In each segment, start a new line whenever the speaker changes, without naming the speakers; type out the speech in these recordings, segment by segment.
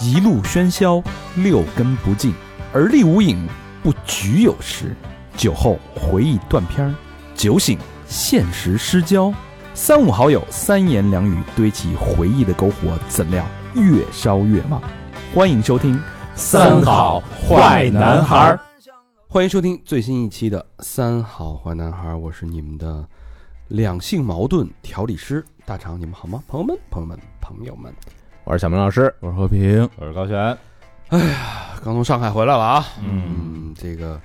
一路喧嚣，六根不净，而立无影，不局有时。酒后回忆断片儿，酒醒现实失焦。三五好友，三言两语堆起回忆的篝火，怎料越烧越旺。欢迎收听《
儿，
欢迎收听最新一期的《三好坏男孩》，我是你们的两性矛盾调理师大肠，你们好吗？朋友们，朋友们，朋友们，
我是小明老师，
我是和平，
我是高璇。
啊刚从上海回来了啊，
嗯，
嗯，这个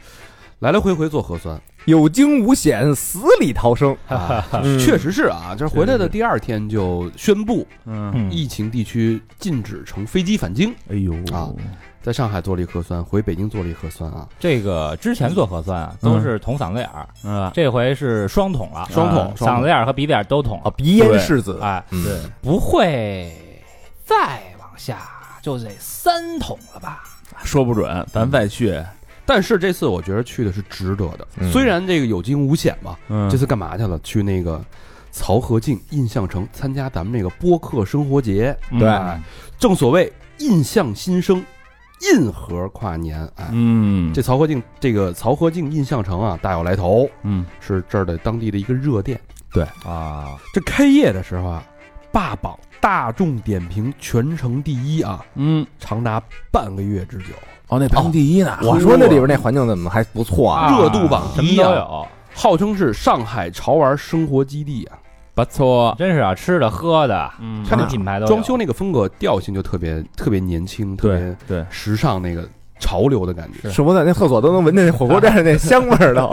来来回回做核酸，
有惊无险，死里逃生。
啊、确实是啊，这回来的第二天就宣布
嗯，
一
疫情地区禁止乘飞机返京，
哎呦
啊在上海做了一核酸，回北京做了一核酸啊，
这个之前做核酸啊，都是捅嗓子眼儿，
啊，
这回是双捅了，
嗯双捅
啊
双捅哦
嗓子眼儿和鼻子眼儿都捅
啊，。鼻咽世子，嗯
哎，
对，
不会再往下就得三捅了吧？
说不准，咱再去，
但是这次我觉得去的是值得的，
嗯
虽然这个有惊无险吧，
嗯
这次干嘛去了？去那个曹和敬印象城参加咱们这个播客生活节。
嗯
对
哎正所谓印象新生，印和跨年。哎，
嗯，
这曹和敬这个曹和敬印象城啊，大有来头，
嗯，
是这儿的当地的一个热店。
啊，
这开业的时候啊，霸榜大众点评全城第一啊，
嗯，
长达半个月之久，
哦，那排名第一呢，
我说那里边那环境怎么还不错啊？
热度榜
什么
第一
都
啊
有，
号称是上海潮玩生活基地啊。
不错，
真是啊，吃的喝的，
嗯
什么品牌都有
装修那个风格调性就特别特别年轻，特别
对对，
时尚那个潮流的感觉。
是我在那厕所都能闻见那火锅站那香味儿都。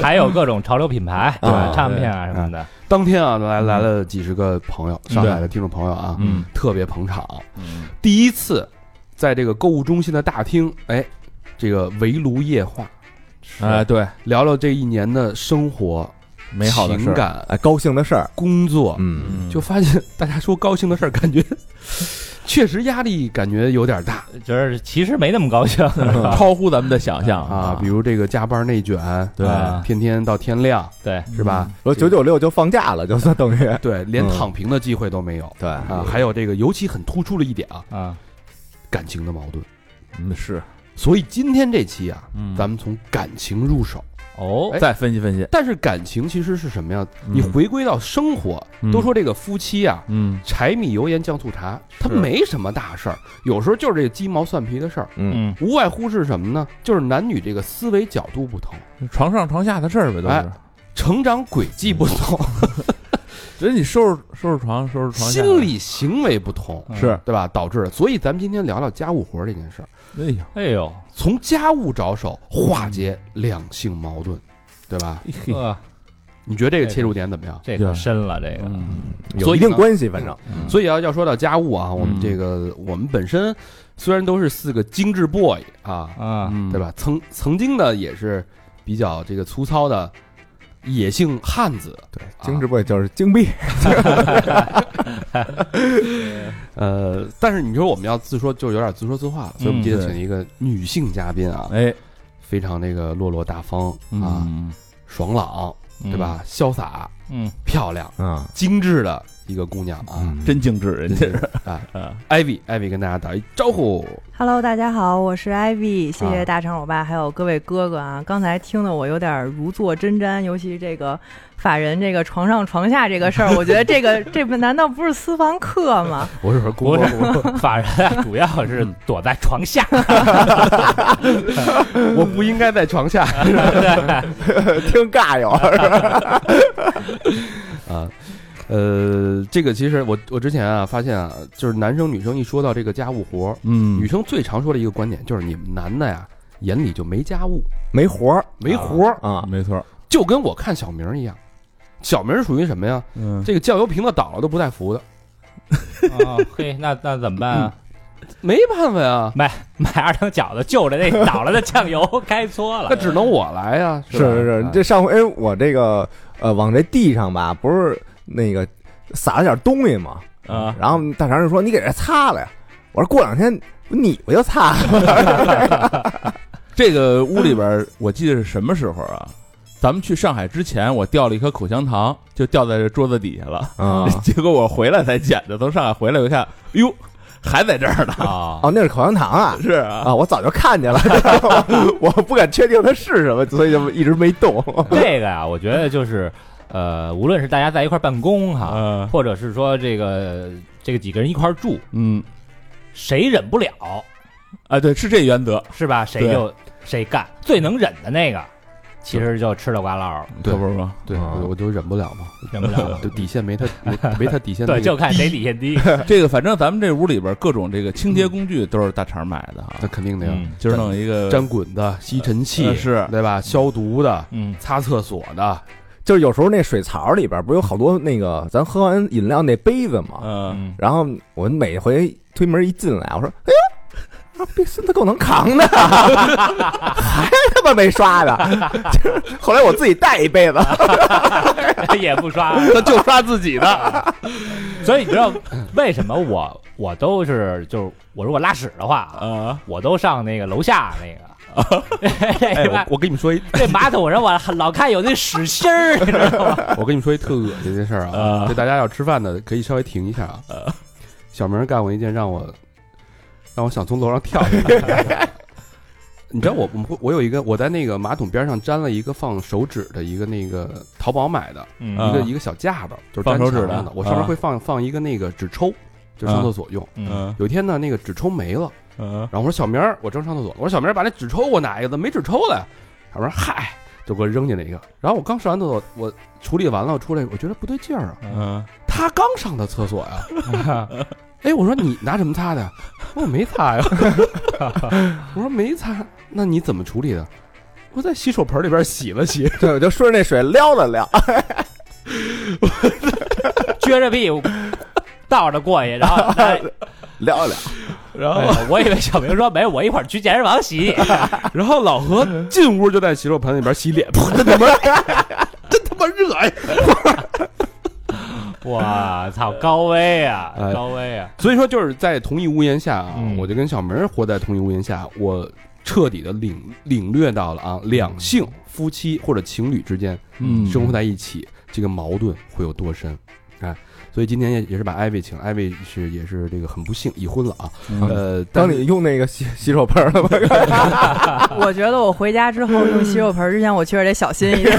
还有各种潮流品牌，
嗯
对吧
啊
唱片啊什么的，
当天啊，来来了几十个朋友，上海的听众朋友啊，
嗯
特别捧场。 第一次在这个购物中心的大厅，哎，这个围炉夜话，
哎，对，
聊聊这一年的生活、
美好的事
情
儿，
感、
哎，高兴的事儿，
工作，
嗯，
就发现大家说高兴的事儿，感觉 确实压力感觉有点大
就是其实没那么高 兴，是吧
超乎咱们的想象
啊，比如这个加班内卷，
对嗯
啊
天天到天亮，
对，
是吧？
我九九六就放假了，就算等于
对，连
嗯
躺平的机会都没有
对
啊！还有这个，尤其很突出的一点啊，
啊，
感情的矛盾。
嗯，是，
所以今天这期啊，
嗯
咱们从感情入手。
哦，
哎
再分析分析，
但是感情其实是什么呀？
嗯
你回归到生活，
嗯
都说这个夫妻啊，
嗯
柴米油盐酱醋茶，它
是
没什么大事儿，有时候就是这鸡毛蒜皮的事儿，
嗯
嗯，
无外乎是什么呢？就是男女这个思维角度不同，
床上床下的事儿呗，都
哎
是。
成长轨迹不同，
人你收拾收拾床，收拾床下
心理行为不同，
嗯
是，
对吧？导致的。所以咱们今天聊聊家务活儿这件事儿。
哎呦，
哎呦，
从家务着手化解两性矛盾，对吧？
嘿
呃，
你觉得这个切入点怎么样？
这个
对
深了，这个，
嗯
有一定关系，反正
所以要要说到家务啊，我们
嗯
这个我们本身虽然都是四个精致 boy 啊，
啊，
嗯
对？吧？曾曾经呢也是比较这个粗糙的野性汉子，啊
对，精致不就是精逼？
呃，但是你说我们要自说，就有点自说自话了，所以我们今天请一个女性嘉宾啊，
哎
非常那个落落大方啊，，
嗯
爽朗，嗯对吧？潇洒、
嗯？
漂亮、
啊，
精致的一个姑娘啊。
真精致，人家是
艾薇，艾啊薇跟大家打一招呼。
Hello，大家好，我是 Ivy，谢
啊
谢大肠我爸还有各位哥哥啊！刚才听得我有点如坐针毡，尤其这个法人这个床上床下这个事儿，我觉得这个这不难道不是私房课吗？
我是说
不是， 法人啊，主要是
嗯
躲在床下，
我不应该在床下
听尬友，
啊。呃，这个其实我我之前啊发现啊，就是男生女生一说到这个家务活儿，
嗯
女生最常说的一个观点就是你们男的呀眼里就没家务，
没活儿
没活儿，
啊，
没错，
就跟我看小明儿一样。小明儿属于什么呀？
嗯，
这个酱油瓶子倒了都不带扶的，
哦，嘿，那那怎么办啊？
没办法呀，
买二两饺子就着那倒了的酱油开搓
那
了，
只能我来呀。
是
吧
是是，这上回哎我这个呃往这地上吧，不是那个撒了点东西吗？
呃
啊，
然后大肠就说：“你给这擦了呀？”我说：“过两天你不就擦了
这个屋里边儿，我记得是什么时候啊？咱们去上海之前，我掉了一颗口香糖，就掉在这桌子底下了。
啊
结果我回来才捡的，从上海回来我一看，哟，还在这儿呢，
啊
哦，那是口香糖啊
是啊，
啊！我早就看见了， 我不敢确定它是什么，所以就一直没动。
这个呀、我觉得就是呃，无论是大家在一块儿办公哈，
嗯
或者是说这个这个几个人一块儿住，
嗯
谁忍不了
啊，对，是这原则，
是吧？谁
对
就谁干，最能忍的那个，其实就吃了瓜唠，
对
可不是吗？
对，
啊
我我就忍不了嘛，
忍不
嗯
了。
就底线没他没没他 底线那
对，
个
就看谁底线低。
这个反正咱们这屋里边各种这个清洁工具都是大肠买的啊哈，
那肯定的呀，
嗯
今儿弄一个
粘滚的、吸尘器
呃是
对吧？消毒的、
嗯，
擦厕所的，
就是有时候那水槽里边不有好多那个咱喝完饮料那杯子吗？
嗯，
然后我每回推门一进来，我说：“哎呀，啊，别孙子够能扛的， 还他妈没刷呢。” 就是后来我自己带一 杯子，
也不刷。
他就刷自己的，
所以你知道为什么我 我都是就是我如果拉屎的话啊，
啊，
我都上那个楼下那个。
哎，
这
我我跟你们说一，
这马桶上我老看有那屎芯儿，你知道吗？
我跟你们说一特恶心的事儿啊，
啊
对大家要吃饭的可以稍微停一下啊。小明干过一件让我让我想从楼上跳下来 的。你知道我我们会我有一个我在那个马桶边上粘了一个放手指的一个那个淘宝买的嗯一
啊
个一个小架子，就是
放
粘
手指
墙上
的
我上面
啊
会放放一个那个纸抽，就上厕所用。
嗯
有一天呢，那个纸抽没了，
嗯，
然后我说小明儿，我正上厕所，我说小明儿把那纸抽给我拿一个，怎么没纸抽了呀？小明儿嗨，就给我扔进来一个。然后我刚上完厕所，我处理完了，我出来，我觉得不对劲儿啊，
嗯，
他刚上的厕所呀。 哎，我说你拿什么擦的呀？我说没擦呀。 我说没擦，那你怎么处理的？我在洗手盆里边洗了洗，
对，我就顺着那水撩了撩，啊
撅着屁股倒着过去， 然后、哎
撩 了
然
哎
后
呦我以为小明说没，我一会儿去健身房 洗。
然后老何进屋就在洗手盆里边洗脸， 真他妈，真他妈热呀！
我操，高危啊
哎，
高危啊！
所以说，就是在同一屋檐下啊，
嗯
我就跟小明儿活在同一屋檐下，我彻底的领领略到了啊，两性夫妻或者情侣之间，
嗯
生活在一起，这个矛盾会有多深？哎，所以今天也也是把艾薇请，艾薇是也是这个很不幸已婚了啊，
嗯
呃，
当
但是
你用那个洗洗手盆了吧？
我觉得我回家之后用洗手盆之前，我确实得小心一点。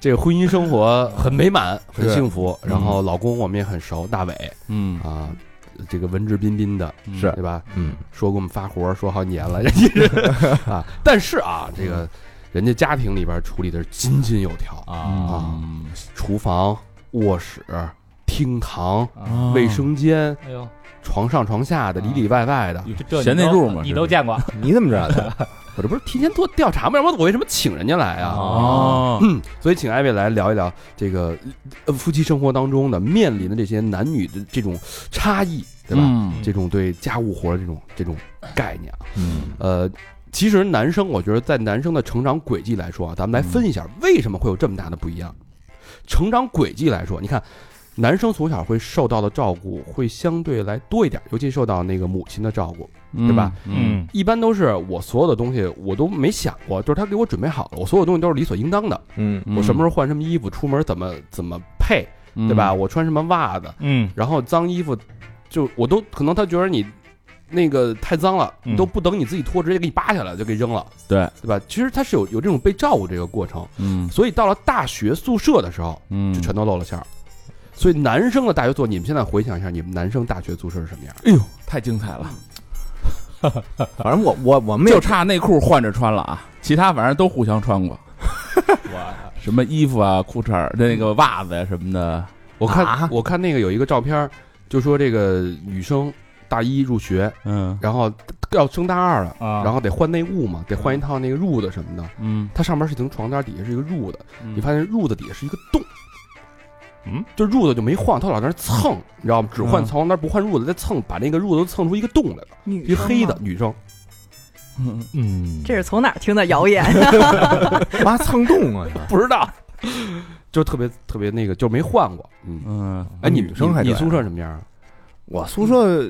这个婚姻生活很美满，很
是
幸福，
嗯
然后老公我们也很熟，大伟
嗯
啊，这个文质彬彬的，
是
对吧？
嗯，
说给我们发活，说好几年了，人 家啊，但是啊，这个人家家庭里边处理的是井井有条，
嗯
啊
厨房、卧室、厅堂、
啊！
卫生间、
哎呦，
床上床下的，里里外外的。
这这
闲
你
内
都
助嘛，
你都见过
你怎么知道的？
我这不是提前做调查吗？要不然我为什么请人家来啊？
哦，
嗯，所以请艾薇来聊一聊这个呃夫妻生活当中的面临的这些男女的这种差异，对吧？
嗯
这种对家务活的这种这种概念啊，
嗯
呃，其实男生，我觉得在男生的成长轨迹来说啊，咱们来分一下为什么会有这么大的不一样。成长轨迹来说，你看，男生从小会受到的照顾会相对来多一点，尤其受到那个母亲的照顾。对吧？
嗯
一般都是我所有的东西我都没想过，就是他给我准备好了，我所有东西都是理所应当的。
嗯，
我什么时候换什么衣服，出门怎么怎么配，
候
对吧？？我穿什么袜子，
嗯
然后脏衣服，就我都可能他觉得你那个太脏了，
嗯
你都不等你自己脱，直接给你扒下来就给扔了，
对
对吧？其实他是有有这种被照顾这个过程，
嗯
所以到了大学宿舍的时候，
嗯
就全都露了馅儿。所以男生的大学宿舍，你们现在回想一下，你们男生大学宿舍是什么样？
哎呦，太精彩了，
反正我我我们也
就差内裤换着穿了啊，其他反正都互相穿过，
嗯我
什么衣服啊、裤衩儿、那个袜子呀什么的，
我看、
啊
我看那个有一个照片儿，就说这个女生大一入学，
嗯
然后要升大二了，
啊
然后得换内务嘛，得换一套那个褥子什么的。
嗯，
它上面是一层床单，底下是一个褥子，
嗯
你
你
发现褥子底下是一个洞，
嗯，
就褥子就没换，他老在那儿蹭，你知道吗？只换
嗯
床单不换褥子，再蹭，把那个褥子都蹭出一个洞来了，一
女生
黑的
吗，
女生。
嗯
嗯，
这是从哪儿听的谣言？
妈蹭洞 啊！
不知道，就特别特别那个，就没换过。嗯，
嗯
哎，你
女生还
你你
这样
宿舍什么样啊？
我宿舍，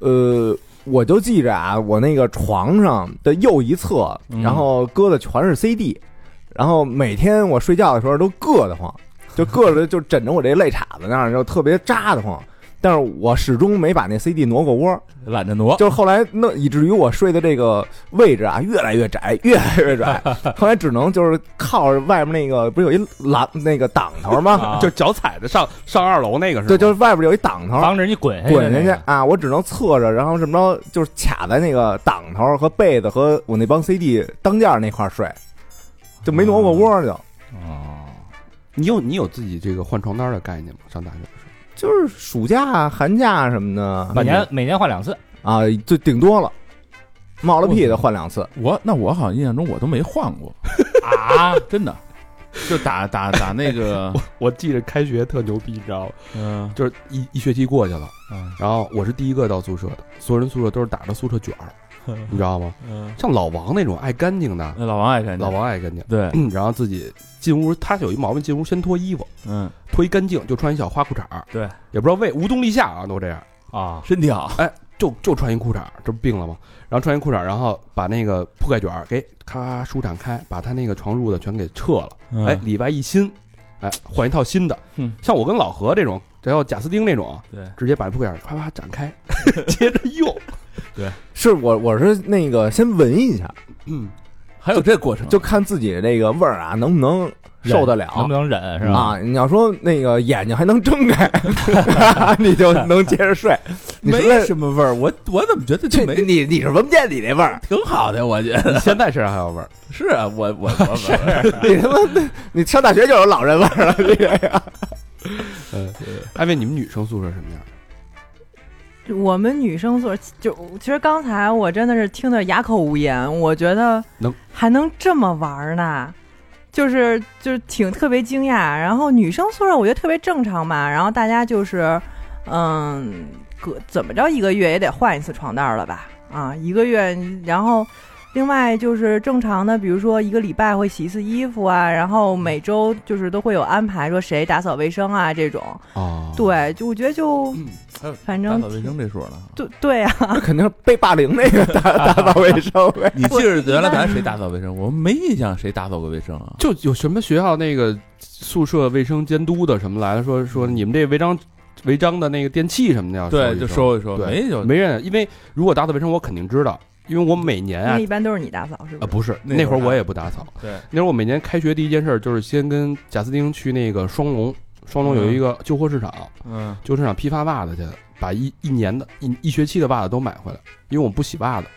呃，我就记着啊，我那个床上的右一侧，
嗯
然后搁的全是 CD，然后每天我睡觉的时候都硌得慌，就硌着就枕着我这肋叉子那儿，就特别扎得慌。但是我始终没把那 CD 挪过窝，
哦
懒得挪，
就是后来那以至于我睡的这个位置啊越来越窄，越来越窄，后来只能就是靠着外面那个不是有一栏那个挡头
啊
啊
吗？
就脚踩的上上二楼那个是吧？
对，就是外边有一挡头，
防止你
哎
滚下去
啊滚下
那
去
个
啊！我只能侧着，然后这么着就是卡在那个挡头和被子和我那帮 CD 当间儿那块儿睡，就没挪过窝儿就。
哦，
你有你有自己这个换床单的概念吗？上大学的时候
就是暑假啊、寒假啊什么的
每年每年换两次，
啊，就顶多了，冒了屁的换两次。
我那我好像印象中我都没换过啊，真的，就打打打那个，
我记着开学特牛逼，你知道吗？
嗯
就是一一学期过去了，
嗯
然后我是第一个到宿舍的，所有人宿舍都是打着宿舍卷儿，你知道吗？
嗯，
像老王那种爱干净的，
那老王爱看
老王爱干净，
对，
嗯然后自己进屋，他有一毛病，进屋先脱衣服，
嗯，
脱一干净就穿一小花裤衩儿
对，
也不知道为无冬立夏啊，都这样，
啊，
身体好，
就就穿一裤衩儿，这不病了吗？然后穿一裤衩儿，然后把那个铺盖卷儿给咔舒展开，把他那个床褥子全给撤了。哎，里外一新，哎，换一套新的。
嗯
像我跟老何这种，只要贾斯汀那种，啊
对，
直接把铺盖儿啪啪展开， 接着 用。
是我我是那个先闻一下，
嗯，
还有这过程，
就看自己这个味儿啊能不能受得了。
能不能忍是吧？
啊，你要说那个眼睛还能睁开，你就能接着睡。你
没
实在
什么味儿，我我怎么觉得就
这
没
你你是闻不见你那味儿，
挺好的？我觉得
你现在身上还有味儿，
是啊，我我我是
你他妈你上大学就有老人味儿了，这个呀
艾薇，你们女生宿舍什么样？
我们女生宿舍，就其实刚才我真的是听得哑口无言，我觉得
能
还能这么玩儿呢，就是就是挺特别惊讶。然后女生宿舍我觉得特别正常吧，然后大家就是嗯，隔怎么着一个月也得换一次床单儿了吧？啊，一个月，然后。另外就是正常的，比如说一个礼拜会洗一次衣服啊，然后每周就是都会有安排，说谁打扫卫生啊这种。
哦，
对，就我觉得就
嗯还有
反
打
正
扫卫生这说呢。
对对啊，
肯定是被霸凌那个打打扫卫生呗。
你记着原来咱谁打扫卫生？我没印象谁打扫过卫生啊。
就有什么学校那个宿舍卫生监督的什么来了，说说你们这违章违章的那个电器什么的
嗯
要
对，
一
就收一收，
对
没就
没人，因为如果打扫卫生，我肯定知道，因为我每年
因
啊
为一般都是你打扫，是
啊
不是？
不是
那会儿
那会儿
啊
我也不打扫，
对，
那时候我每年开学第一件事儿就是先跟贾斯汀去那个双龙，双龙有一个旧货市场，
嗯，
旧货市场批发袜子去，把一一年的一一学期的袜子都买回来，因为我不洗袜子，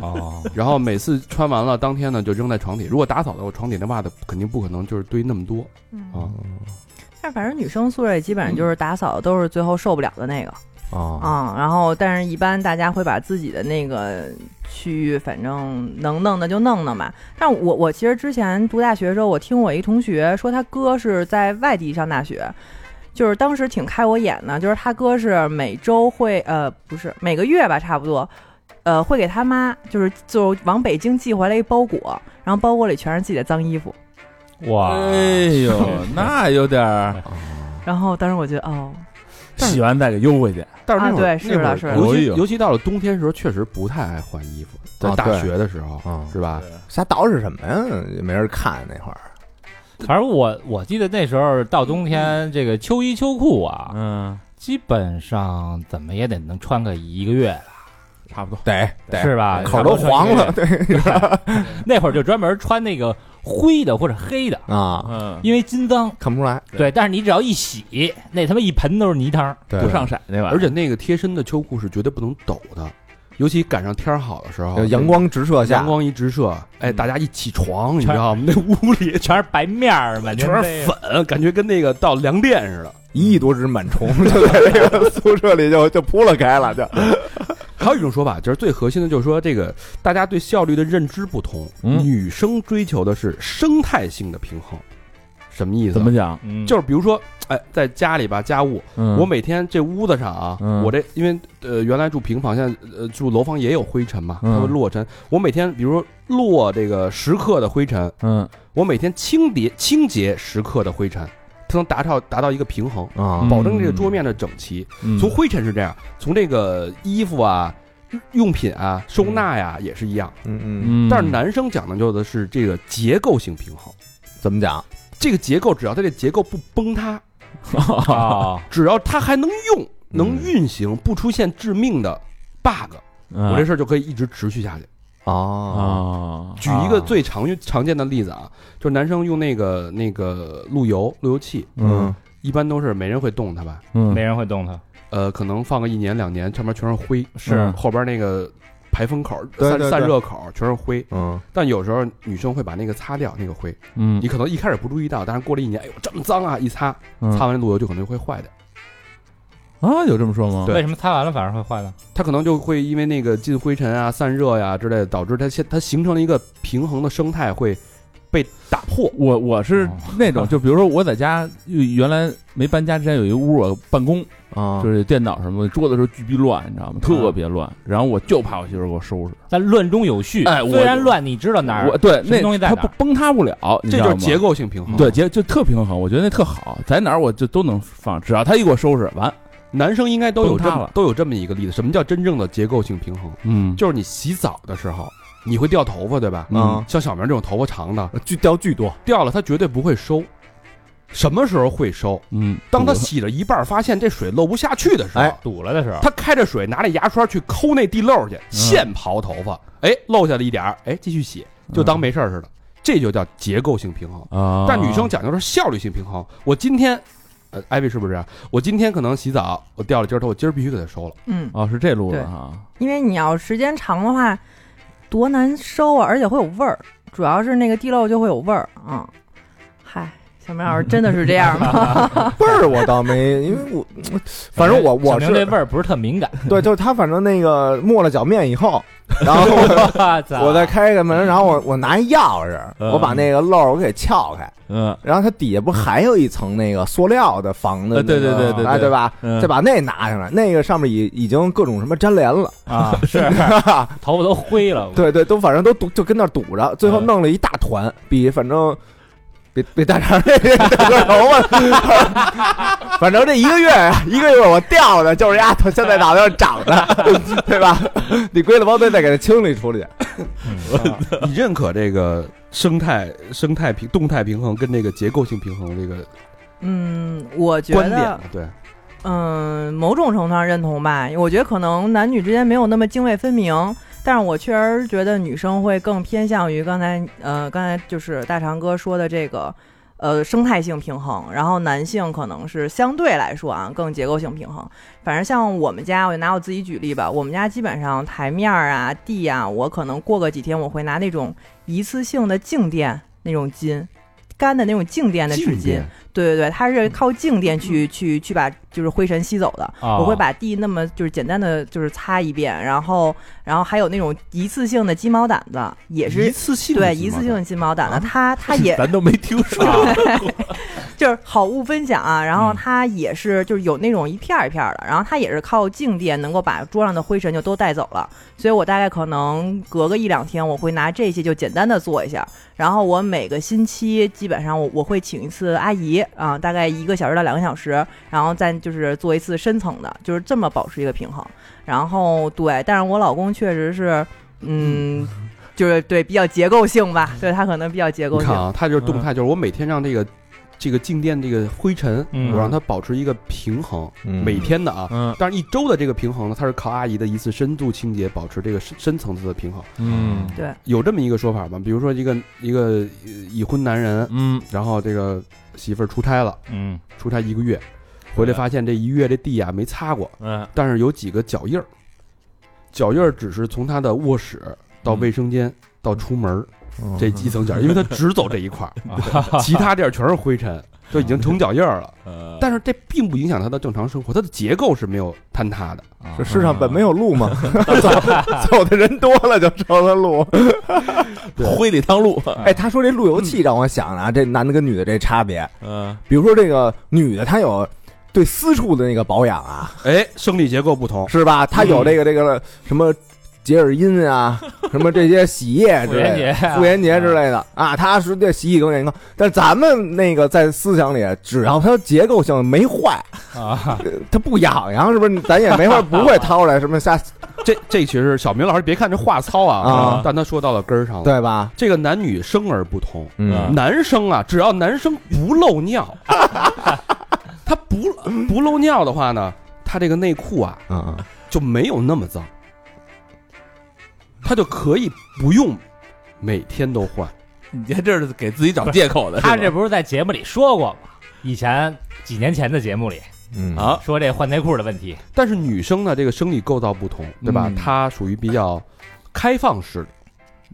哦，
然后每次穿完了当天呢就扔在床底，如果打扫的我床底那袜子肯定不可能就是堆那么多
嗯，
哦
啊，
但是反正女生宿舍也基本上就是打扫都是最后受不了的那个
嗯
啊，
啊、然后但是一般大家会把自己的那个区域，反正能弄的就弄弄嘛。但我我其实之前读大学的时候，我听我一同学说，他哥是在外地上大学。就是当时挺开我眼的，就是他哥是每周会呃不是每个月吧，差不多，呃会给他妈就是就往北京寄回来一包裹，然后包裹里全是自己的脏衣服，
哇，
哎呦，那有点儿
然后当时我觉得，哦，
洗完再给邮回去。
但是那
啊
会儿、
对是的
那会儿
是的
尤
哎
其
呦
尤其到了冬天的时候，确实不太爱换衣服，在
啊
大
对
学的时候、
啊
是吧？
瞎捯饬什么呀？也没人看那会儿。
反正我我记得那时候到冬天，这个秋衣秋裤啊，
嗯，
基本上怎么也得能穿个一个月吧，
差不多。
得
是吧？
口都黄了， 对
那会儿就专门穿那个灰的或者黑的，
啊，
嗯，
因为金脏。
看不出来，
对，但是你只要一洗，那他妈一盆都是泥汤。
对
不上色那玩意儿，
而且那个贴身的秋裤是绝对不能抖的，尤其赶上天儿好的时候
有，阳光直射下
阳，光一直射，哎，
嗯
大家一起床，你知
全
道吗？那屋里
全是白面儿，满
全
啊
是粉， 感觉跟那个到粮店似的。
一亿多只螨虫就在这个宿舍里就就扑了开了，就
还有一种说法，就是最核心的，就是说这个大家对效率的认知不同。
嗯
女生追求的是生态性的平衡，什么意思
怎
啊？
么讲？
粉
就是比如说，哎，在家里吧，家务，
嗯
我每天这屋子上啊，
嗯
我这因为呃原来住平房，现在呃住楼房也有灰尘嘛，它
嗯
会落尘。我每天比如说落这个十克的灰尘，
嗯
我每天清洁清洁十克的灰尘，它能达到达到一个平衡，
啊
保证这个桌面的整齐。
嗯
从灰尘是这样，从这个衣服啊、用品啊、收纳呀、也是一样。
嗯嗯，
嗯，
但是男生讲究的是这个结构性平衡，
怎么讲？
这个结构只要它这结构不崩塌，
啊，
嗯
只要它还能用，能运行，不出现致命的 bug，我
嗯
我
这事儿就可以一直持续下去。
哦，
啊，
举一个最常用常见的例子啊，就是男生用那个那个路由路由器，
嗯，
一般都是没人会动它吧？
嗯
没人会动它。
呃，可能放个一年两年，上面全是灰，
是
嗯后边那个排风口、
对
散
对
散
对
热口全是灰。
嗯，
但有时候女生会把那个擦掉那个灰，
嗯
你可能一开始不注意到，但是过了一年，哎呦这么脏啊，一擦，
嗯
擦完路由就可能会坏的。
啊，有这么说吗？
对
为什么擦完了反而会坏呢？
它可能就会因为那个进灰尘啊、散热呀、之类的，导致它现它形成了一个平衡的生态会被打破。
我我是 那种，就比如说我在家，原来没搬家之前有一屋我办公，
啊
就是电脑什么的，桌子都巨逼乱，你知道吗？特别乱。然后我就怕我媳妇儿给我收拾，
但乱中有序，
哎我
虽然乱，你知道哪儿
我对
什么
那
东西在
它
哪
不
儿
崩塌不了，你知
这
道
就是
吗
结构性平衡。
对，结就特平衡，我觉得那特好，在哪儿我就都能放，只要他一给我收拾完，
男生应该都有这
崩塌
么
了
都有这么一个例子。什么叫真正的结构性平衡？
嗯
就是你洗澡的时候，你会掉头发，对吧？
嗯，
像小明这种头发长的，
巨掉巨多，
掉了他绝对不会收。什么时候会收？
嗯，
当他洗了一半儿，发现这水漏不下去的时候
哎，
堵了的时候，
他开着水拿着牙刷去抠那地漏去，现刨头发，哎，漏下了一点儿，哎，继续洗，
嗯
就当没事儿似的。这就叫结构性平衡。
啊，
但女生讲究是效率性平衡。我今天，呃，艾薇是不是这样？我今天可能洗澡，我掉了今儿头，我今儿必须给它收了。
嗯，
哦是这路
对
子哈，
因为你要时间长的话，多难收啊，而且会有味儿，主要是那个地漏就会有味儿。嗯，嗨，小明老师真的是这 样吗？
味儿我倒没，因为我反正我我
小明对
是
味儿不是 特敏感。
对，就是他反正那个抹了脚面以后，然后哦我
我操
我再开个门，然后我我拿一钥匙，
嗯
我把那个漏儿我给撬开，
嗯
然后它底下不还有一层那个塑料的防的
呃
那个，
对对对对
哎
对
对吧？
嗯
再把那拿上来，那个上面已已经各种什么粘连了，
啊，是头发都灰了。
对对，都反正都堵，就跟那儿堵着，最后
嗯
弄了一大团，比反正比比大肠那个 大个 头发，反正这一个月啊一个月我掉的就是丫头现在脑袋上长 的，对吧？你归了包堆再给它清理处理，
嗯
你认可这个生态生态平动态平衡跟那个结构性平衡这个
嗯，我觉
观点
得
吗，？对，
嗯，某种程度上认同吧。我觉得可能男女之间没有那么泾渭分明，但是我确实觉得女生会更偏向于刚才呃，刚才就是大长哥说的这个呃生态性平衡，然后男性可能是相对来说啊更结构性平衡。反正像我们家，我就拿我自己举例吧，我们家基本上台面儿啊、地啊，我可能过个几天我会拿那种一次性的静电那种巾。干的那种静电的纸巾，对对对，它是靠静电去去去把就是灰尘吸走的。
啊，
哦
我会把地那么就是简单的就是擦一遍，然后然后还有那种一次性的鸡毛掸子，也
一
是
次性
对
的
一次
鸡
性
毛掸啊
的鸡毛掸子，它它也
咱都没听 说，
就是好物分享啊，然后
嗯
它也是就是有那种一片儿一片儿的，然后它也是靠静电能够把桌上的灰尘就都带走了，所以我大概可能隔个一两天，我会拿这些就简单的做一下，然后我每个星期基本上我我会请一次阿姨啊、大概一个小时到两个小时，然后再就是做一次深层的，就是这么保持一个平衡。然后对，但是我老公确实是，嗯，就是对比较结构性吧，对他可能比较结构
你
性
看。啊，它就是动态，就是我每天让这个这个静电这个灰尘，
嗯
我让它保持一个平衡，
嗯
每天的啊。
嗯
但是一周的这个平衡呢，它是靠阿姨的一次深度清洁保持这个深深层次的平衡。
嗯
对
有这么一个说法吗？比如说一个一个呃已婚男人，
嗯
然后这个媳妇儿出差了，
嗯
出差一个月，回来发现这一月这地啊没擦过，
嗯
但是有几个脚印儿，脚印儿只是从他的卧室到卫生间到出门儿
嗯
这一层脚印，因为他只走这一块儿，其他地儿全是灰尘，就已经成脚印儿了。
呃
但是这并不影响他的正常生活，他的结构是没有坍塌的。
这
啊
世上本没有路 嘛，走走的人多了就成了路。
灰里趟路，
嗯
哎，他说这路由器让我想了啊，这男的跟女的这差别，
嗯
比如说这个女的她有对私处的那个保养啊，
哎，生理结构不同，
是吧？它有这个这个什么洁尔阴啊，什么这些洗 液之类的
妇炎洁，啊
妇炎洁之类的啊，它是对洗洗更健康。但咱们那个在思想里，只要它结构性没坏，
啊，
它不痒痒，是不是？咱也没法不会掏出来什么下，
这这其实是小明老师，别看这话糙啊
啊，
但他说到了根儿上了。
对吧？
这个男女生而不同，
嗯
男生啊，只要 男生不漏尿，他不不漏尿的话呢，他这个内裤啊
嗯
就没有那么脏，他就可以不用每天都换。
你这这是给自己找借口 的，
他
是
这
吧
不是在节目里说过吗？以前几年前的节目里
嗯
啊，
说这换内裤的问题，
但是女生呢，这个生理构造不同，对吧？
嗯
她属于比较开放式的，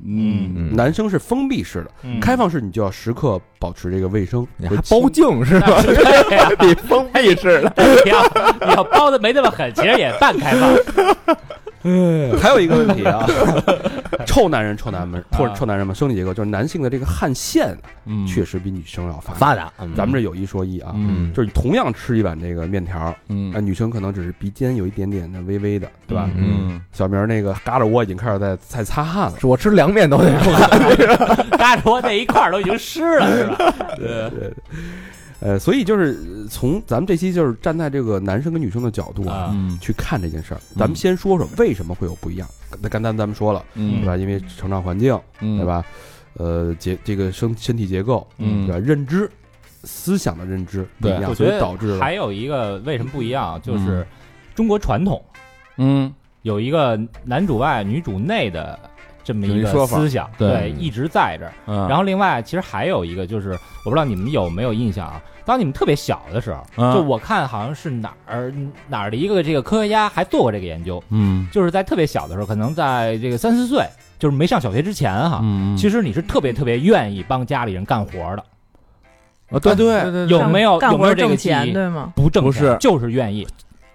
嗯，
嗯，
男生是封闭式的。
嗯
开放式你就要时刻保持这个卫生，
你还包茎是吧？
对呀、
比封闭式的，
你要你要包的没那么狠，其实也半开放。
还有一个问 题啊，臭男人、臭男们或者
啊
臭男人们生理结构，就是男性的这个汗腺
嗯
确实比女生要发达。
发达，
咱们这有一说一啊，
嗯
就是你同样吃一碗这个面条，
嗯
那女生可能只是鼻尖有一点点的微微的，对吧？
嗯
小明儿那个嘎吱窝已经开始在在擦汗了，
我吃凉面都得出汗。
搭着我那一块儿都已经湿了，是吧？
呃，所以就是呃从咱们这期就是站在这个男生跟女生的角度啊，
啊，
嗯
去看这件事儿。咱们先说说为什么会有不一样。那刚才咱们说了，对
嗯
吧？因为成长环境，
嗯，
对？吧？呃，结这个身身体结构，
嗯
对吧？认知、思想的认知不一
对
样，
我
所
觉
以
得
导致了
还有一个为什么不一样，啊
嗯
就是中国传统
嗯
有一个男主外女主内的这么一
有一说
个
法
思想，
对
对，一直在这儿。
嗯，
然后另外，其实还有一个就是，我不知道你们有没有印象啊？当你们特别小的时候，
嗯
就我看好像是哪儿哪儿的一个这个科学家还做过这个研究，
嗯
就是在特别小的时候，可能在这个三四岁，就是没上小学之前哈，
嗯，
其
实
实你是特别特别愿意帮家里人干活的，
啊，对
对
对
有没有
嗯干
有没
活
有这个
挣
记忆
钱？对吗？
不挣
不
钱
是
就是愿意，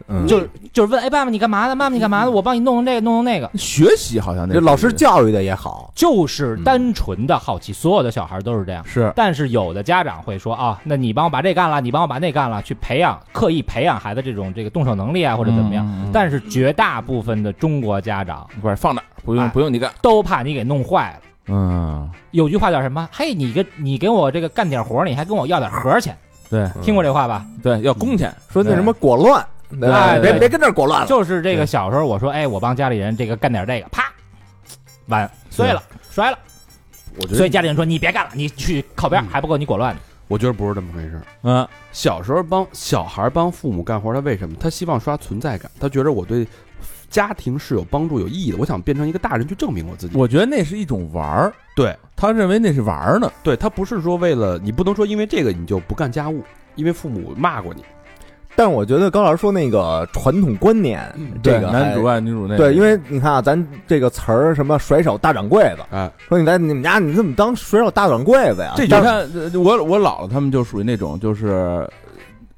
嗯，
就是就是问哎爸爸你干嘛呢？妈妈你干
嗯
嘛呢？我帮你弄弄这个弄弄那个，
学习好像那
这老师教育的也好，
就是
嗯
单纯的好奇，所有的小孩都是这样。
是
但是有的家长会说啊，那你帮我把这干了，你帮我把那干了，去培养刻意培养孩子这种这个动手能力啊，或者怎么样。
样
但是绝大部分的中国家长
不是放那儿，不用
哎
不用你干，
都怕你给弄坏了。
嗯，
有句话叫什么？嘿，你给你给我这个干点活儿，你还跟我要点盒儿钱，
对
听过这话吧？
对，要工钱，
说那什么裹乱，对吧？
对
别
对
别跟这儿裹
啊
乱了，
就是这个小时候，我说，哎，我帮家里人这个干点这个，啪，碗碎了，摔了，
我觉
所
得
以家里人说你别干了，你去靠边儿，还不够你裹乱的。
我觉得不是这么回事儿。
嗯
小时候帮小孩帮父母干活，他为什么？他希望刷存在感，他觉得我对家庭是有帮助、有意义的。我想变成一个大人去证明我自己。
我觉得那是一种玩儿，
对
他认为那是玩儿呢，
对他不是说为了你，不能说因为这个你就不干家务，因为父母骂过你。
但我觉得高老师说那个传统观念，这个
嗯
哎
男主
还
外女主内，
对，因为你看啊，咱这个词儿什么甩手大掌柜子，
哎，
说你在你们家你怎么当甩手大掌柜子呀？
这你
但是
看呃我我姥姥他们就属于那种就是。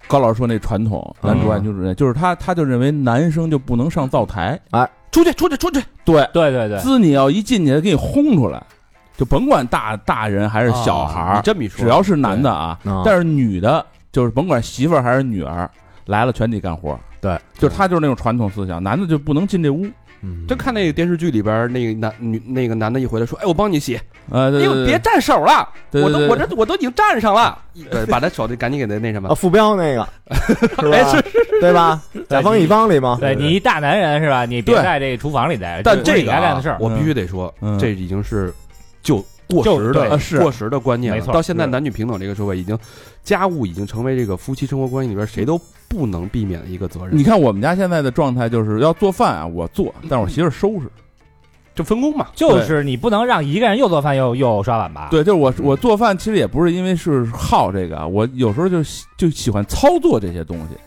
高老师说那传统，
嗯
男主外女主内，就是他，他就认为男生就不能上灶台，
出去，出去，出去！
对，
对对对，
滋你要一进去给你轰出来，就甭管大大人还是小孩
啊你
儿，
这么一说，
只要是男的啊，
啊
但是女的，就是甭管媳妇儿还是女儿，来了全得干活。
对，
就是他就是那种传统思想，男的就不能进这屋。
嗯
就看那个电视剧里边儿那个男女那个男的一回来说：“哎，我帮你洗。”
呃，
哎
对
呦，别蘸手了，
对
我都
对
我这我都已经蘸上了， 对把他手就赶紧给他那什
啊，
么。
副标 那个是吧？
哎是
对吧？甲方乙方里
啊
吗？
对你一大男人是吧？你别
对
在这厨房里待着，
但
这不是
这
你
个
该
啊
干的事儿。
我必须得说
嗯，
这已经是就过
就
时的
对
是
过时的观念
没
了。
错
到现在
是
男女平等这个社会，已经家务已经成为这个夫妻生活关系里边谁都不能避免的一个责任
你。看我们家现在的状态就是要做饭啊，我做，但是我媳妇儿收拾。
就分工嘛，
就是你不能让一个人又做饭又又刷碗吧？
对，就是我我做饭其实也不是因为是好这个啊，我有时候就喜就喜欢操作这些东西，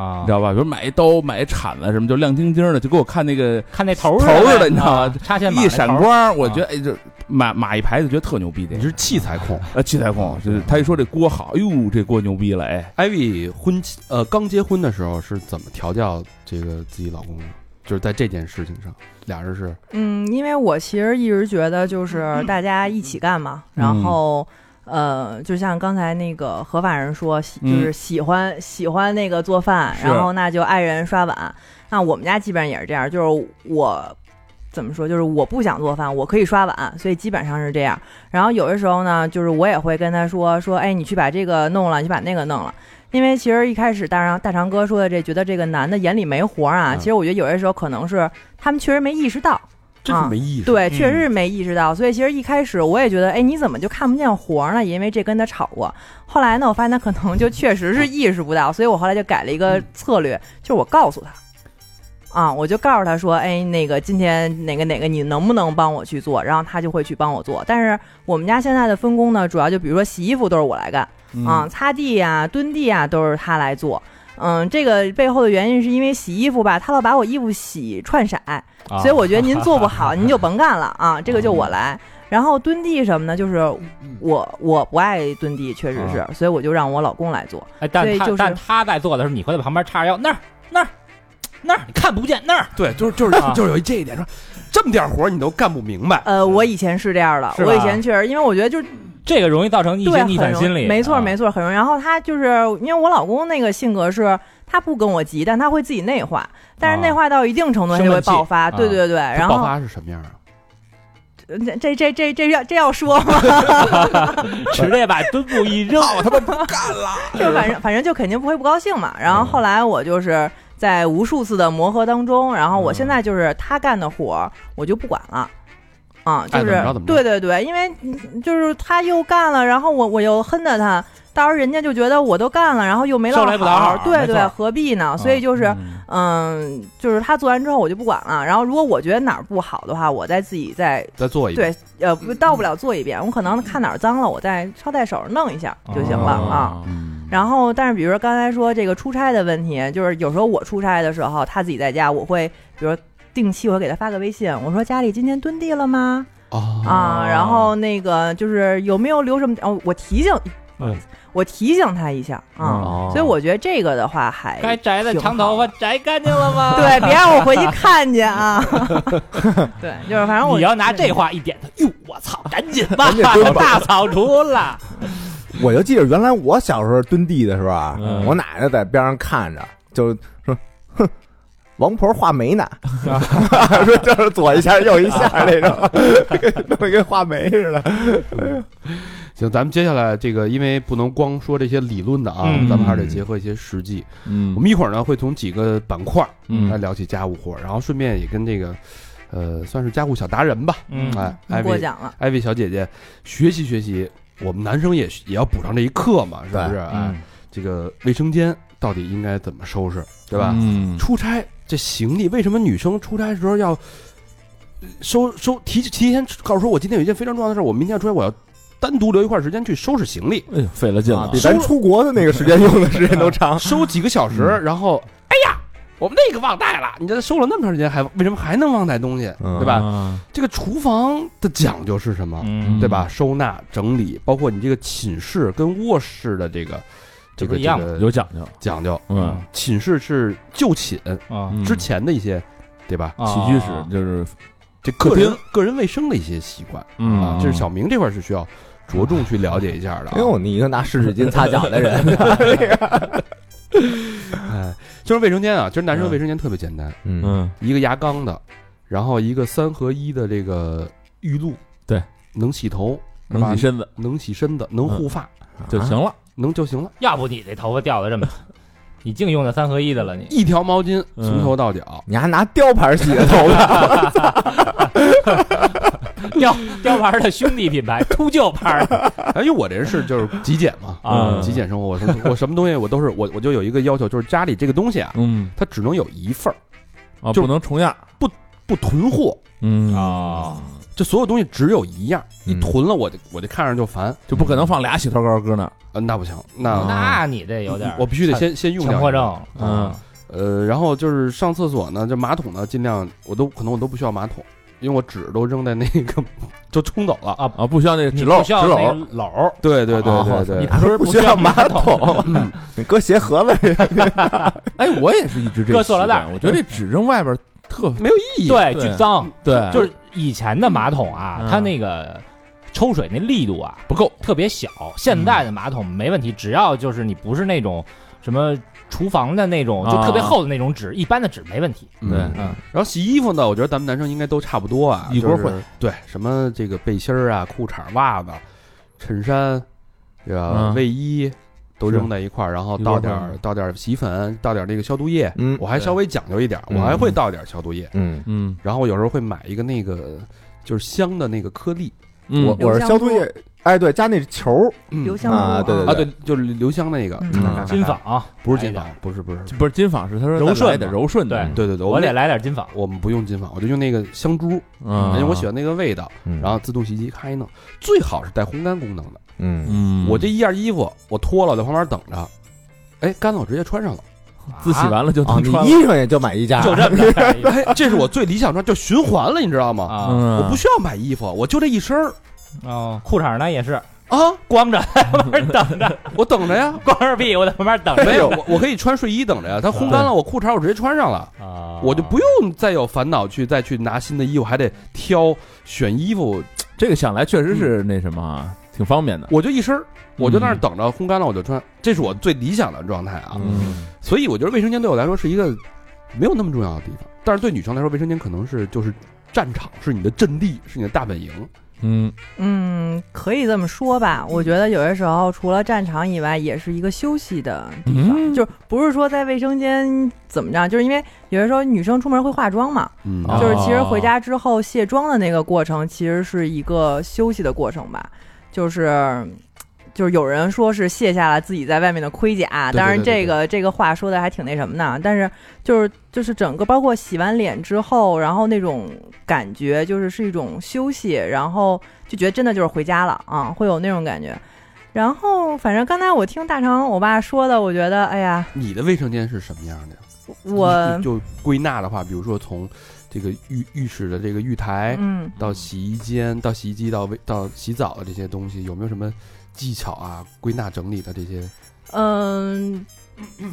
啊
你知，道吧？比如买一刀、买一铲子什么，就亮晶晶的，就给我看那个
看那头儿
头儿
似
的你知道吗
啊插线板
一
那头
闪
儿，
光，我觉得哎，就买买一排就觉得特牛逼这
你
个。
是器材控。
呃，七彩凤，就是他一说这锅好，哎呦，这锅牛逼了，哎，
艾薇婚期呃刚结婚的时候是怎么调教这个自己老公的？就是在这件事情上，俩人是
嗯，因为我其实一直觉得就是大家一起干嘛，
嗯
然后。呃，就像刚才那个合法人说，喜就
嗯
是喜欢、喜欢那个做饭，
是
然后那就爱人刷碗。那我们家基本上也是这样，就是我怎么说，就是我不想做饭，我可以刷碗，所以基本上是这样。然后有的时候呢，就是我也会跟他说说，哎，你去把这个弄了，你去把那个弄了。因为其实一开始大长大长哥说的这，觉得这个男的眼里没活儿啊，
嗯
其实我觉得有些时候可能是他们确实没意识到，啊
真是没意识。
对，确实是没意识到，所以其实一开始我也觉得，哎，你怎么就看不见活儿呢？也因为这跟他吵过。后来呢，我发现他可能就确实是意识不到，所以我后来就改了一个策略，就是我告诉他，啊，我就告诉他说，哎，那个今天哪个哪个你能不能帮我去做？然后他就会去帮我做。但是我们家现在的分工呢，主要就比如说洗衣服都是我来干，
嗯
啊，擦地呀、蹲地呀、都是他来做。嗯，这个背后的原因是因为洗衣服吧，他老把我嗯衣服洗串色，
啊
所以我觉得您做不好，您就甭干了 啊，这个就我来。然后蹲地什么呢？就是
嗯
我我不爱蹲地，确实是，
啊
所以我就让我老公来做。
哎，但
对
他
就是
但他在做的时候，你会在旁边叉着腰，那儿那儿那儿，你看不见那儿。
对，就是就是
啊
就是有一这一点，说这么点活儿你都干不明白，
呃，我以前是这样的，
是吧
我以前确实，因为我觉得就是
这个容易造成一
对
些逆
很
反
容易
心理。
没错
啊
没错，很容易。然后他就是因为我老公那个性格是。他不跟我急，但他会自己内化，但是内化到一定程度他就会爆发。
啊生闷气啊
对对对，然
它爆
后
发是什么样啊？
这这这这这要这要说吗？
啊直接把墩布一 扔，
就反正反正就肯定不会不高兴嘛。然后后来我就是在无数次的磨合当中，然后我现在就是他干的活儿我就不管了。啊、就
爱怎
是
么着怎么着
对对对，因为嗯就是他又干了，然后我我又哼着他，到时候人家就觉得我都干了，然后又没
收
落
来不讨好
对
没
对，
错
何必呢？所以就是、
嗯
嗯，就是他做完之后我就不管了，然后如果我觉得哪儿不好的话，我再自己再
再做一遍。
对，呃，不到不了做一遍，我可能看哪儿脏了，我再捎带手弄一下就行了
哦
啊。然后，但是比如说刚才说这个出差的问题，就是有时候我出差的时候，他自己在家，我会比如说定期我会给他发个微信，我说家里今天蹲地了吗？
啊，
啊，然后那个就是有没有留什么？哦，我提醒
嗯，
我提醒他一下啊。
哦
所以我觉得这个的话还
该摘的
挺
长头发
好
摘干净了吗？
对，别让我回去看 见啊。对，就是反正我
你要拿这话一点他，哟，我操，赶紧吧
赶紧，蹲吧
大扫除了。
我就记着原来我小时候蹲地的时候啊，
嗯
我奶奶在边上看着，就说：“哼，王婆画眉呢，说就是左一下右一下那种，弄一跟画眉似的。
行，咱们接下来这个，因为不能光说这些理论的啊，
嗯
咱们还是得结合一些实际。我
嗯
们一会儿呢会从几个板块儿
嗯
来聊起家务活儿，然后顺便也跟这个，呃，算是家务小达人吧，
嗯
哎，艾
过
薇
奖了。
艾薇小姐姐学习学习，我们男生也也要补上这一课嘛，是不是？
啊
哎，
嗯，
这个卫生间到底应该怎么收拾，对吧？
嗯
出差这行李，为什么女生出差的时候要呃收收提提前告诉说，我今天有一件非常重要的事儿，我明天要出差，我要单独留一块时间去收拾行李，
哎呦，费了劲
啊
了，
比咱出国的那个时间用的时间都长。
收几个小时，
嗯
然后哎呀，我们那个忘带了，你这收了那么长时间还为什么还能忘带东西，
嗯
对吧？
吧？
这个厨房的讲究是什么？
嗯
对吧？收纳整理，包括你这个寝室跟卧室的这个这
嗯这不
个
一样
这个
有讲究，
讲究。
嗯，
寝室是就寝
啊，
嗯
之前的一些，对吧？
啊
起居室就是
这个
客厅
人个人卫生的一些习惯
嗯
啊，这是小明这块是需要着重去了解一下的啊。
哎呦，你一个拿湿纸巾擦脚的人，
哎，就是卫生间啊，其实男生
嗯
卫生间特别简单，
嗯，
嗯
一个牙缸的，然后一个三合一的这个浴露，
对，
能洗头，是吧
嗯能洗身嗯子
能洗身子，能护发，
就行了，
能就行了。
要不你这头发掉的这么，你净用的三合一的 了你。
一条毛巾
嗯
从头到脚，
你还拿雕牌洗的头发，
雕雕牌的兄弟品牌，秃鹫牌的
嗯
哎，因为我这人是就是极简 嘛，
啊
极简生活，我什么我什么东西我都是我我就有一个要求，就是家里这个东西啊，
嗯
它只能有一份儿，
啊，
就
不能重样，
不囤货，
嗯，
啊，
这所有东西只有一样，一
嗯
囤了我就我就看着就烦，
就不可能放俩洗头膏搁那儿，
呃，那不行，那
哦那你这啊有点儿
我必须得先先用
强
掉
迫
一个
症，
嗯
啊
呃，然后就是上厕所呢，这马桶呢，尽量我都可能我都不需要马桶，因为我纸都扔在那个就冲走了。
啊，不需要那
你
纸
不
篓
需要
纸
那
篓，
个篓儿，
对对对
哦
对
你
对，
不 是不需要马桶，嗯你搁鞋盒子里。
哎，我也是一直这
搁塑料袋
习惯我觉得这纸扔外边儿特
没有意义。
对，
对
巨脏，
对，
就是以前的马桶啊，
嗯
它那个抽水那力度啊
不够，嗯
特别小，现在的马桶没问题，只要就是你不是那种什么厨房的那种，
啊
就特别厚的那种纸，一般的纸没问题。
嗯
对
嗯然后洗衣服呢，我觉得咱们男生应该都差不多啊，
一锅
就是对，什么这个背心儿啊、裤衩、袜子、衬衫，对吧？
嗯
卫衣、都
是
扔在一块儿，然后
一
倒
锅
点
烩
儿倒点儿洗衣粉，倒点儿那个消毒液，
嗯
我还稍微讲究一点儿，我还会倒点儿消毒液，
嗯，
嗯，
然后我有时候会买一个那个就是香的那个颗粒，
嗯
我我是消毒液，哎，对，加那球儿
嗯
留香炉
啊，对
啊，
对
对，就是留香那个，
嗯
嗯
金纺
不是金
来
纺
一，
不是不是，
不是金纺是他说
柔
再
顺
来点嗯
嘛
柔顺的，
对
对对对，
我得
们
来点金纺。
我们不用金纺，我就用那个香珠，
嗯，
因为我喜欢那个味道，
嗯
然后自动洗衣机咔一弄，最好是带烘干功能的。
嗯，
嗯，
我这一件衣服我脱了，我在旁边等着，哎，干了我直接穿上了。
自洗完了就
啊，
能
你
穿
衣
了，
裳也就买一
啊
件，
就这 么着
哎，这是我最理想状态，就循环了，你知道吗？
啊
嗯，
我不需要买衣服，我就这一身儿
哦，裤衩呢也是
啊，
光 着，在旁边等 着，
我等着呀。
光着屁股在旁边等
啊没
着。
有，我我可以穿睡衣等着呀。它烘干了，我裤衩我直接穿上了，
啊，
我就不用再有烦恼去再去拿新的衣服，还得挑选衣服，
这个想来确实是那什么啊，挺方便的，
我就一身儿，我就那儿等着烘干了我就穿，这是我最理想的状态啊。
嗯
所以我觉得卫生间对我来说是一个没有那么重要的地方，但是对女生来说，卫生间可能是就是战场，是你的阵地，是你的大本营。
嗯
嗯，可以这么说吧。我觉得有些时候除了战场以外，也是一个休息的地方，
嗯
就是不是说在卫生间怎么着，就是因为有些时候女生出门会化妆嘛，
嗯
啊
就是其实回家之后卸妆的那个过程，其实是一个休息的过程吧，就是。就是有人说是卸下了自己在外面的盔甲，
对
当然
对对
这个这个话说的还挺那什么的，但是就是就是整个包括洗完脸之后，然后那种感觉就是是一种休息，然后就觉得真的就是回家了啊，会有那种感觉。然后反正刚才我听大长我爸说的，我觉得哎呀，
你的卫生间是什么样的呀？
我
你就归纳的话，比如说从这个浴浴室的这个浴台、
嗯
到洗衣间，到洗衣机，到卫到洗澡的这些东西，有没有什么技巧啊？归纳整理的这些，
嗯，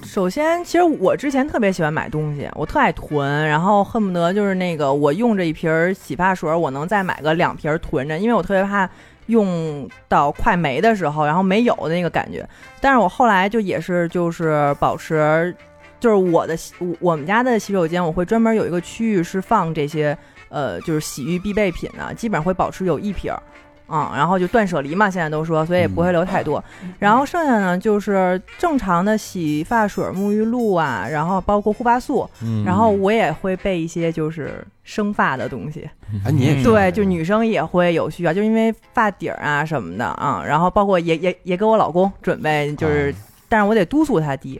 首先，其实我之前特别喜欢买东西，我特爱囤，然后恨不得就是那个我用这一瓶儿洗发水，我能再买个两瓶儿囤着，因为我特别怕用到快没的时候，然后没有的那个感觉。但是我后来就也是就是保持，就是我的洗我我们家的洗手间，我会专门有一个区域是放这些呃就是洗浴必备品的、基本上会保持有一瓶儿。啊、然后就断舍离嘛，现在都说，所以也不会留太多。然后剩下呢，就是正常的洗发水、沐浴露啊，然后包括护发素，
嗯，
然后我也会备一些就是生发的东西。
哎，你也
嗯
是
对，就女生也会有需要，就因为发底儿啊什么的啊，然后包括也也也给我老公准备，就是，但是我得督促他滴。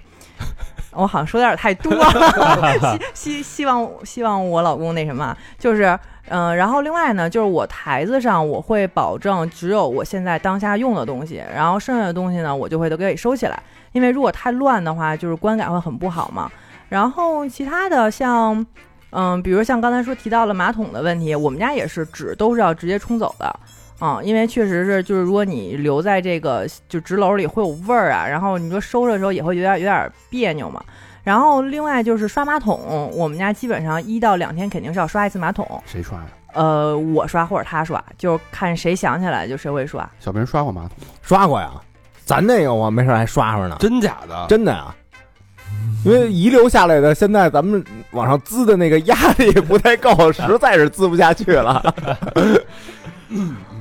我好像说的有点太多 了，希希希望希望我老公那什么啊，就是嗯、呃然后另外呢，就是我台子上我会保证只有我现在当下用的东西，然后剩下的东西呢，我就会都给收起来，因为如果太乱的话，就是观感会很不好嘛。然后其他的像嗯，比如像刚才说提到了马桶的问题，我们家也是纸都是要直接冲走的。啊、因为确实是，就是如果你留在这个就纸篓里会有味儿啊，然后你说收着的时候也会有点有点别扭嘛。然后另外就是刷马桶，我们家基本上一到两天肯定是要刷一次马桶，
谁刷呀？
呃，我刷或者他刷，就是看谁想起来就谁会刷。
小明刷过马桶，
刷过呀，咱那个我没事还刷刷呢，
真假的？
真的呀。因为遗留下来的，现在咱们往上滋的那个压力不太够，实在是滋不下去了。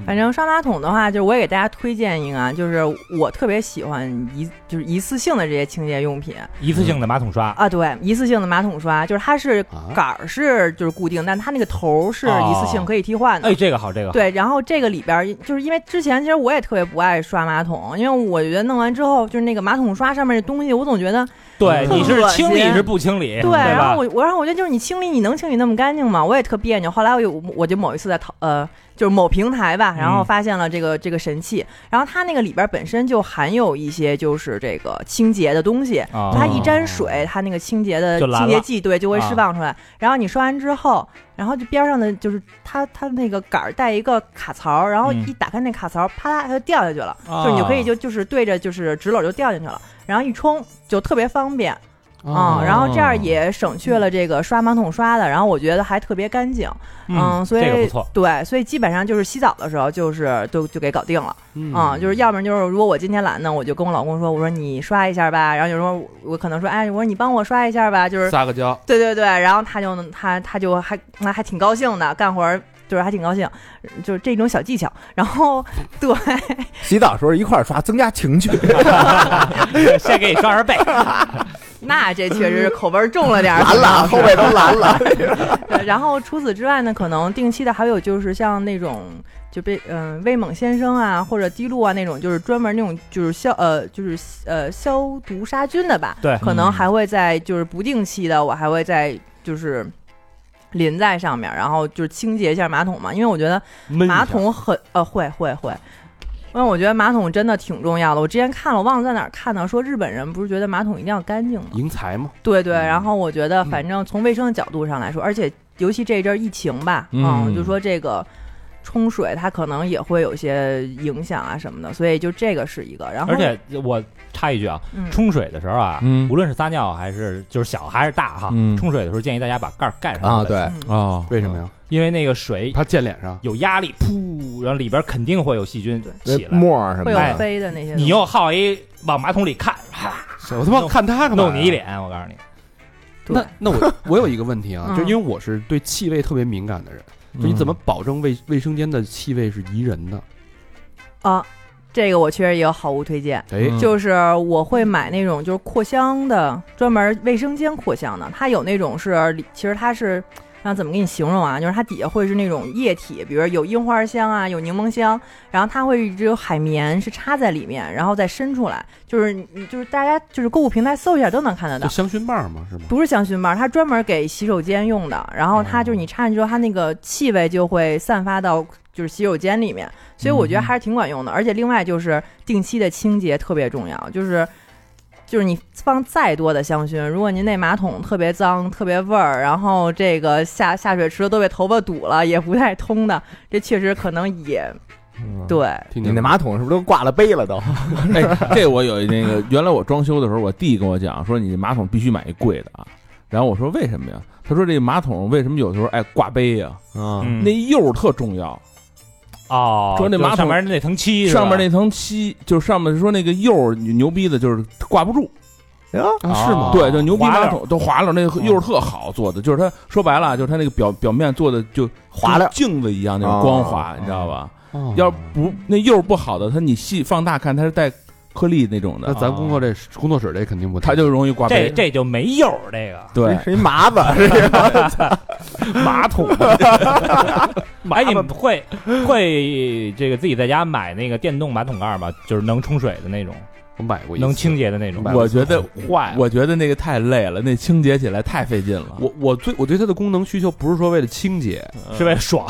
反正刷马桶的话，就是我也给大家推荐一个啊，就是我特别喜欢一就是一次性的这些清洁用品
一次性的马桶刷，
啊，对，一次性的马桶刷，就是它是
啊，
杆儿是就是固定，但它那个头儿是一次性可以替换的。
哎，这个好，这个好。
对，然后这个里边儿就是因为之前其实我也特别不爱刷马桶，因为我觉得弄完之后就是那个马桶刷上面的东西，我总觉得
对，
特
你是
恶
清理
心
是不清哎理？对
然
吧
后？我我然后我觉得就是你清理你能清理那么干净吗？我也特别扭。后来我有我就某一次在淘呃就是某平台吧，然后
嗯
发现了这个这个神器，然后它那个里边儿本身就含有一些就是这个清洁的东西，
啊
它一沾水，它那个清洁的
就蓝
清洁
了啊
剂对就会释放出来。然后你刷完之后，然后就边上的就是它它那个杆儿带一个卡槽，然后
嗯
一打开那卡槽，啪啦它就掉下去了，
啊
就是你就可以就就是对着就是纸篓就掉进去了，然后一冲就特别方便
哦
哦
啊、嗯然后这样也省去了这个刷马桶刷的，然后我觉得还特别干净，嗯，所以、
这个不 错。
对，所以基本上就是洗澡的时候就是就就给搞定了。啊、就是要不然就是，如果我今天懒呢，我就跟我老公说，我说你刷一下吧。然后有时候我我可能说，哎，我说你帮我刷一下吧，就是
撒个娇，
对对对，然后他就能他他就还那还挺高兴的，干活儿就是还挺高兴，就是这种小技巧。然后对，
洗澡的时候一块儿刷，增加情趣。
先给你刷刷背，
那这确实是口味儿重了点 儿，
蓝了，后背都蓝了。
对，然后除此之外呢，可能定期的还有就是像那种就被嗯、威猛先生啊或者滴露啊那种，就是专门那种就是消呃就是呃消毒杀菌的吧。
对
可能
嗯
还会在就是不定期的，我还会在就是。淋在上面，然后就是清洁一下马桶嘛，因为我觉得
闷一下
马桶很呃会会会，因为我觉得马桶真的挺重要的。我之前看了，我忘了在哪儿看到，说日本人不是觉得马桶一定要干净吗？
迎财嘛，
嗯
对对，然后我觉得反正从卫生的角度上来说，而且尤其这一阵儿疫情吧，啊
嗯
就说这个冲水它可能也会有些影响啊什么的，所以就这个是一个。然后
而且我插一句啊，
嗯
冲水的时候啊，
嗯
无论是撒尿还是就是小还是大哈，
嗯
冲水的时候建议大家把盖儿盖上
啊，
再
对
冲，
嗯
哦，
为什么呀？
因为那个水
他溅脸上，
有压力，噗，然后里边肯定会有细菌起来。
沫儿什么
会有
哎
的，
飞的那些东西，
你又好一往马桶里看，哈，
我他妈
弄
看他干嘛呀
弄你一。脸，我告诉你，
对
那那我我有一个问题啊，
嗯
就因为我是对气味特别敏感的人，就
嗯
你怎么保证卫卫生间的气味是宜人的？
啊，这个我确实也有好物推荐。
哎，
嗯
就是我会买那种就是扩香的，专门卫生间扩香的，它有那种是，其实它是。那怎么给你形容啊？就是它底下会是那种液体，比如有樱花香啊，有柠檬香，然后它会只有海绵是插在里面，然后再伸出来，就是你就是大家就是购物平台搜一下都能看得到
就。香薰棒嘛，是吗？
不是香薰棒，它专门给洗手间用的。然后它就是你插进去之后，它那个气味就会散发到就是洗手间里面，所以我觉得还是挺管用的。而且另外就是定期的清洁特别重要，就是。就是你放再多的香薰，如果您那马桶特别脏、特别味儿，然后这个下下水池都被头发堵了，也不太通的，这确实可能也对。
听
你
见
哎那
吗？
马桶是不是都挂了杯了都？
哎，这我有那个，原来我装修的时候，我弟跟我讲说，你这马桶必须买一贵的啊。然后我说为什么呀？他说这马桶为什么有时候爱挂杯呀、
啊
嗯
那釉儿特重要，
哦，
说那
就
马桶
上面那层漆是吧，
上面那层漆就是上面说那个釉儿牛逼的，就是挂不住。
哎
啊是吗？
哦
对，就牛逼
滑溜
马
儿嗯
桶都滑溜儿，那个釉儿特好做的，就是它说白了，啊就是它那个表表面做的就
滑溜儿
镜子一样那种
啊
光滑，你知道吧？
哦
要不那釉儿不好的，它你细放大看，它是带颗粒那种
那
的，
咱工作这工作室这肯定不太，
它就容易挂
呃这
杯。
这就没有这个
对，
是一麻子， 是一
马 桶。哎，你们会会这个自己在家买那个电动马桶盖吗？就是能冲水的那种，
我买过一次，
能清洁的那种。
买
我
过一次
觉得
坏
我觉得那个太累了，那清洁起来太费劲了。
我我对我对它的功能需求不是说为了清洁，
是为了爽，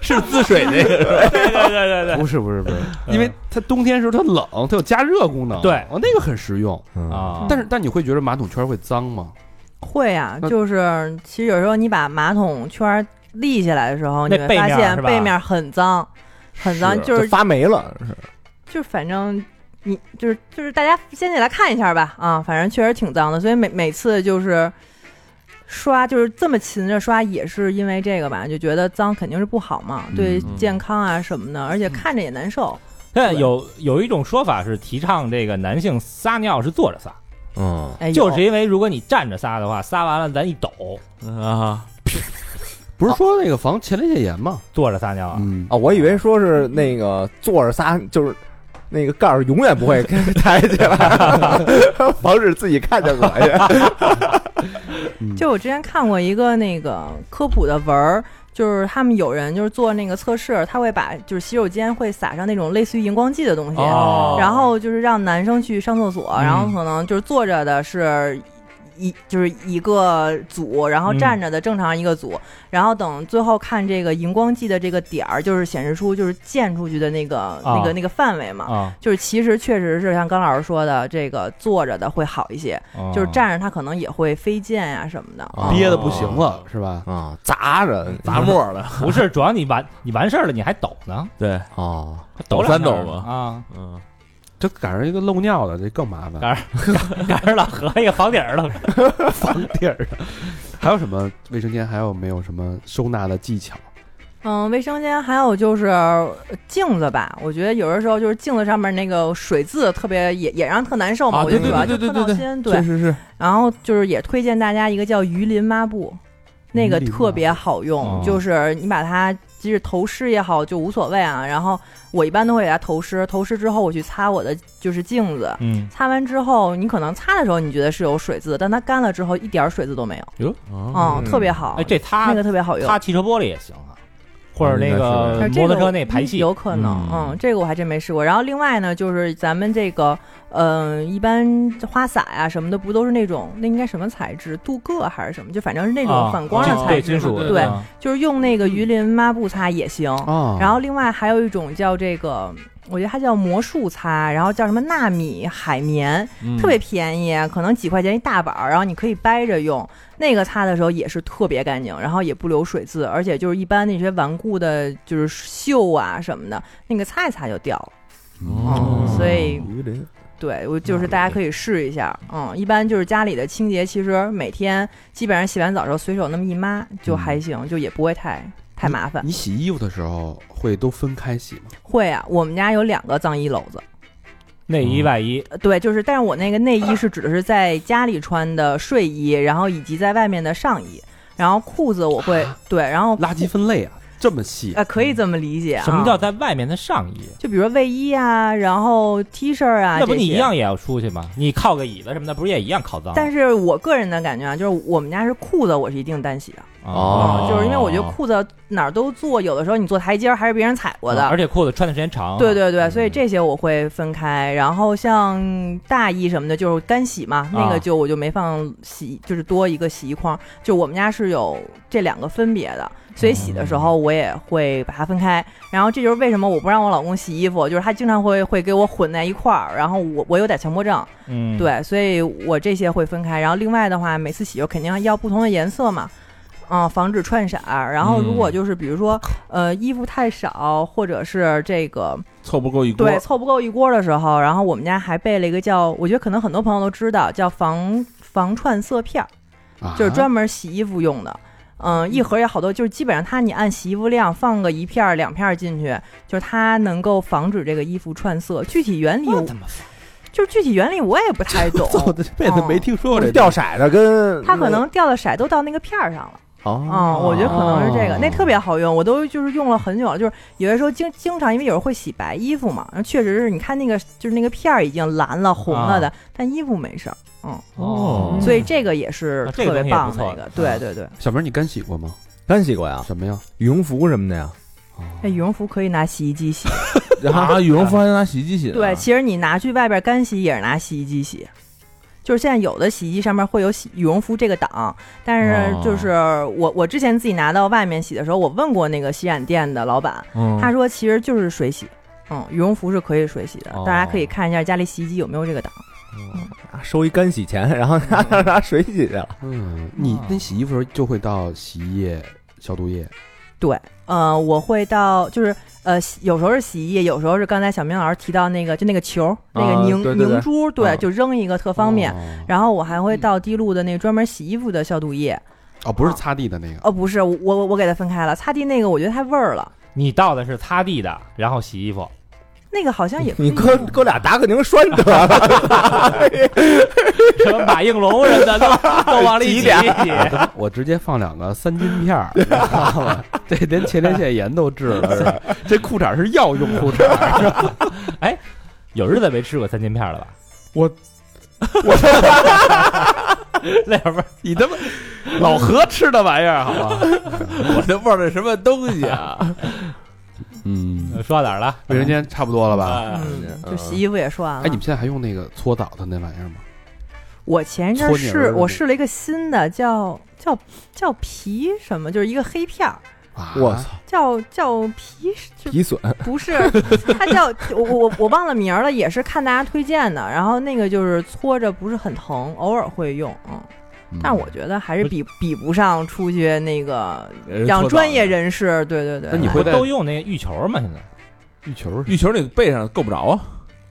是滋水那个，
对对对 对
不是不是不是，因为它冬天时候它冷，它有加热功能，
对
哦，那个很实用。
嗯
对啊！
嗯但是但你会觉得马桶圈会脏吗？
会啊，
那
就是其实有时候你把马桶圈儿立下来的时候，
那
你会
背
发
面
现
是吧
背面很脏，很脏，
是
就是
发霉了，
就是反正你就是就是大家先起来看一下吧啊，反正确实挺脏的，所以每每次就是刷就是这么勤着刷，也是因为这个吧，就觉得脏肯定是不好嘛，对
嗯
健康啊什么的，而且看着也难受。
但有有一种说法是提倡这个男性撒尿是坐着撒，
嗯，
哎，
就
有
是因为如果你站着撒的话，撒完了咱一抖，
啊，
不是说那个防前列腺炎吗？
坐着撒尿啊。
嗯，
啊，我以为说是那个坐着仨，就是那个盖儿永远不会 抬起 来，防止自己看见 恶心。
就我之前看过一个那个科普的文儿，就是他们有人就是做那个测试，他会把就是洗手间会撒上那种类似于荧光剂的东西，
哦
然后就是让男生去上厕所，
嗯
然后可能就是坐着的是。一就是一个组，然后
嗯
站着的正常一个组，然后等最后看这个荧光剂的这个点儿，就是显示出就是溅出去的那个、
哦
那个那个范围嘛。
啊，
就是其实确实是像刚老师说的，这个坐着的会好一些，
哦
哦
就是站着它可能也会飞溅呀、什么的。
啊
哦憋的不行了是吧？
啊，砸着
砸沫儿了，
不是，主要你完你完事儿了，你还抖呢，
对，
啊，
抖
三
两下
抖
儿
吧
啊，
嗯，
这赶上一个漏尿的，这更麻烦。
啊赶上老何一个房顶儿了，
地儿。还有什么卫生间还有没有什么收纳的技巧？
嗯，卫生间还有就是呃镜子吧，我觉得有的时候就是镜子上面那个水渍特别也也让人特难受嘛，
啊
我觉得
对
主要
对
就
对
特
对
闹
对
心。
确实是
然后就是也推荐大家一个叫鱼鳞抹布，那个特别好用，
哦
就是你把它即使头湿也好，就无所谓啊。然后我一般都会给它头湿，头湿之后我去擦我的就是镜子，
嗯，
擦完之后你可能擦的时候你觉得是有水渍，但它干了之后一点儿水渍都没有，
哦，
嗯，特别好，
哎，这
那
擦
个特别好用。
擦汽车玻璃也行啊，或者那
哦
个
但
呃
是
摩托
这个
车
我
那排
嗯
气，
有可能，
嗯
嗯这个我还真没试过。然后另外呢，就是咱们这个，嗯、一般花洒呀、什么的，不都是那种那应该什么材质，镀铬啊还是什么？就反正是那
啊
种反光的
金
材
对
质，
金属的
对
啊
就是用那个鱼鳞抹布擦也行。
哦
啊，
哦然后另外还有一种叫这个，我觉得它叫魔术擦，然后叫什么纳米海绵，
嗯
特别便宜，可能几块钱一大板儿，然后你可以掰着用。那个擦的时候也是特别干净，然后也不留水渍，而且就是一般那些顽固的，就是锈啊什么的，那个擦一擦就掉了。
哦
嗯，所以
鱼鳞
对我就是大家可以试一下。嗯，一般就是家里的清洁，其实每天基本上洗完澡之后随手那么一抹就还行，就也不会太太麻烦。
你洗衣服的时候会都分开洗吗？
会啊，我们家有两个脏衣篓子。
内衣外衣，
呃对，就是，但是我那个内衣是指的是在家里穿的睡衣，然后以及在外面的上衣，然后裤子我会
啊
对，然后
垃圾分类啊，这么细，
呃可以这么理解啊。
什么叫？在外面的上衣？
就比如说卫衣啊，然后 T 恤啊，
那不
这
你
些
一样。也要出去吗？你靠个椅子什么的，不是也一样靠脏？
但是我个人的感觉啊，就是我们家是裤子，我是一定单洗的，
哦
嗯就是因为我觉得
啊
裤子哪儿都做，有的时候你做台阶儿还是别人踩过的，
而且裤子穿的时间长，啊
对对对，所
嗯
以这些我会分开。然后像大衣什么的，就是干洗嘛，那
啊
个就我就没放洗，就是多一个洗衣筐。就我们家是有这两个分别的，所以洗的时候我也会把它分开。然后这就是为什么我不让我老公洗衣服，就是他经常会会给我混在一块儿，然后我我有点强迫症，
嗯，
对，所以我这些会分开。然后另外的话，每次洗就肯定要不同的颜色嘛，嗯，防止串色儿。然后如果就是比如说，呃，衣服太少，或者是这个
凑不够一锅
对凑不够一锅的时候，然后我们家还备了一个叫，我觉得可能很多朋友都知道，叫防防串色片儿，
啊。
呃就是专门洗衣服用的。嗯，一盒也好多，就是基本上它你按洗衣服量放个一片儿两片儿进去，就是它能够防止这个衣服串色。具体原理我，就是具体原理我也不太懂
我这辈子没听说过这
掉色的跟
它可能掉的色都到那个片儿上了。
哦
嗯，我觉得可能是这个，那
哦
特别好用，我都就是用了很久了。就是有的时候经经常，因为有人会洗白衣服嘛，然后确实是你看那个就是那个片儿已经蓝了、红了
啊
的，但衣服没事儿。嗯，
哦，
所以这个也是
啊这个东
特别
西也
棒
不
的
错啊
一个，对对对。
小明，你干洗过吗？
干洗过呀，
什么呀？
羽绒服什么的呀，
那羽绒服可以拿洗衣机 洗，
啊，羽绒服还能拿洗衣机洗的，啊
对，其实你拿去外边干洗也是拿洗衣机洗。就是现在有的洗衣机上面会有洗羽绒服这个档，但
哦
是就是我我之前自己拿到外面洗的时候，我问过那个洗染店的老板，
嗯，
他说其实就是水洗，嗯，羽绒服是可以水洗的，
哦
大家可以看一下家里洗衣机有没有这个档。
嗯啊收一干洗钱，然后拿 拿拿水洗去了。
嗯，你
啊
那洗衣服的时候就会倒洗衣液、消毒液，
对，呃，我会到就是呃，洗有时候是洗衣液，有时候是刚才小明老师提到那个就那个球儿，那个
啊
凝、
对对对
凝珠，对，
啊
就扔一个特方便。
哦
然后我还会倒滴露的那个专门洗衣服的消毒液，
哦，不是擦地的那个，
哦，不是，我我我给它分开了。擦地那个我觉得太味儿了，
你倒的是擦地的，然后洗衣服，
那个好像也不
你
一
搁
样
搁俩达克宁拴啊得了，
什么马应龙什么的 都都往里
挤
挤
点
一挤。
我直接放两个三金片儿，你知道 吗这连前列腺炎都治了，是吧？这裤衩是药用裤衩，
有日子没吃过三金片了吧？
我
我那会儿
你他妈老何吃的玩意儿，好吧？
我这味儿什么东西啊？ 嗯，
呃说到哪儿了？
卫生间差不多了吧？
啊
嗯，就洗衣服也说完了。
哎，你们现在还用那个搓澡的那玩意儿吗？
我前一阵儿
搓泥儿
试
的
我
那
试了一个新的，叫叫叫皮什么，就是一个黑片儿，
啊
我 操，
叫叫皮就
皮损
不是，它叫我我我忘了名儿了，也是看大家推荐的。然后那个就是搓着不是很疼，偶尔会用，嗯。但我觉得还是比比不上出去那个
呃
让专业人士，对对对。
那你
来
会
不
在
都用那浴球吗？现在
浴球
浴球那个背上够不着啊，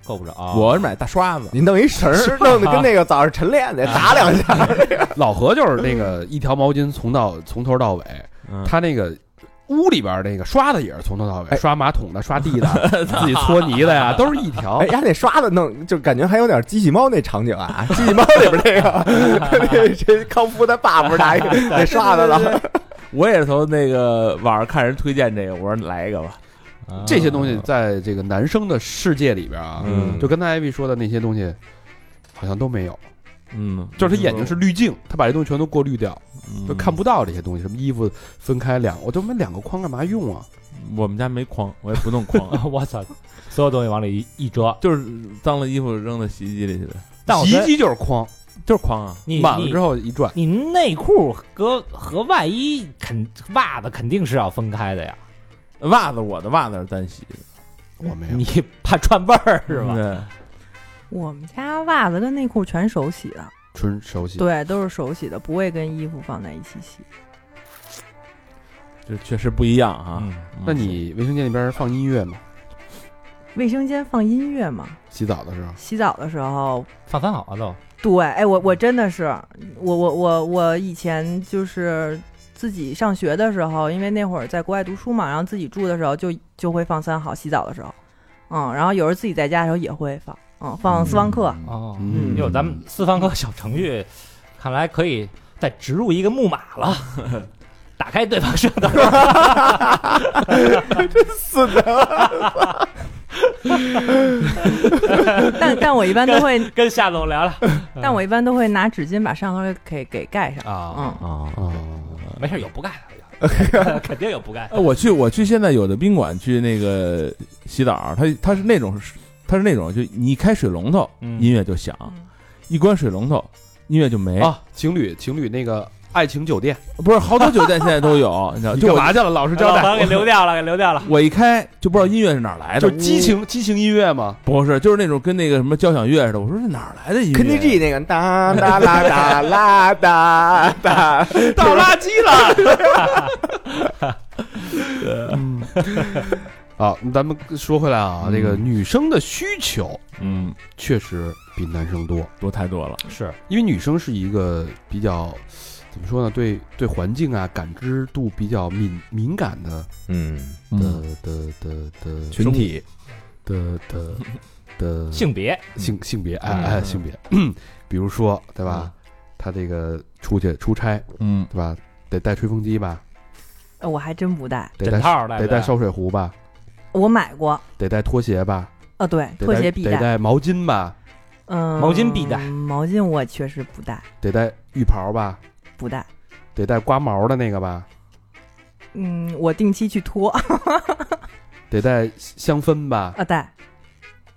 够不着。
我买大刷子，
你弄一绳儿，弄得跟那个早上晨练的打两下。
老何就是那个一条毛巾从到从头到尾，
嗯
他那个屋里边那个刷的也是从头
哎
到尾，刷马桶的、刷地 的、自己搓泥的呀，都是一条。
哎呀，那刷的弄就感觉还有点机器猫那场景啊，机器猫里边那个那这康夫他爸不是拿一个那刷子了，
我也是从那个网上看人推荐这个，我说来一个吧。啊
这些东西在这个男生的世界里边啊，
嗯
就跟才艾薇说的那些东西，好像都没有。
嗯，
就是他眼睛是滤镜，他把这东西全都过滤掉，
嗯
就看不到这些东西。什么衣服分开两，我他妈两个框干嘛用啊？
我们家没筐，我也不弄 筐，
我操，所有东西往里一一折，
就是脏了衣服扔到洗衣机里去呗，
但我
洗
觉
衣
得
机就是框，
就是筐啊。
你
满了
你
之后一转，
你内裤和和外衣肯袜子肯定是要分开的呀，
袜子我的袜子是单洗的，嗯
我没有。
你怕串味儿是吧？
对，
我们家袜子跟内裤全手洗的，
纯手洗，
对，都是手洗的，不会跟衣服放在一起洗。
这确实不一样啊。
嗯
嗯
那你卫生间里边放音乐吗？
卫生间放音乐嘛，
洗澡的时候，
洗澡的时候
放三好啊都，
对，哎，我我真的是，我我我我以前就是自己上学的时候，因为那会儿在国外读书嘛，然后自己住的时候就就会放三好，洗澡的时候，嗯，然后有时候自己在家的时候也会放，嗯，放私房课，
哦
嗯
哟，咱们四方哥小程序，看来可以再植入一个木马了。 打开对方摄像头，嗯
但但我一般都 会，
跟夏总聊聊
但我一般都会拿纸巾把上头给给盖上，
啊，
嗯，
啊。
哦，
没事，有 不盖的，肯定有不盖的。
呃，我去，我去，现在有的宾馆去那个洗澡，它它是那种，它是那种，就你一开水龙头，
嗯
音乐就响；
嗯
一关水龙头，音乐就没。
啊，情侣情侣那个爱情酒店，
不是，好多酒店现在都有，你知道？
你
就
干
我
嘛去了？老实交
老
代，
黄给留掉了，给留掉了。
我一开就不知道音乐是哪儿来的，
就是激情激情音乐嘛，
不是，就是那种跟那个什么交响乐似的。我说这哪儿来的音乐？
肯尼基那个哒哒啦哒啦哒哒，
倒垃圾了。好，啊咱们说回来啊，
嗯
这个女生的需求
嗯，
确实比男生多，
多太多了。
是，
因为女生是一个比较怎么说呢，对对环境啊感知度比较敏敏感的
嗯，
的的的的
群体
的的的
性别
性性别，哎
嗯
哎，性别， 比如说对吧？他这个出去出差
嗯，
对吧？得带吹风机吧，
哦
呃我还真不带，
得带
枕套带不
得带
带
烧水壶吧，
我买过，
得带拖鞋吧，
啊，对，
得
拖
带
鞋必
得
带，
带毛巾吧，
嗯，
毛巾必带
毛巾我确实不带，
得带浴袍吧，
不带，
得带刮毛的那个吧，
嗯，我定期去拖
得带香氛吧，
啊，带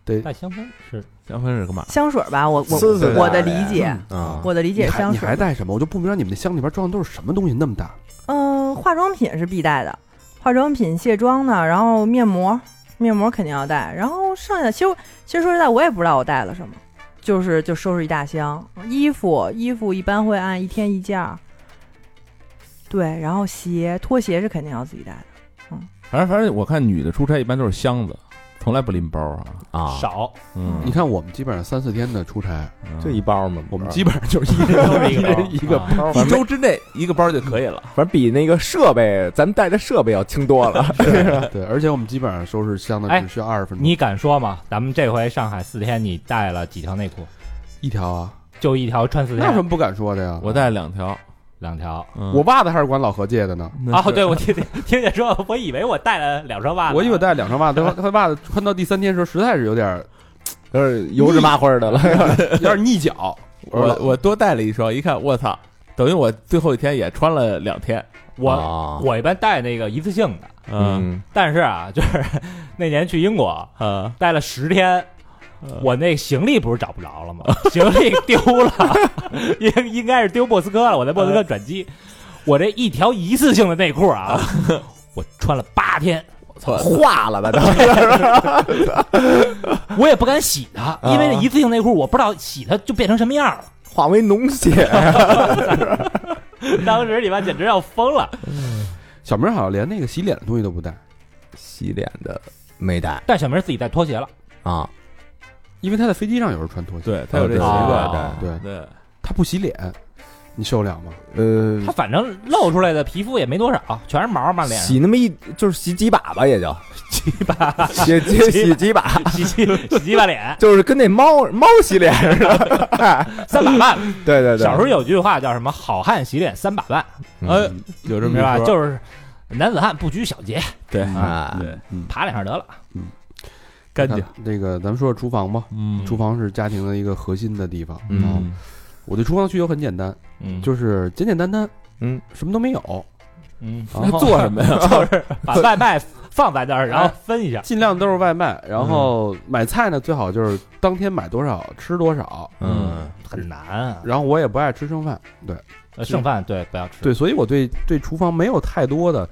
得
带香氛是
香氛是干嘛？
香水吧，我我
丝丝带
我的理解，
啊，
我的理
你
解
还
香
你
水
还带什么？我就不明白你们那箱里边装的都是什么东西那么大？
嗯，化妆品是必带的，化妆品、卸妆呢，然后面膜，面膜肯定要带，然后剩下的其实其实说实在，我也不知道我带了什么，就是就收拾一大箱，衣服衣服一般会按一天一件儿，对，然后鞋拖鞋是肯定要自己带的，
反正反正我看女的出差一般都是箱子，从来不拎包啊。
啊，
少，
嗯，
你看我们基本上三四天的出 差，
嗯
就一包嘛，啊
我们
基
基本上就是一
都是一
一
个啊包
人一个包，
一周之内一个包就可以了。
反正比那个设备，咱们带的设备要轻多了。
啊
对，而且我们基本上收拾箱子
哎
只需要二十分钟，
你敢说吗？咱们这回上海四天，你带了几条内裤？
一条啊，
就一条穿四
那有什
天，
么不敢说的呀？
我带了两条，
两条。
嗯
我袜子还是管老何借的呢。
那
哦，
是
对，我听听听见说，我以为我带了两
啊
双袜子，
我以为带两双袜子，他袜子穿到第三天的时候，实在是有点儿
有点油脂麻花的了，
有点儿腻脚。我说
我
老
我多带了一双，一看我操，等于我最后一天也穿了两天。
我
啊
我一般带那个一次性的，
嗯
嗯，
但是啊，就是 那年去英国
啊，
带了十天。
嗯
我那行李不是找不着了吗？ 行李丢了， 应应该是丢莫斯科了。我在莫斯科转机，我这一条一次性的内裤 啊，我穿了八天，
化了吧都。
我也不敢洗它，因为那一次性内裤我不知道洗它就变成什么样 了。
化为脓血，
当时你妈简直要疯了。
小明好像连那个洗脸的东西都不带，
洗脸的没带
但小明自己带拖鞋了，
啊，
因为他在飞机上有时候穿拖鞋，
对他有这习
对
惯，
啊对
对
他不洗脸。你受得了吗？
呃，
他反正露出来的皮肤也没多少，全是毛嘛，脸啊上
洗那么一就是洗几把吧，也就
洗把
洗洗洗几把，
洗洗洗鸡巴脸，
就是跟那猫猫洗脸似的。哎
三把半。
对对对，
小时候有句话叫什么“好汉洗脸三把半
哎
呃，有这
是
么一
吧？
说，
就是男子汉不拘小节，
对
啊
对，
爬两下得了，
干
看
净，
那个，咱们说说厨房吧。
嗯
厨房是家庭的一个核心的地方。啊
嗯
我对厨房的需求很简单，
嗯，
就是简简单单，
嗯，
什么都没有，
嗯，
然 后
做什么呀？
就是把外卖放在那儿，然后分一下，
尽量都是外卖，然
嗯
后买菜呢，最好就是当天买多少吃多少。
嗯，
很难啊。
然后我也不爱吃剩饭，
呃剩饭对不要吃，
对，所以我对对厨房没有太多的。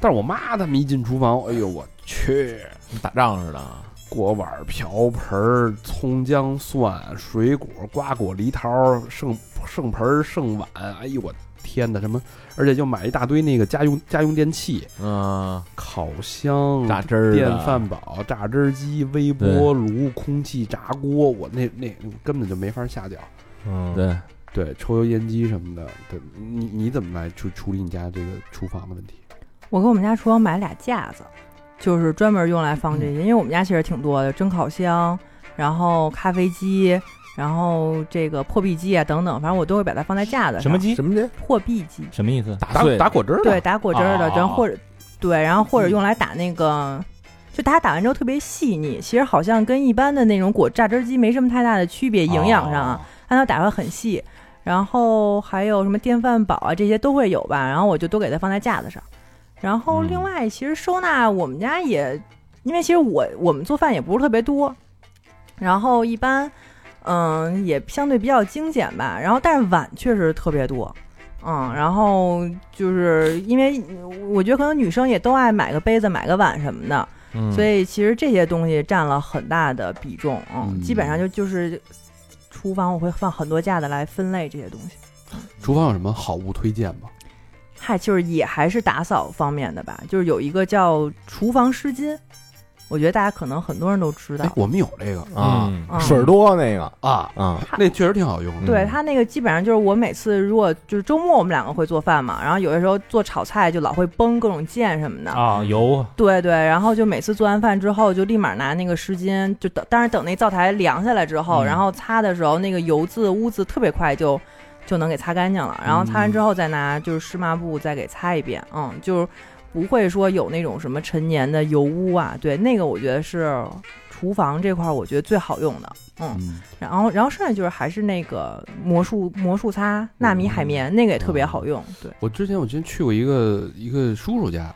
但是我妈他们一进厨房，哎呦我去，
打仗似的啊，
锅碗瓢盆儿、葱姜蒜、水果、瓜果梨桃儿、剩剩盆儿剩碗，哎呦我天哪，什么？而且就买一大堆那个家用家用电器，
嗯，
烤箱、
榨汁儿的
电饭煲、榨汁儿机、微波炉、空气炸锅，我那那根本就没法下脚。
嗯，
对，
对，抽油烟机什么的，对，你你怎么来处处理你家这个厨房的问题？
我给我们家厨房买俩架子，就是专门用来放这些，因为我们家其实挺多的，蒸烤箱，然后咖啡机，然后这个破壁机啊等等，反正我都会把它放在架子上。
什么鸡？
什么这
破壁机？
什么意思？
打
打
碎
啊打果汁儿
对，
的，
打果汁儿的，
哦
然后或者对，然后或者用来打那个。就它打完之后特别细腻，其实好像跟一般的那种果榨汁机没什么太大的区别，营养上啊，按照打出来很细，然后还有什么电饭煲啊这些都会有吧，然后我就都给它放在架子上。然后另外，其实收纳我们家也，因为其实我我们做饭也不是特别多，然后一般嗯也相对比较精简吧，然后但是碗确实特别多。嗯，然后就是因为我觉得可能女生也都爱买个杯子、买个碗什么的，所以其实这些东西占了很大的比重，嗯，
嗯
基本上就就是厨房我会放很多架子来分类这些东西。
厨房有什么好物推荐吗？
嗨，就是也还是打扫方面的吧，就是有一个叫厨房湿巾，我觉得大家可能很多人都知道
哎，，我们有这个
啊，
嗯
嗯、
水儿多那个
啊，
啊，
那确实挺好用的。
对
嗯
他那个基本上就是我每次如果就是周末我们两个会做饭嘛，然后有的时候做炒菜就老会崩各种键什么的，
啊，油
对对，然后就每次做完饭之后，就立马拿那个湿巾，就等，当然等那灶台凉下来之后，
嗯
然后擦的时候，那个油渍、污渍特别快就就能给擦干净了。然后擦完之
嗯
后再拿就是湿抹布再给擦一遍，嗯，就是不会说有那种什么陈年的油污啊。对，那个我觉得是厨房这块儿我觉得最好用的，嗯。
嗯，
然后然后剩下就是还是那个魔术魔术擦、纳米海绵，那个也特别好用。对，
我之前我之前去过一个一个叔叔 家，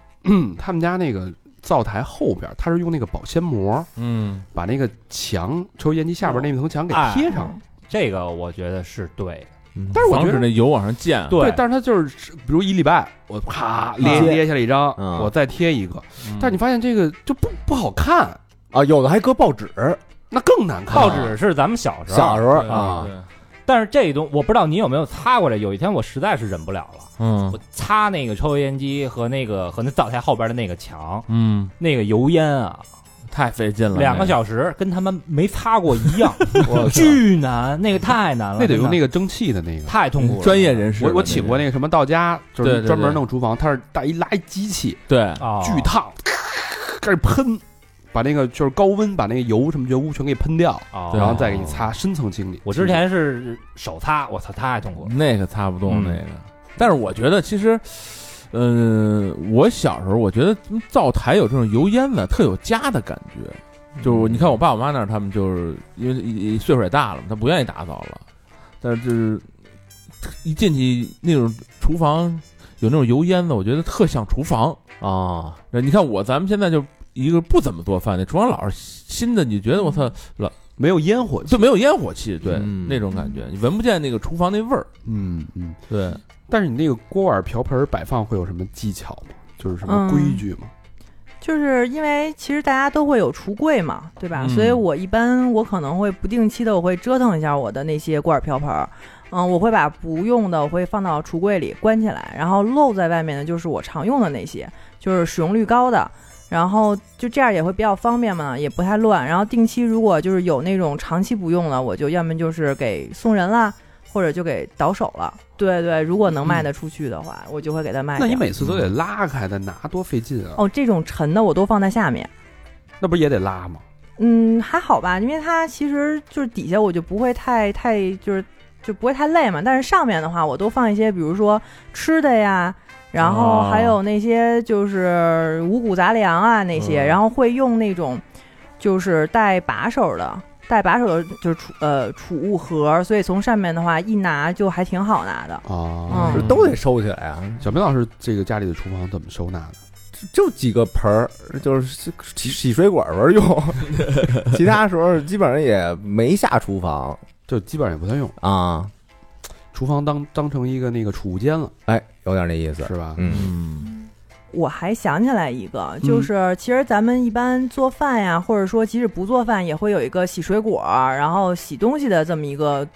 他们家那个灶台后边儿，他是用那个保鲜膜
嗯，
把那个墙抽油烟机下边那层墙给贴上。
嗯
这个我觉得是对的，
但是我
防
觉
止
得
那油往上溅，
对
但是他就是比如一礼拜，我啪
啊
列列下来一张，
嗯
我再贴一个，
嗯，
但是你发现这个就不不好看，
啊，有的还搁报纸，
那更难看。嗯
报纸是咱们小时候，
小时候
对
啊，
但是这东我不知道你有没有擦过这，有一天我实在是忍不了了，
嗯
我擦那个抽油烟机和那个和那灶台后边的那个墙，
嗯，
那个油烟啊，
太费劲了，
两个
那
小时跟他们没擦过一样，
嗯 我
巨难，那个太难了，
那得用那
个
个蒸汽的那个。嗯
太痛苦了，
专业人士的
我
个，
我请过那个什么到家，就
对对
是
对
专门弄厨房，他是带一拉一机器，
对，
啊，
巨烫，开始喷，把那个就是高温把那个油什么油污全给喷掉，
啊，
对
然后再给你擦，深层清理。
我之前是手擦，我操，太痛苦了，
那个擦不动
嗯
那个。但是我觉得其实，呃，我小时候我觉得灶台有这种油烟的特有家的感觉。就是你看我爸我妈那儿，他们就是因为一一岁数也大了嘛，他不愿意打扫了，但是就是一进去那种厨房有那种油烟的，我觉得特像厨房。
哦
啊，
那你看我咱们现在就一个不怎么做饭，那厨房老是新的，你觉得我操
没有烟火气，
就没有烟火气，对、
嗯
那种感觉，你闻不见那个厨房那味儿，
嗯嗯。
对。
但是你那个锅碗瓢盆摆放会有什么技巧吗？就是什么
嗯
规矩吗？
就是因为其实大家都会有橱柜嘛，对吧？
嗯
所以我一般我可能会不定期的我会折腾一下我的那些锅碗瓢盆儿，嗯，我会把不用的我会放到橱柜里关起来，然后露在外面的就是我常用的那些，就是使用率高的。然后就这样也会比较方便嘛，也不太乱。然后定期如果就是有那种长期不用了，我就要么就是给送人啦，或者就给倒手了。对对，如果能卖得出去的话，我就会给它卖
嗯那
掉。
你每次都得拉开再拿，多费劲啊！
哦，这种沉的我都放在下面。
那不是也得拉吗？
嗯，还好吧，因为它其实就是底下我就不会太太就是就不会太累嘛，但是上面的话我都放一些，比如说吃的呀，然后
哦
还有那些就是五谷杂粮啊那些，
嗯
然后会用那种就是带把手的。带把手的就是储呃储物盒，所以从上面的话一拿就还挺好拿的。
啊，
嗯
都得收起来啊，
小明老师这个家里的厨房怎么收纳的？
就几个盆儿，就是洗洗水管玩儿用，其他时候基本上也没下厨房
就基本上也不太用，
啊。
厨房当当成一个那个储物间了，
哎，有点那意思。
是吧？
嗯，
嗯，
我还想起来一个，就是其实咱们一般做饭呀，或者说即使不做饭，也会有一个洗水果，然后洗东西的这么一个，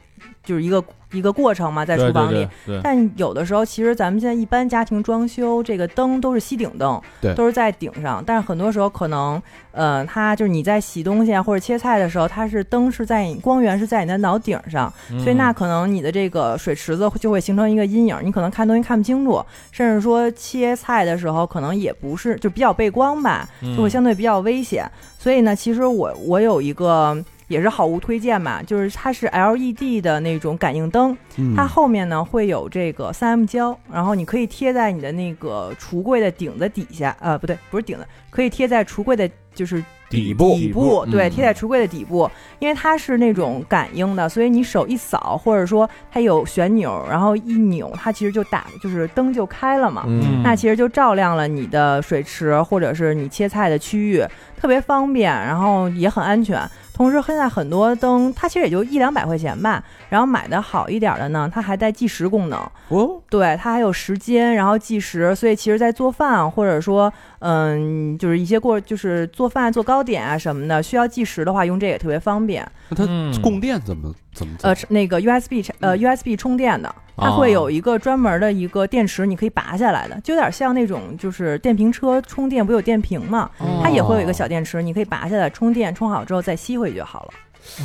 就是一个一个过程嘛，在厨房里。
对，对，
但有的时候，其实咱们现在一般家庭装修，这个灯都是吸顶灯，
对
都是在顶上。但是很多时候可能，呃，它就是你在洗东西啊或者切菜的时候，它是灯是在你光源是在你的脑顶上，
对
所以那可能你的这个水池子就会形成一个阴影，你可能看东西看不清楚，甚至说切菜的时候可能也不是就比较背光吧，
嗯
就会相对比较危险。所以呢，其实我我有一个也是好物推荐吧，就是它是 LED 的那种感应灯，
嗯
它后面呢会有这个 3M 胶，然后你可以贴在你的那个橱柜的顶子底下，呃，不对，不是顶子，可以贴在橱柜的，就是
底部
底部，对，
嗯
贴在橱柜的底部，因为它是那种感应的，所以你手一扫，或者说它有旋钮，然后一扭，它其实就打，就是灯就开了嘛。
嗯
那其实就照亮了你的水池或者是你切菜的区域，特别方便，然后也很安全。同时，现在很多灯它其实也就一两百块钱吧，然后买的好一点的呢，它还带计时功能，
哦，
对，它还有时间，然后计时。所以其实，在做饭或者说，嗯，就是一些过就是做饭做糕点啊什么的，需要计时的话，用这也特别方便。
那它
嗯
供电怎么怎么
呃，那个 USB 插
嗯
呃 USB 充电的，它会
哦
有一个专门的一个电池，你可以拔下来的，就有点像那种就是电瓶车充电不有电瓶嘛，
啊
它也会有一
哦
个小电池，你可以拔下来充电，充好之后再吸回去就好了。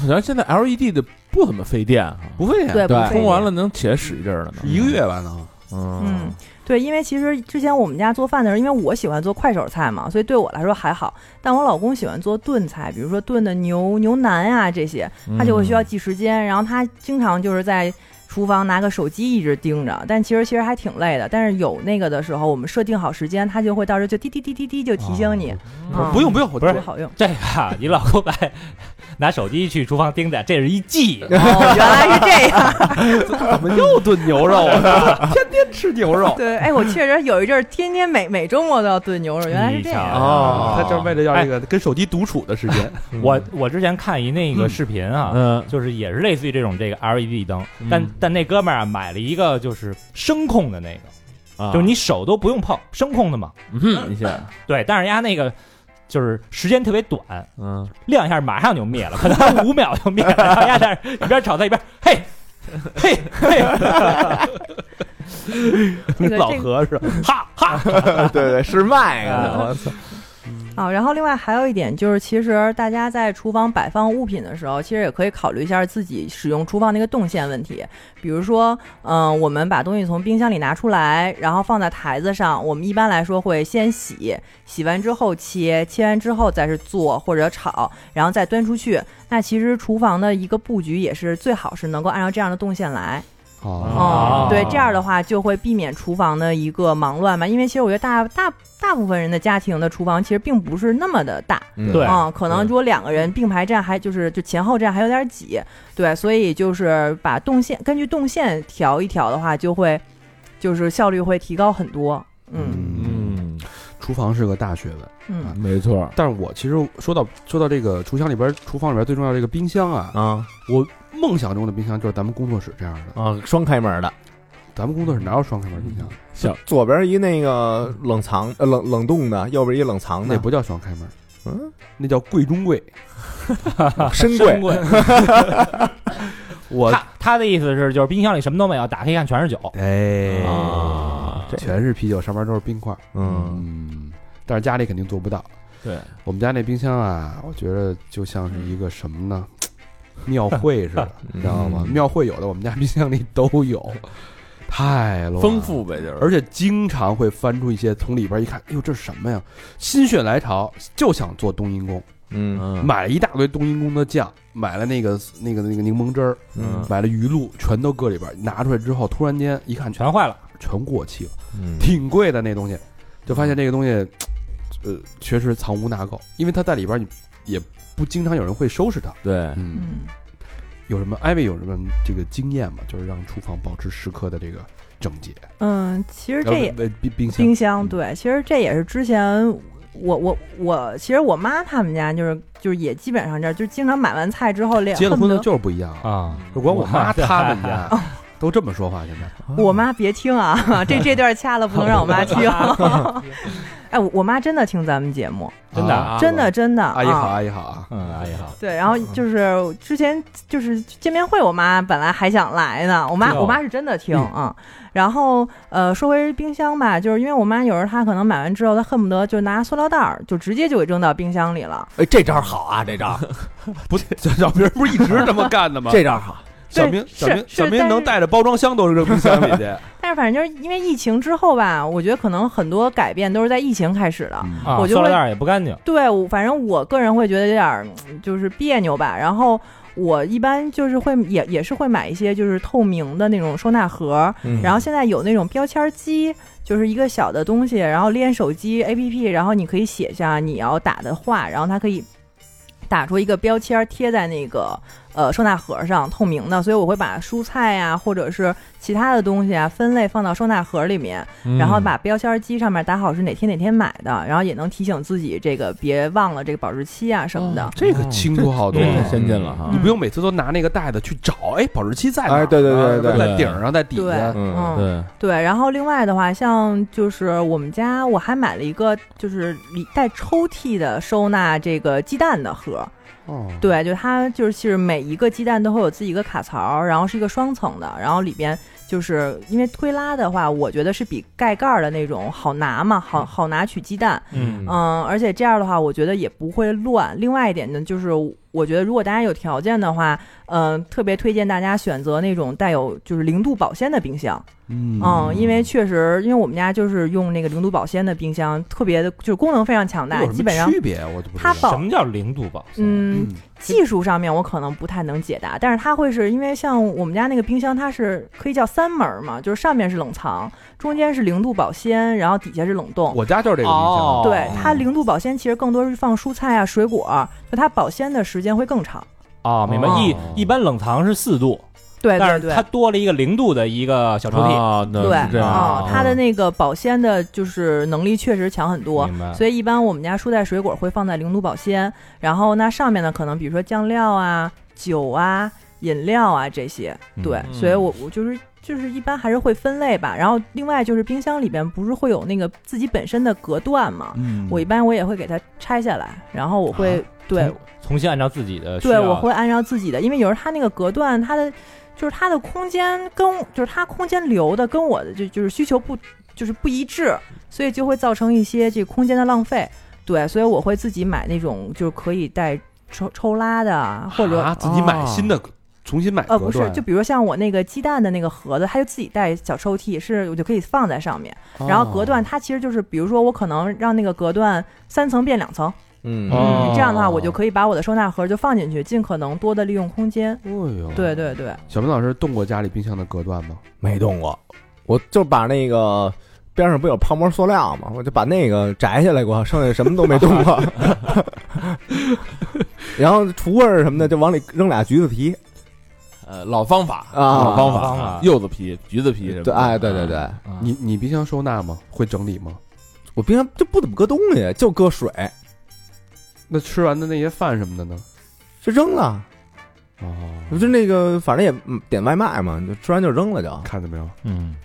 好像现在 LED 的不怎么费电啊，
不会啊，
对，不
嗯对
费
充完
电。
了能起来使一阵儿了呢。
一个月吧能。
嗯，对，因为其实之前我们家做饭的时候，因为我喜欢做快手菜嘛，所以对我来说还好。但我老公喜欢做炖菜，比如说炖的牛牛腩啊这些，他就会需要
嗯
记时间，然后他经常就是在厨房拿个手机一直盯着，但其实其实还挺累的。但是有那个的时候，我们设定好时间，他就会到时候就滴滴滴滴滴就提醒你，嗯
哦不用不用，我
不是
特别 好用。
这个啊你老公来拿手机去厨房盯着，这是一计。
哦，原来是 这样。
怎么又炖牛肉啊？天天吃牛肉
对，哎，我确实有一阵儿天天每每周末都要炖牛肉，原来是这
你
样
瞧。
哦，他就是为了要这个跟手机独处的时 间。
我我之前看一那个视频啊，
嗯
就是也是类似于这种这个 LED 灯，
嗯
但但那哥们儿啊买了一个就是声控的那个，
啊
就是你手都不用碰，声控的嘛。
嗯一下，
对，但是人家那个就是时间特别短，
嗯，
亮一下马上就灭了，可能五秒就灭了。然后人家在那儿一边炒菜一边嘿。嘿，嘿，
这个
老
这个
和尚，哈哈，
对 对，是卖的，我操，
啊，然后另外还有一点就是，其实大家在厨房摆放物品的时候，其实也可以考虑一下自己使用厨房那个动线问题。比如说，嗯、我们把东西从冰箱里拿出来，然后放在台子上，我们一般来说会先洗，洗完之后切，切完之后再是做或者炒，然后再端出去。那其实厨房的一个布局也是最好是能够按照这样的动线来。
哦
啊
嗯，对，这样的话就会避免厨房的一个忙乱嘛。因为其实我觉得大大大部分人的家庭的厨房其实并不是那么的大。
对
嗯，可能如果两个人并排站，还就是就前后站还有点挤，对，所以就是把动线根据动线调一调的话，就会就是效率会提高很多。嗯
嗯，
嗯，
厨房是个大学问。
嗯，
没错，
但是我其实说到说到这个厨箱里边，厨房里边最重要的这个冰箱啊，
啊
我梦想中的冰箱就是咱们工作室这样的。
啊，双开门的，
咱们工作室哪有双开门冰箱？
左边一那个冷藏呃冷冷冻的，右边一冷藏
那
的，
不叫双开门，
嗯，
那叫柜中柜。
啊深柜，
贵。
我
他他的意思是，就是冰箱里什么都没有，打开一看全是酒。
哎
啊这
全是啤酒，上面都是冰块。
嗯，
嗯，但是家里肯定做不到。
对，
我们家那冰箱啊，我觉得就像是一个什么呢？庙会似的，你知道吗？
嗯
庙会有的我们家冰箱里都有，太乱
丰，富呗，就是
而且经常会翻出一些，从里边一看，哎呦这是什么呀？心血来潮就想做冬阴功，
嗯
嗯
买了一大堆冬阴功的酱，买了那个那个那个柠檬汁儿，
嗯
买了鱼露，全都搁里边，拿出来之后，突然间一看，全
全坏了。
全过期了，
嗯
挺贵的那东西，就发现这个东西，呃，确实藏污纳垢，因为它在里边你也不经常有人会收拾它。
对，
嗯
嗯，
有什么艾薇有什么这个经验吗？就是让厨房保持时刻的这个整洁。
嗯，其实这也
呃冰冰箱
冰箱，对，其实这也是之前我我我，其实我妈他们家就是就是也基本上这样，就是经常买完菜之后连
结了
恨不
婚
得
的就是不一样啊！
啊，
就管我妈
我妈
他们家都这么说话，现在
我妈别听啊，这这段掐了不能让我妈听。 哎，我我妈真的听咱们节目，
真的啊
真的真的，
阿姨好，
啊。
阿姨好 啊！
嗯，阿姨好，
对，然后就是之前就是见面会，我妈本来还想来呢，我妈
哦
我妈是真的听啊、嗯然后呃，说回冰箱吧，就是因为我妈有时候她可能买完之后，她恨不得就拿塑料袋儿就直接就给扔到冰箱里了。
哎，这招好啊，这招
不，小小明不是一直这么干的吗？
这招好，
小明，小明
是，是
小明
但
能
是
带着包装箱都扔冰箱里 去。
但是反正就是因为疫情之后吧，我觉得可能很多改变都是在疫情开始的。
嗯
啊
我就
塑料
会哦
袋儿也不干净，
对，我反正我个人会觉得有点儿嗯就是别扭吧。然后我一般就是会也也是会买一些就是透明的那种收纳盒，
嗯
然后现在有那种标签机，就是一个小的东西，然后连手机 APP，然后你可以写下你要打的话，然后它可以打出一个标签贴在那个呃收纳盒上，透明的。所以我会把蔬菜呀、或者是其他的东西啊分类放到收纳盒里面，
嗯
然后把标签机上面打好是哪天哪天买的，然后也能提醒自己这个别忘了这个保质期啊什么的。
这个清楚好多
对
嗯
了，
先进了哈
你，不用每次都拿那个袋子去找，哎，保质期在哪儿？
哎对对对
啊
对对
在顶上，在底
对，
下。
嗯
对，
对，然后另外的话，像就是我们家我还买了一个就是里带抽屉的收纳这个鸡蛋的盒，
哦，
对，就它就是每一个鸡蛋都会有自己一个卡槽，然后是一个双层的，然后里边就是因为推拉的话，我觉得是比盖盖儿的那种好拿嘛，好好拿取鸡蛋，
嗯
嗯，而且这样的话，我觉得也不会乱。另外一点呢，就是我觉得如果大家有条件的话，嗯、特别推荐大家选择那种带有就是零度保鲜的冰箱。
嗯
嗯，因为确实，因为我们家就是用那个零度保鲜的冰箱，特别的，就是功能非常强大，
有什
基
么
本上
区，别哎啊我都不知
它
道。
保
什么叫零度保鲜？
嗯，技术上面我可能不太能解答，但是它会是因为像我们家那个冰箱，它是可以叫三门儿嘛，就是上面是冷藏，中间是零度保鲜，然后底下是冷冻。
我家就是这个冰箱
哦，
对，它零度保鲜其实更多是放蔬菜啊、水果，就它保鲜的时间会更长。
啊，明白。
哦
一一般冷藏是四度，
哎对
但
对
是
对
它。多了一个零度的一个小抽屉，
啊，那
对
是这样
啊、
哦
它的那个保鲜的，就是能力确实强很多。
明白。
哦所以一般我们家蔬菜水果会放在零度保鲜，然后那上面呢，可能比如说酱料啊、酒啊、饮料啊这些，对，
嗯
所以我我就是就是一般还是会分类吧。然后另外就是冰箱里边不是会有那个自己本身的隔断嘛，
嗯
我一般我也会给它拆下来，然后我会、对
重重新按照自己的呃需
对，
要
我会按照自己的，因为有时候它那个隔断它的。就是它的空间跟就是它空间留的跟我的就就是需求不就是不一致，所以就会造成一些这个空间的浪费。对，所以我会自己买那种就是可以带抽抽拉的 啊，或者、
啊自己买新的，重新买
呃
隔
不是，
断
就比如像我那个鸡蛋的那个盒子，它就自己带小抽屉，是我就可以放在上面。然后隔断
哦
它其实就是，比如说我可能让那个隔断三层变两层，
嗯
哦
嗯，这样的话我就可以把我的收纳盒就放进去，尽可能多的利用空间。
哎呦，
对，对对，
小明老师动过家里冰箱的隔断吗？
没动过，我就把那个边上不有泡沫塑料吗？我就把那个摘下来过，剩下什么都没动过。 然后橱柜儿什么的，就往里扔俩橘子皮
呃，老方法
啊
老方
老方
法
法，
柚子皮、橘子皮什么
对，
的，
哎，对对对，
啊
你你冰箱收纳吗？会整理吗？
我冰箱就不怎么搁东西，就搁水，
那吃完的那些饭什么的呢？
就扔了。
哦，
我就那个，反正也嗯点外卖嘛，就吃完就扔了就。
看见没有？
嗯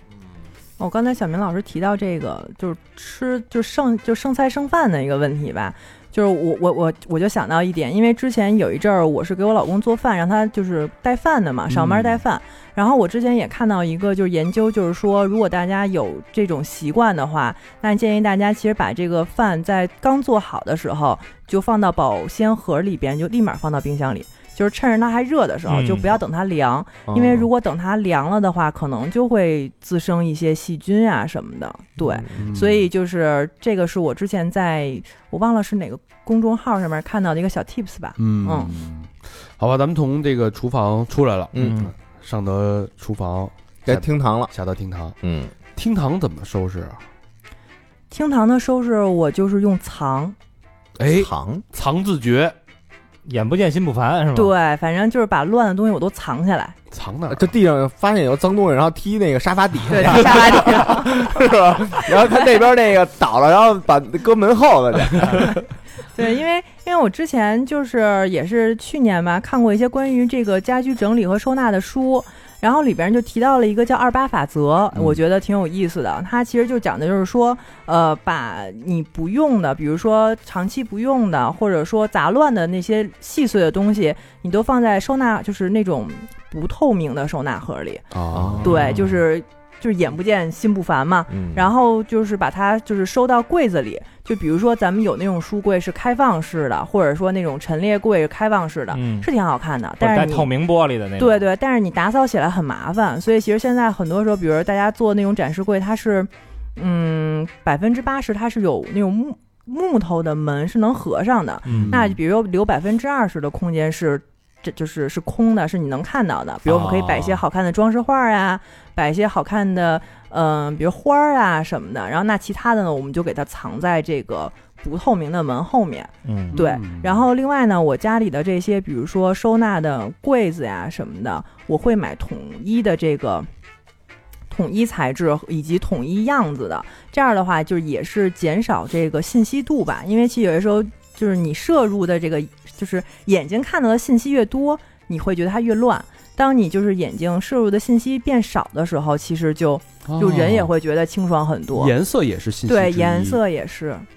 我、刚才小明老师提到这个，就是吃就剩就剩菜剩饭的一个问题吧。就是我我我我就想到一点，因为之前有一阵儿我是给我老公做饭，让他就是带饭的嘛，上班带饭。然后我之前也看到一个就是研究，就是说如果大家有这种习惯的话，那建议大家其实把这个饭在刚做好的时候就放到保鲜盒里边，就立马放到冰箱里。就是趁着它还热的时候，
嗯哦
就不要等它凉，因为如果等它凉了的话，可能就会滋生一些细菌啊什么的。对，
嗯
嗯
所以就是这个是我之前在我忘了是哪个公众号上面看到的一个小 tips 吧。
嗯好吧，咱们从这个厨房出来了，
嗯，
上得厨房，
该厅堂了，
下到厅堂，
嗯，
厅堂怎么收拾啊？
厅堂的收拾我就是用藏，
哎，
堂
藏字诀，
眼不见心不烦是吗？，
对，反正就是把乱的东西我都藏起来，
藏哪儿？啊嗯
这地上发现有脏东西，然后踢那个沙发底下，
对，下来底下。
是吧？然后看那边那个倒了，然后把搁门后头去，
对，因为因为我之前就是也是去年吧，看过一些关于这个家居整理和收纳的书，然后里边就提到了一个叫二八法则，我觉得挺有意思的。它其实就讲的就是说，呃，把你不用的，比如说长期不用的，或者说杂乱的那些细碎的东西，你都放在收纳，就是那种不透明的收纳盒里。
嗯
啊，
嗯
对，就是就是眼不见心不烦嘛。
嗯
然后就是把它就是收到柜子里，就比如说咱们有那种书柜是开放式的，或者说那种陈列柜是开放式的，
嗯，
是挺好看的。
或者
但
带
是
透
你
明玻璃的那种。
对对，但是你打扫起来很麻烦，所以其实现在很多时候，比如大家做那种展示柜，它是嗯百分之八十它是有那种木木头的门是能合上的，
嗯，
那就比如留百分之二十的空间是，这就是是空的，是你能看到的。比如我们可以摆
哦
一些好看的装饰画呀、摆一些好看的，嗯、比如花儿啊什么的。然后那其他的呢，我们就给它藏在这个不透明的门后面。
嗯，
对，然后另外呢，我家里的这些，比如说收纳的柜子呀什么的，我会买统一的这个。统一材质以及统一样子的，这样的话就是也是减少这个信息度吧，因为其实有的时候就是你摄入的这个就是眼睛看到的信息越多，你会觉得它越乱。当你就是眼睛摄入的信息变少的时候，其实就就人也会觉得清爽很多。
颜色也是信息
对，
之一
颜，色也是。
嗯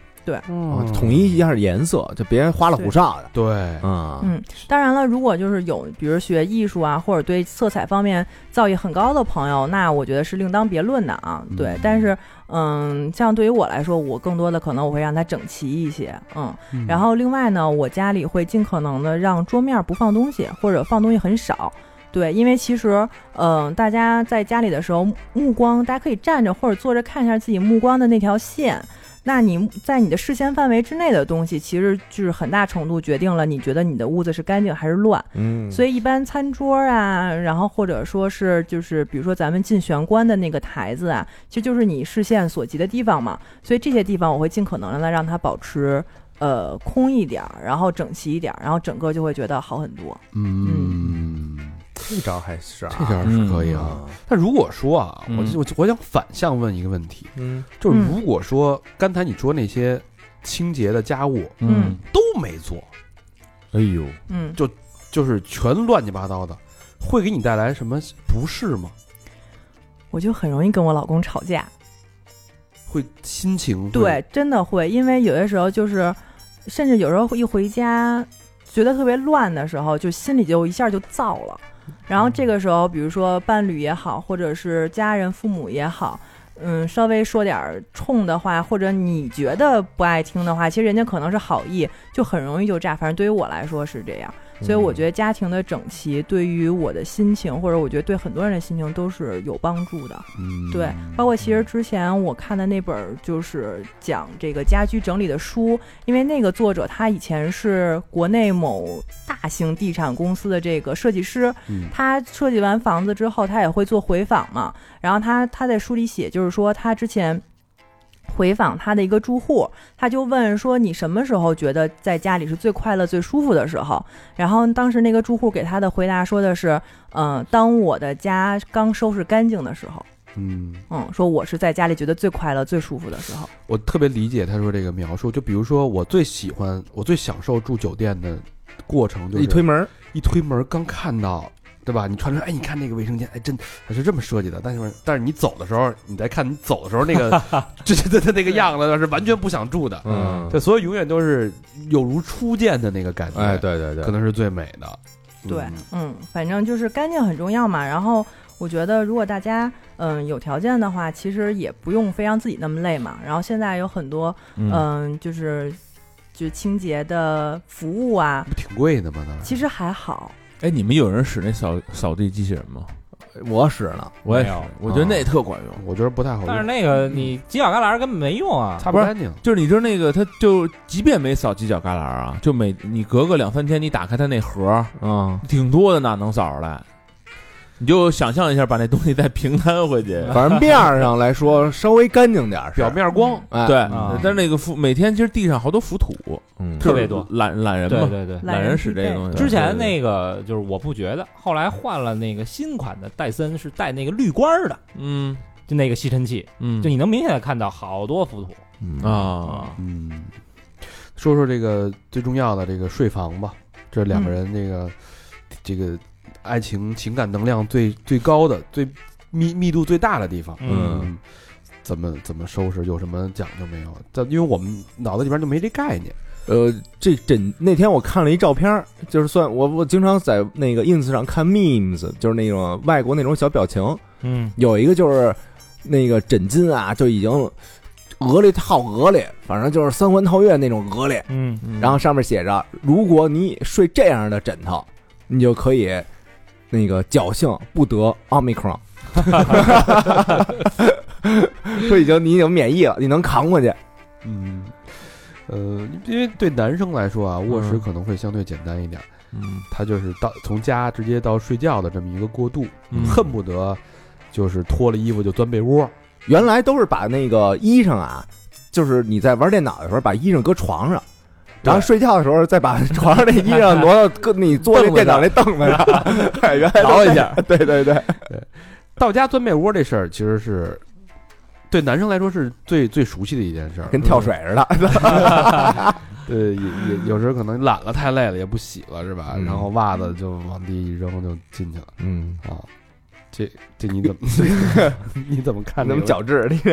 哦统一一下颜色，就别花里胡哨的，
对，
啊
嗯当然了，如果就是有，比如学艺术啊，或者对色彩方面造诣很高的朋友，那我觉得是另当别论的啊。对，但是嗯，像对于我来说，我更多的可能我会让它整齐一些，嗯。然后另外呢，我家里会尽可能的让桌面不放东西，或者放东西很少。对，因为其实，嗯、大家在家里的时候，目光大家可以站着或者坐着看一下自己目光的那条线。那你在你的视线范围之内的东西，其实就是很大程度决定了你觉得你的屋子是干净还是乱。
嗯
所以一般餐桌啊，然后或者说是就是比如说咱们进玄关的那个台子啊，其实就是你视线所及的地方嘛。所以这些地方我会尽可能让它让它保持呃空一点儿，然后整齐一点儿，然后整个就会觉得好很多。
嗯，
这招还是
这
嗯
点儿是可以啊。
啊，
但如果说啊，我
嗯
我我想反向问一个问题，
嗯，
就是
嗯
如果说刚才你说那些清洁的家务
嗯
都没做，
哎呦，
嗯，
就是全乱七八糟的，会给你带来什么不适吗？
我就很容易跟我老公吵架。
会心情会
对，真的会，因为有些时候就是，甚至有时候一回家觉得特别乱的时候，就心里就一下就燥了。然后这个时候，比如说伴侣也好，或者是家人、父母也好，嗯，稍微说点儿冲的话，或者你觉得不爱听的话，其实人家可能是好意，就很容易就炸。反正对于我来说是这样，
嗯
所以我觉得家庭的整齐对于我的心情，或者我觉得对很多人的心情都是有帮助的。
嗯
对，包括其实之前我看的那本儿就是讲这个家居整理的书，因为那个作者他以前是国内某大型地产公司的这个设计师，
嗯
他设计完房子之后，他也会做回访嘛。然后他他在书里写，就是说他之前回访他的一个住户，他就问说你什么时候觉得在家里是最快乐、最舒服的时候？然后当时那个住户给他的回答说的是，嗯、当我的家刚收拾干净的时候。
嗯，
嗯，说我是在家里觉得最快乐、最舒服的时候。
我特别理解他说这个描述。就比如说，我最喜欢，我最享受住酒店的过程，就是
一推门，
一推门刚看到，对吧？你穿出来，哎，你看那个卫生间，哎，真它是这么设计的。但是但是你走的时候，你再看你走的时候 那个，这这这那个样子是完全不想住的。
嗯，
对，所以永远都是有如初见的那个感觉，
哎，，对对对，
可能是最美的。
对
嗯，
嗯，反正就是干净很重要嘛。然后我觉得，如果大家嗯有条件的话，其实也不用非让自己那么累嘛。然后现在有很多
嗯
嗯，就是就清洁的服务啊，
不挺贵的吗？那
其实还好，
哎，你们有人使那扫扫地机器人吗？
我使呢，
我也
没有
是，我觉得那特管用。
我觉得不太好
但是
用，
那个你犄角旮旯根本没用啊，
擦不干净。
就是你知道那个，它就即便没扫犄角旮旯啊，就每你隔个两三天，你打开它那盒儿，
嗯，
挺多的呢，能扫出来。你就想象一下，把那东西再平摊回去。
反正面儿上来说稍微干净点儿是，
表面光，嗯
哎
对，
啊
嗯但是那个浮每天其实地上好多浮土，
嗯
特别多
就是懒懒人
对
嘛，
对对。
懒人使这个东西。
之
对
前那个就是我不觉得，后来换了那个新款的戴森，是带那个滤官儿的，
嗯
就那个吸尘器，
嗯
就你能明显的看到好多浮土。
啊，
嗯，
说说这个最重要的这个睡房吧，这是两个人这个、这个爱情情感能量最最高的、最密密度最大的地方。
嗯
嗯，怎么怎么收拾，有什么讲究没有？但因为我们脑子里边就没这概念。
呃，这枕那天我看了一照片儿，就是算我我经常在那个 ins 上看 memes，就是那种外国那种小表情，
嗯，
有一个就是那个枕巾啊，就已经鹅里套鹅里，反正就是三环套月那种鹅里，
嗯，
然后上面写着，如果你睡这样的枕头，你就可以那个侥幸不得奥密 克戎。说已经你已经免疫了，你能扛过去。
嗯，呃，因为对男生来说啊，卧室可能会相对简单一点，
嗯
他就是到从家直接到睡觉的这么一个过渡，
嗯
恨不得就是脱了衣服就钻被窝。
原来都是把那个衣裳啊，就是你在玩电脑的时候把衣裳搁床上，然后睡觉的时候再把 床上那衣裳挪到搁你坐那电脑那凳子上， 哎原来 都
挠一
下。对对对，
到家钻被窝这事儿，其实是对男生来说是最最熟悉的一件事儿，
跟跳水似的。
呃，也也有时候可能懒了，太累了，也不洗了，是吧？
嗯
然后袜子就往地一扔就进去了
嗯，
啊。这这你怎么 你怎么看这
能
个？
矫治你这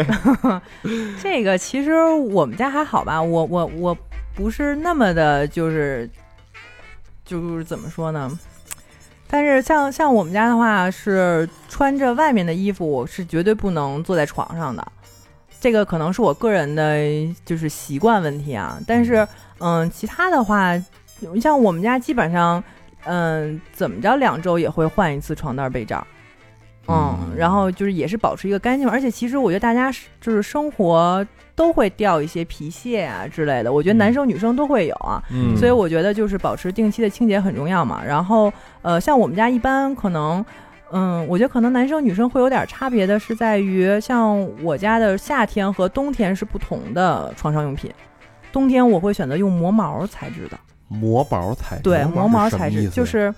这个其实我们家还好吧，我我我不是那么的，就是就是怎么说呢？但是像像我们家的话，是穿着外面的衣服，我是绝对不能坐在床上的。这个可能是我个人的就是习惯问题啊。但是嗯，其他的话，像我们家基本上嗯，怎么着两周也会换一次床单被罩。嗯，然后就是也是保持一个干净，而且其实我觉得大家是就是生活都会掉一些皮屑啊之类的，我觉得男生女生都会有啊，
嗯，
所以我觉得就是保持定期的清洁很重要嘛。然后呃，像我们家一般可能，嗯，我觉得可能男生女生会有点差别的是在于，像我家的夏天和冬天是不同的床上用品，冬天我会选择用磨毛材质的，
磨毛材质，
对，磨毛
是什么
材
意思
质就是。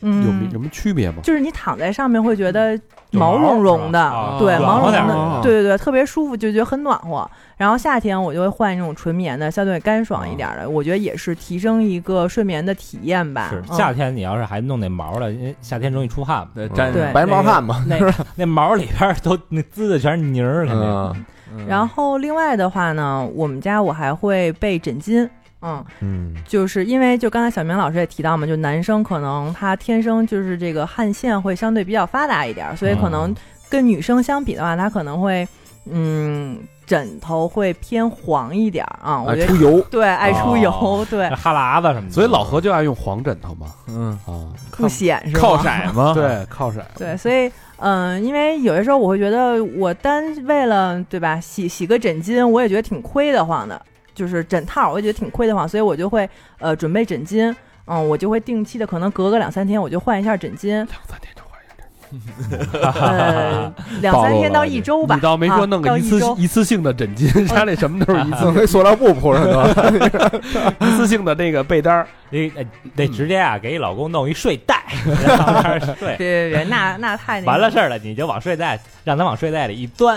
有没
嗯
什，么区别吗？
就是你躺在上面会觉得
有
毛
毛
茸茸的，
是吧啊
对，
软
毛
和
茸
点
茸
儿
的，
啊
对对对，特别舒服，就觉得很暖和。然后夏天我就会换那种纯棉的，相对干爽一点的，我觉得也是提升一个睡眠的体验吧。
是
嗯
夏天你要是还弄那毛了，因为夏天容易出汗嘛，
对粘
对
白毛汗嘛，
那 那毛里边儿都那滋的全是泥儿，肯定。
嗯
嗯
然后另外的话呢，我们家我还会备枕巾，嗯，
嗯
就是因为就刚才小明老师也提到嘛，就男生可能他天生就是这个汗腺会相对比较发达一点儿，所以可能跟女生相比的话，他可能会嗯枕头会偏黄一点儿啊。我觉得、
出油，
对爱出油，
哦
对
那哈喇子什
哎
么的，
所以老何就爱用黄枕头嘛
嗯，
啊，
不显是
靠
吗？
色 吗？，
对，靠色。
对，所以嗯，因为有些时候我会觉得，我单为了对吧洗洗个枕巾，我也觉得挺亏得慌的，就是枕套，我也觉得挺亏得慌，所以我就会呃准备枕巾。嗯，我就会定期的，可能隔个两三天我就换一下枕巾，
两三天就换一个
呃，两
暴
三
露
天
了
到一周吧。
你倒没说弄
啊、
个
到
一
一
次
周啊
一次性的枕巾，家里什么都是一次
弄那塑料布铺上得了。
一次性的那个被单儿，
得得哎得直接啊，给你老公弄一睡袋，然后在那儿睡。
别别别，那那太那个
完了事儿了，你就往睡袋，让他往睡袋里一钻，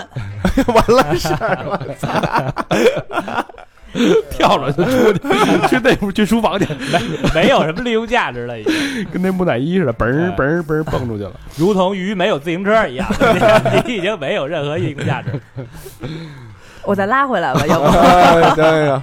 跳着就出去，去那屋去书房去，
没有什么利用价值了，已经，
跟那木乃伊似的，嘣儿
哎
嘣儿嘣儿蹦出去了。
如同鱼没有自行车一样， 你已经没有任何利用价值。
我再拉回 来吧，要不
哎对呀，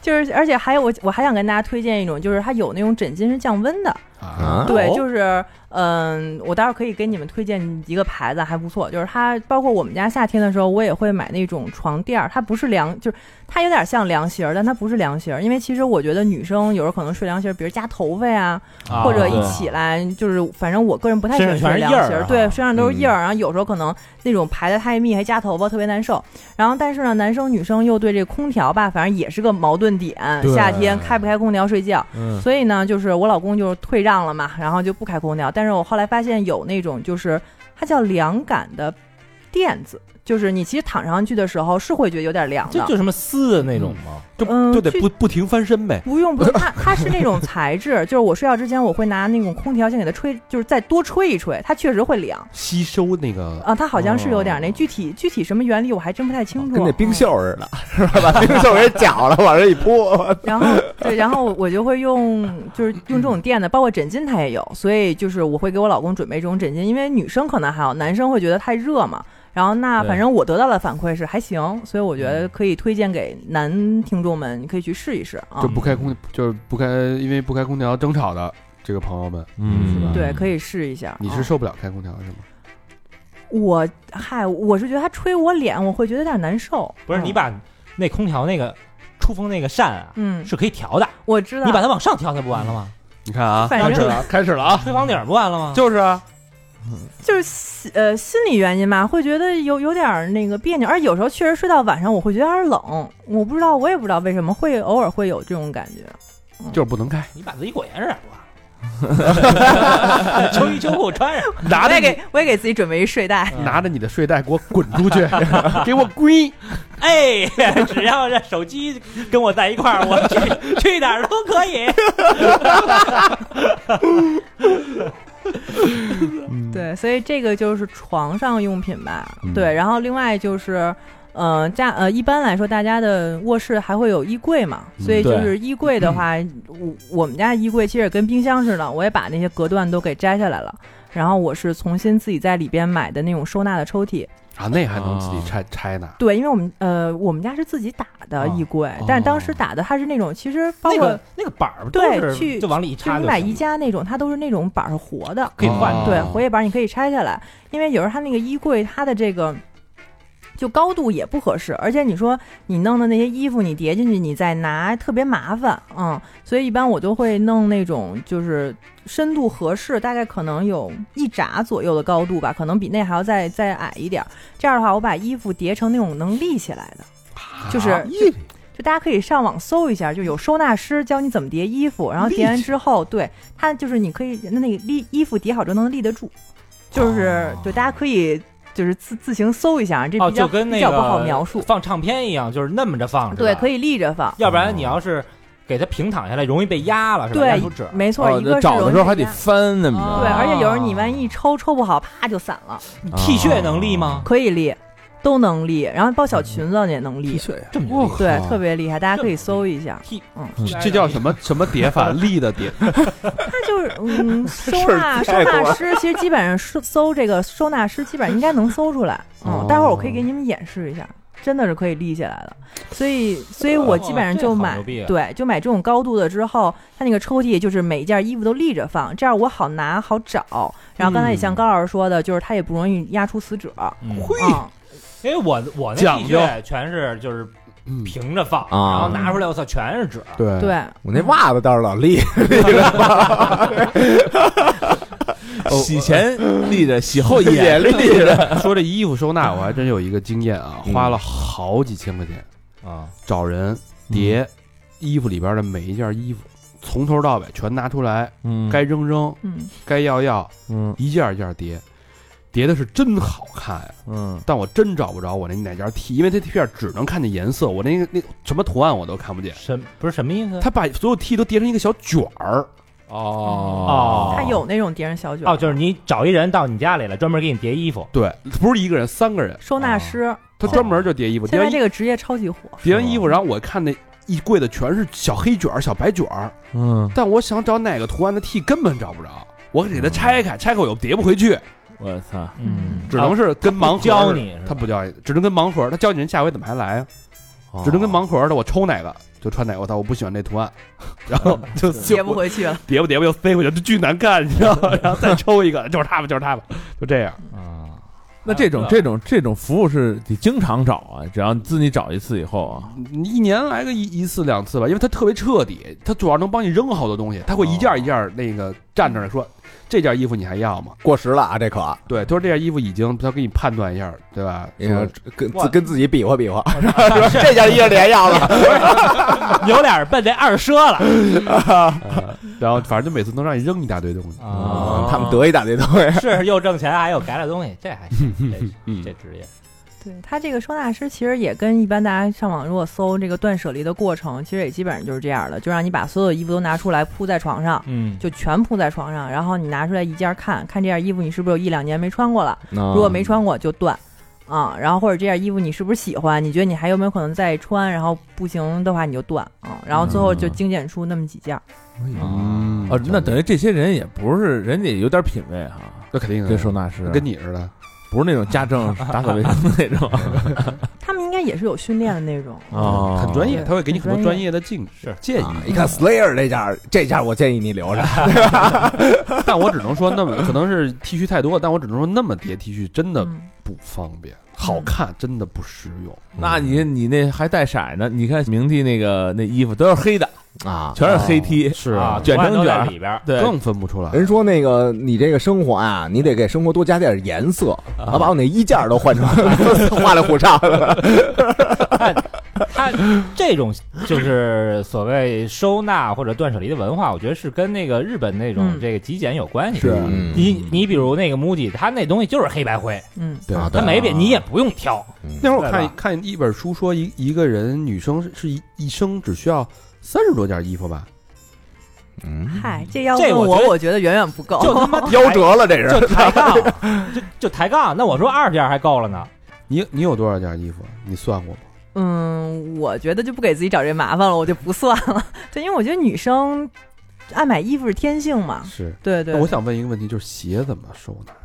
就是，而且还有我我还想跟大家推荐一种，就是它有那种枕巾是降温的，
啊，
对，
哦
就是嗯，我待会儿可以给你们推荐一个牌子，还不错。就是它，包括我们家夏天的时候，我也会买那种床垫儿，它不是凉，就是它有点像凉席儿，但它不是凉席儿。因为其实我觉得女生有时候可能睡凉席儿，比如夹头发呀、
啊
或者一起来，就是反正我个人不太喜欢
身上
睡
全是
凉
印儿
席儿
啊，
对，身上都是印
嗯
儿，然后有时候可能那种排的太密，还夹头发，特别难受。然后但是呢，男生女生又对这空调吧，反正也是个矛盾点，
对
夏天开不开空调睡觉。
嗯，
所以呢，就是我老公就是退让了嘛，然后就不开空调。但是我后来发现有那种就是它叫凉感的垫子，就是你其实躺上去的时候是会觉得有点凉
这
的。
就什么丝的那种吗？
就
嗯
就得
去
不不停翻身呗。
不用不用，它它是那种材质，就是我睡觉之前我会拿那种空调先给它吹，就是再多吹一吹，它确实会凉
吸收那个
啊。它好像是有点那具体具体什么原理我还真不太清楚。
跟那冰袖似的，
嗯
是吧？把冰袖给绞了，往这一 泼，
然后对，然后我就会用，就是用这种垫的，包括枕巾它也有，所以就是我会给我老公准备这种枕巾，因为女生可能还好，男生会觉得太热嘛。然后那
对
反正我得到的反馈是还行，所以我觉得可以推荐给男听众们，你可以去试一试啊
就。不开空，就是不开，因为不开空调争吵的这个朋友们，
嗯
是吧？
对，可以试一下。
你是
啊
受不了开空调是吗？
我嗨，我是觉得他吹我脸，我会觉得有点难受。
不是，
嗯
你把那空调那个出风那个扇啊，
嗯，
是可以调的，
我知道。
你把它往上调，它不完了吗？
你看啊，
反正
了，开始了啊，
吹房顶儿不完了吗？
就是啊，
就是心呃心理原因吧，会觉得有有点儿那个别扭，而有时候确实睡到晚上我会觉得有点冷，我不知道我也不知道为什么会偶尔会有这种感觉。
就是不能开。
你把自己裹严实点 不完了吗？秋衣秋裤穿上，哎
我也给我也给自己准备一睡袋，
拿着你的睡袋给我滚出 去，给我滚！
哎，只要这手机跟我在一块儿，我去去哪儿都可以。
对，所以这个就是床上用品吧，
嗯
对，然后另外就是。嗯、家呃，一般来说，大家的卧室还会有衣柜嘛，
嗯
所以就
对
是衣柜的话，我我们家衣柜其实也跟冰箱似的，我也把那些隔断都给摘下来了，然后我是重新自己在里边买的那种收纳的抽屉，
啊，那还能自己拆拆呢？
对，因为我们呃，我们家是自己打的衣柜，但是当时打的它 是那种，其实包
那
括、
个那个板儿都
对
是
去
就往里一
就是
插
你
就
买
行
宜家那种，它都是那种板儿是活的，
可以换
哦
对，活页板儿你可以拆下来，因为有时候它那个衣柜它的这个。就高度也不合适，而且你说你弄的那些衣服，你叠进去，你再拿特别麻烦，嗯，所以一般我都会弄那种就是深度合适，大概可能有一拃左右的高度吧，可能比那还要再再矮一点儿。这样的话，我把衣服叠成那种能立起来的，就是
啊
哎
就大家可以上网搜一下，就有收纳师教你怎么叠衣服，然后叠完之后，对它就是你可以那那个立衣服叠好之后能立得住，
哦
就是就大家可以就是自自行搜一下，这
哦，
比较、
就跟那
比较
个
不好描述，
放唱片一样，就是那么着放，
对，可
以。
以立着放，
要不然你要是给它平躺下来，容易被压了，是吧？
对
压出褶儿。
没错，
哦
一个是
找的时哦候还得
容易
翻那么
对，
着，
啊
而且有时候你万一一抽抽不好，啪就散了，
T 恤能立吗？
可以立，都能立，然后包
嗯
小裙子也能立，
这么
我
牛逼
靠
对，特别厉害，大家可以搜一下。
T，
嗯
这
这叫什么什么叠 法？立的叠，
它就是嗯，收
事儿
纳收
太多
纳
了
师其实基本上搜搜这个收纳师，基本上应该能搜出来。嗯
哦，
待会儿我可以给你们演示一下，真的是可以立起来的。所以，所以我基本上
这
就
好
买
牛逼啊
对，就买这种高度的之后，它那个抽屉就是每一件衣服都立着放，这样我好拿好找。然后刚才也像高老师说的，就是它也不容易压出死褶。
嗯
嗯，
因为我我那
讲
T
究
恤全是就是
嗯，
平着放，
啊
然后拿出来，我操，全是褶。
对，
对，
我那袜子倒是老立，
洗前哦呃立着，洗 后
也
也
立着，
说这衣服收纳，我还真有一个经验啊，
嗯
花了好几千块钱
啊，
找人叠衣服里边的每一件衣服，从头到尾全拿出来，
嗯
该扔扔，
嗯，
该要要，
嗯
一件一件叠，叠的是真好看呀。
嗯
但我真找不着我那哪件 T，因为这 T 恤只能看见颜色，我那个那什么图案我都看不见。
什不是什么意思？
他把所有 T 都叠成一个小卷儿，
哦
它有那种叠人小卷
哦，，就是你找一人到你家里来，专门给你叠衣服。
对，不是一个人，三个人，
收纳师。
他专门就叠衣服，
现
叠
在
完
这个职业超级火，
叠完衣服，然后我看那一柜子全是小黑卷儿、小白卷儿，
嗯，
但我想找哪个图案的 T 根本找不着，我给它拆开，拆开我又叠不回去，
我操，
嗯
只能是跟盲盒
教你是吧
他不教你，只能跟盲盒，他教你人下回怎么还来啊？
哦
只能跟盲盒似的，我抽哪个就穿哪个。我操，我不喜欢这图案， 然后就就
接不回去了。
叠吧叠吧又塞回去，就巨难看，你知道吗？然后再抽一个，就是它吧，就是它吧，就这样。
啊，
那这种
啊
这种这种服务是得经常找啊，只要自己找一次以后啊，
你一年来个一一次两次吧，因为它特别彻底，它主要能帮你扔好多东西，它会一件一件那个站那儿说，这件衣服你还要吗？
过时了啊，这可
对，他说这件衣服已经，他给你判断一下，对吧？
你看
说
跟
哇
自跟自己比划比划，说 这件衣服连要了，
有点儿奔这二奢了
呃然后反正就每次能让你扔一大堆东西。
啊
他们得一大堆东西，
是又挣钱还又改点东西，这还 行，
嗯
这这职业
对他这个收纳师，其实也跟一般大家上网如果搜这个断舍离的过程，其实也基本上就是这样的，就让你把所有衣服都拿出来铺在床上，
嗯，
就全铺在床上，然后你拿出来一件儿看看这件衣服你是不是有一两年没穿过了，
如
如果没穿过就断。啊、然后或者这件衣服你是不是喜欢？你觉得你还有没有可能再穿？然后不行的话你就断啊、然后最后就精简出那么几件儿。
哎
嗯
哦，那等于这些人也不是人家也有点品位哈、
那肯定的
这收纳师
跟你似的，
不是那种家 政打扫卫生的 那种
他们应该也是有训练的那种。
啊，
很专业，他会给你很多
很专
专
业
业的建
是
建议。
啊一看 Slayer 这件，这件我建议你留着，
但我只能说，那么可能是 T 恤太多，但我只能说那么叠 T 恤真的
嗯，
不方便，好看真的不实用。
那你你那还带色呢？你看明帝那个那衣服都是黑的，
啊。
全是黑 T，、
是
啊，
卷成
图案都在
卷儿
里边儿，
对，
更分不出来。
人说那个你这个生活啊，你得给生活多加点颜色，然后把我那衣架都换成花里胡哨的。
它这种就是所谓收纳或者断舍离的文化，我觉得是跟那个日本那种
嗯
这个极简有关系。
是嗯
你你比如那个 MUJI，它那东西就是黑白灰，
嗯，
对
啊
它没变，你也不用挑。
嗯
那会儿
对
我看
吧
看一本书说一一个人女生是是一一生只需要三十多件衣服吧，
嗯
嗨，这要
这
问
我
我
觉，得
我觉得远远不够。
就他妈
夭折了，这
就
是。
抬杠，就就抬杠。那我说二十件还够了呢，
你你有多少件衣服？你算过吗？
嗯，我觉得就不给自己找这麻烦了，我就不算了。对，因为我觉得女生爱买衣服是天性嘛。
是。
对对
那我，想问一个问题，就是鞋怎么收纳呀？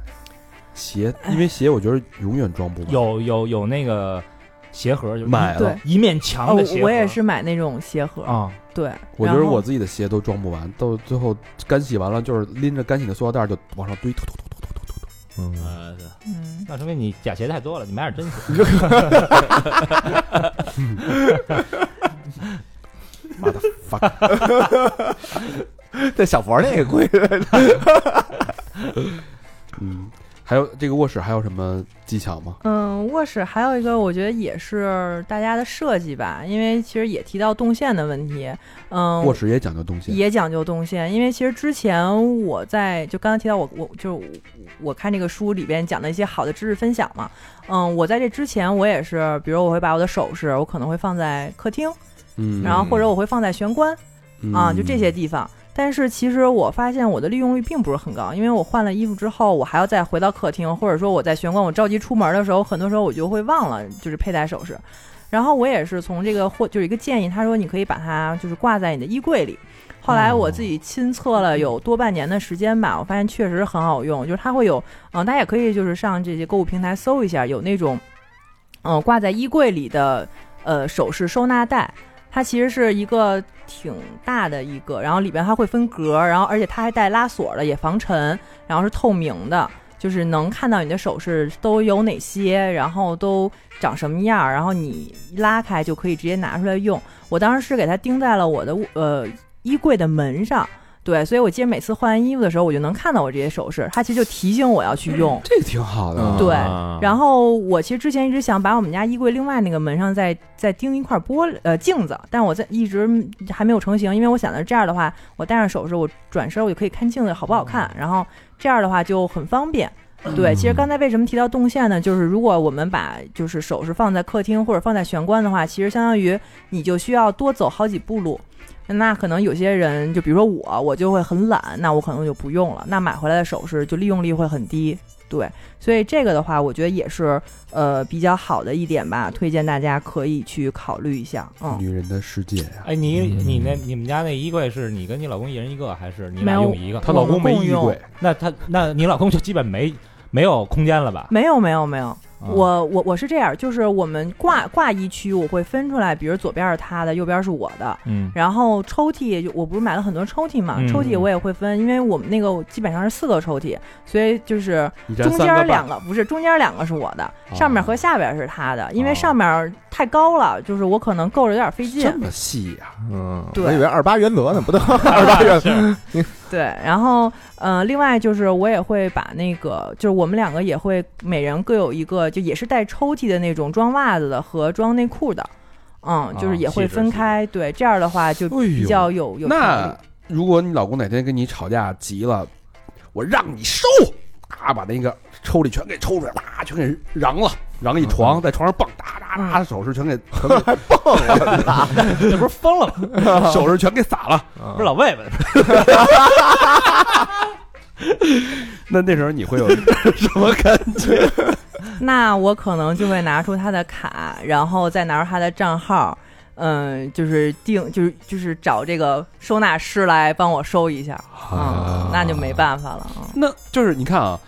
鞋，
哎
因为鞋我觉得永远装不满。
有有有那个鞋盒，就是一
买了
对，
一面墙
哦
的鞋盒。
我也是买那种鞋盒。
啊，
对，
我觉
然
得
后
我自己的鞋都装不完，到最后干洗完了，就是拎着干洗的塑料袋就往上堆，突突突突突突突突。
呃，对
嗯，
那说明你假鞋太多了，你买点真鞋。
妈的 fuck！
这小佛那个贵，
嗯，还有这个卧室还有什么技巧吗？
嗯，卧室还有一个，我觉得也是大家的设计吧，因为其实也提到动线的问题。嗯，
卧室也讲究动线，
也讲究动线，因为其实之前我在就刚才提到我我就是我我看这个书里边讲的一些好的知识分享嘛，嗯，我在这之前我也是，比如我会把我的首饰，我可能会放在客厅，
嗯，
然后或者我会放在玄关啊，就这些地方。但是其实我发现我的利用率并不是很高，因为我换了衣服之后，我还要再回到客厅，或者说我在玄关，我着急出门的时候，很多时候我就会忘了就是佩戴首饰。然后我也是从这个或就是一个建议，他说你可以把它就是挂在你的衣柜里。后来我自己亲测了有多半年的时间吧，我发现确实很好用，就是它会有，嗯、大家也可以就是上这些购物平台搜一下，有那种，嗯、挂在衣柜里的呃首饰收纳袋，它其实是一个挺大的一个，然后里边它会分格，然后而且它还带拉锁的，也防尘，然后是透明的，就是能看到你的首饰都有哪些，然后都长什么样儿，然后你拉开就可以直接拿出来用。我当时是给它钉在了我的屋呃衣柜的门上。对，所以我记得每次换完衣服的时候，我就能看到我这些首饰，它其实就提醒我要去用。
这个挺好的啊。
对
啊
然后我其实之前一直想把我们家衣柜另外那个门上再再钉一块玻璃呃镜子，但我在一直还没有成型，因为我想的是这样的话，我戴上首饰，我转身我就可以看镜子好不好看，然后这样的话就很方便。对，其实刚才为什么提到动线呢？就是如果我们把就是首饰放在客厅或者放在玄关的话，其实相当于你就需要多走好几步路。那可能有些人，就比如说我，我就会很懒，那我可能就不用了。那买回来的首饰就利用率会很低，对。所以这个的话，我觉得也是呃比较好的一点吧，推荐大家可以去考虑一下。嗯，
女人的世界呀，
哎，你
嗯
你那你们家那衣柜是你跟你老公一人一个，还是你
没
俩
有
用一个？
她老公没
我们共
衣
用
柜，
那他那你老公就基本没没有空间了吧？
没有没有没有，我我我是这样，就是我们挂挂衣区，我会分出来，比如左边是他的，右边是我的。
嗯
然后抽屉，就我不是买了很多抽屉嘛，
嗯
抽屉我也会分，因为我们那个基本上是四个抽屉，所以就是
你占
中
三
间
半
两个不是中间两个是我的，上面和下边是他的，因
哦
为上面太高了，就是我可能够着有点费劲
这。么细呀、
嗯，
对
我以为二八原则呢，不都二八原则？
对，然后呃，另外就是我也会把那个，就是我们两个也会每人各有一个，就也是带抽屉的那种装袜子的和装内裤的，嗯，就是
哦
也会分开。对，这样的话就
哎呦
比较有有条理
那如果你老公哪天跟你吵架急了，我让你收，啊，把那个抽屉全给抽出来，啪，全给嚷 了，嚷一
嗯
床，在床上蹦，哒哒哒，手势全给全给
这不是疯了吗？
手势全给撒了。
不是老魏吗？
那那时候你会 有什么感觉？
那我可能就会拿出他的卡，然后再拿出他的账号，嗯，就是定就是就是找这个收纳师来帮我收一下，
啊
嗯，那就没办法了，嗯
那就是你看啊，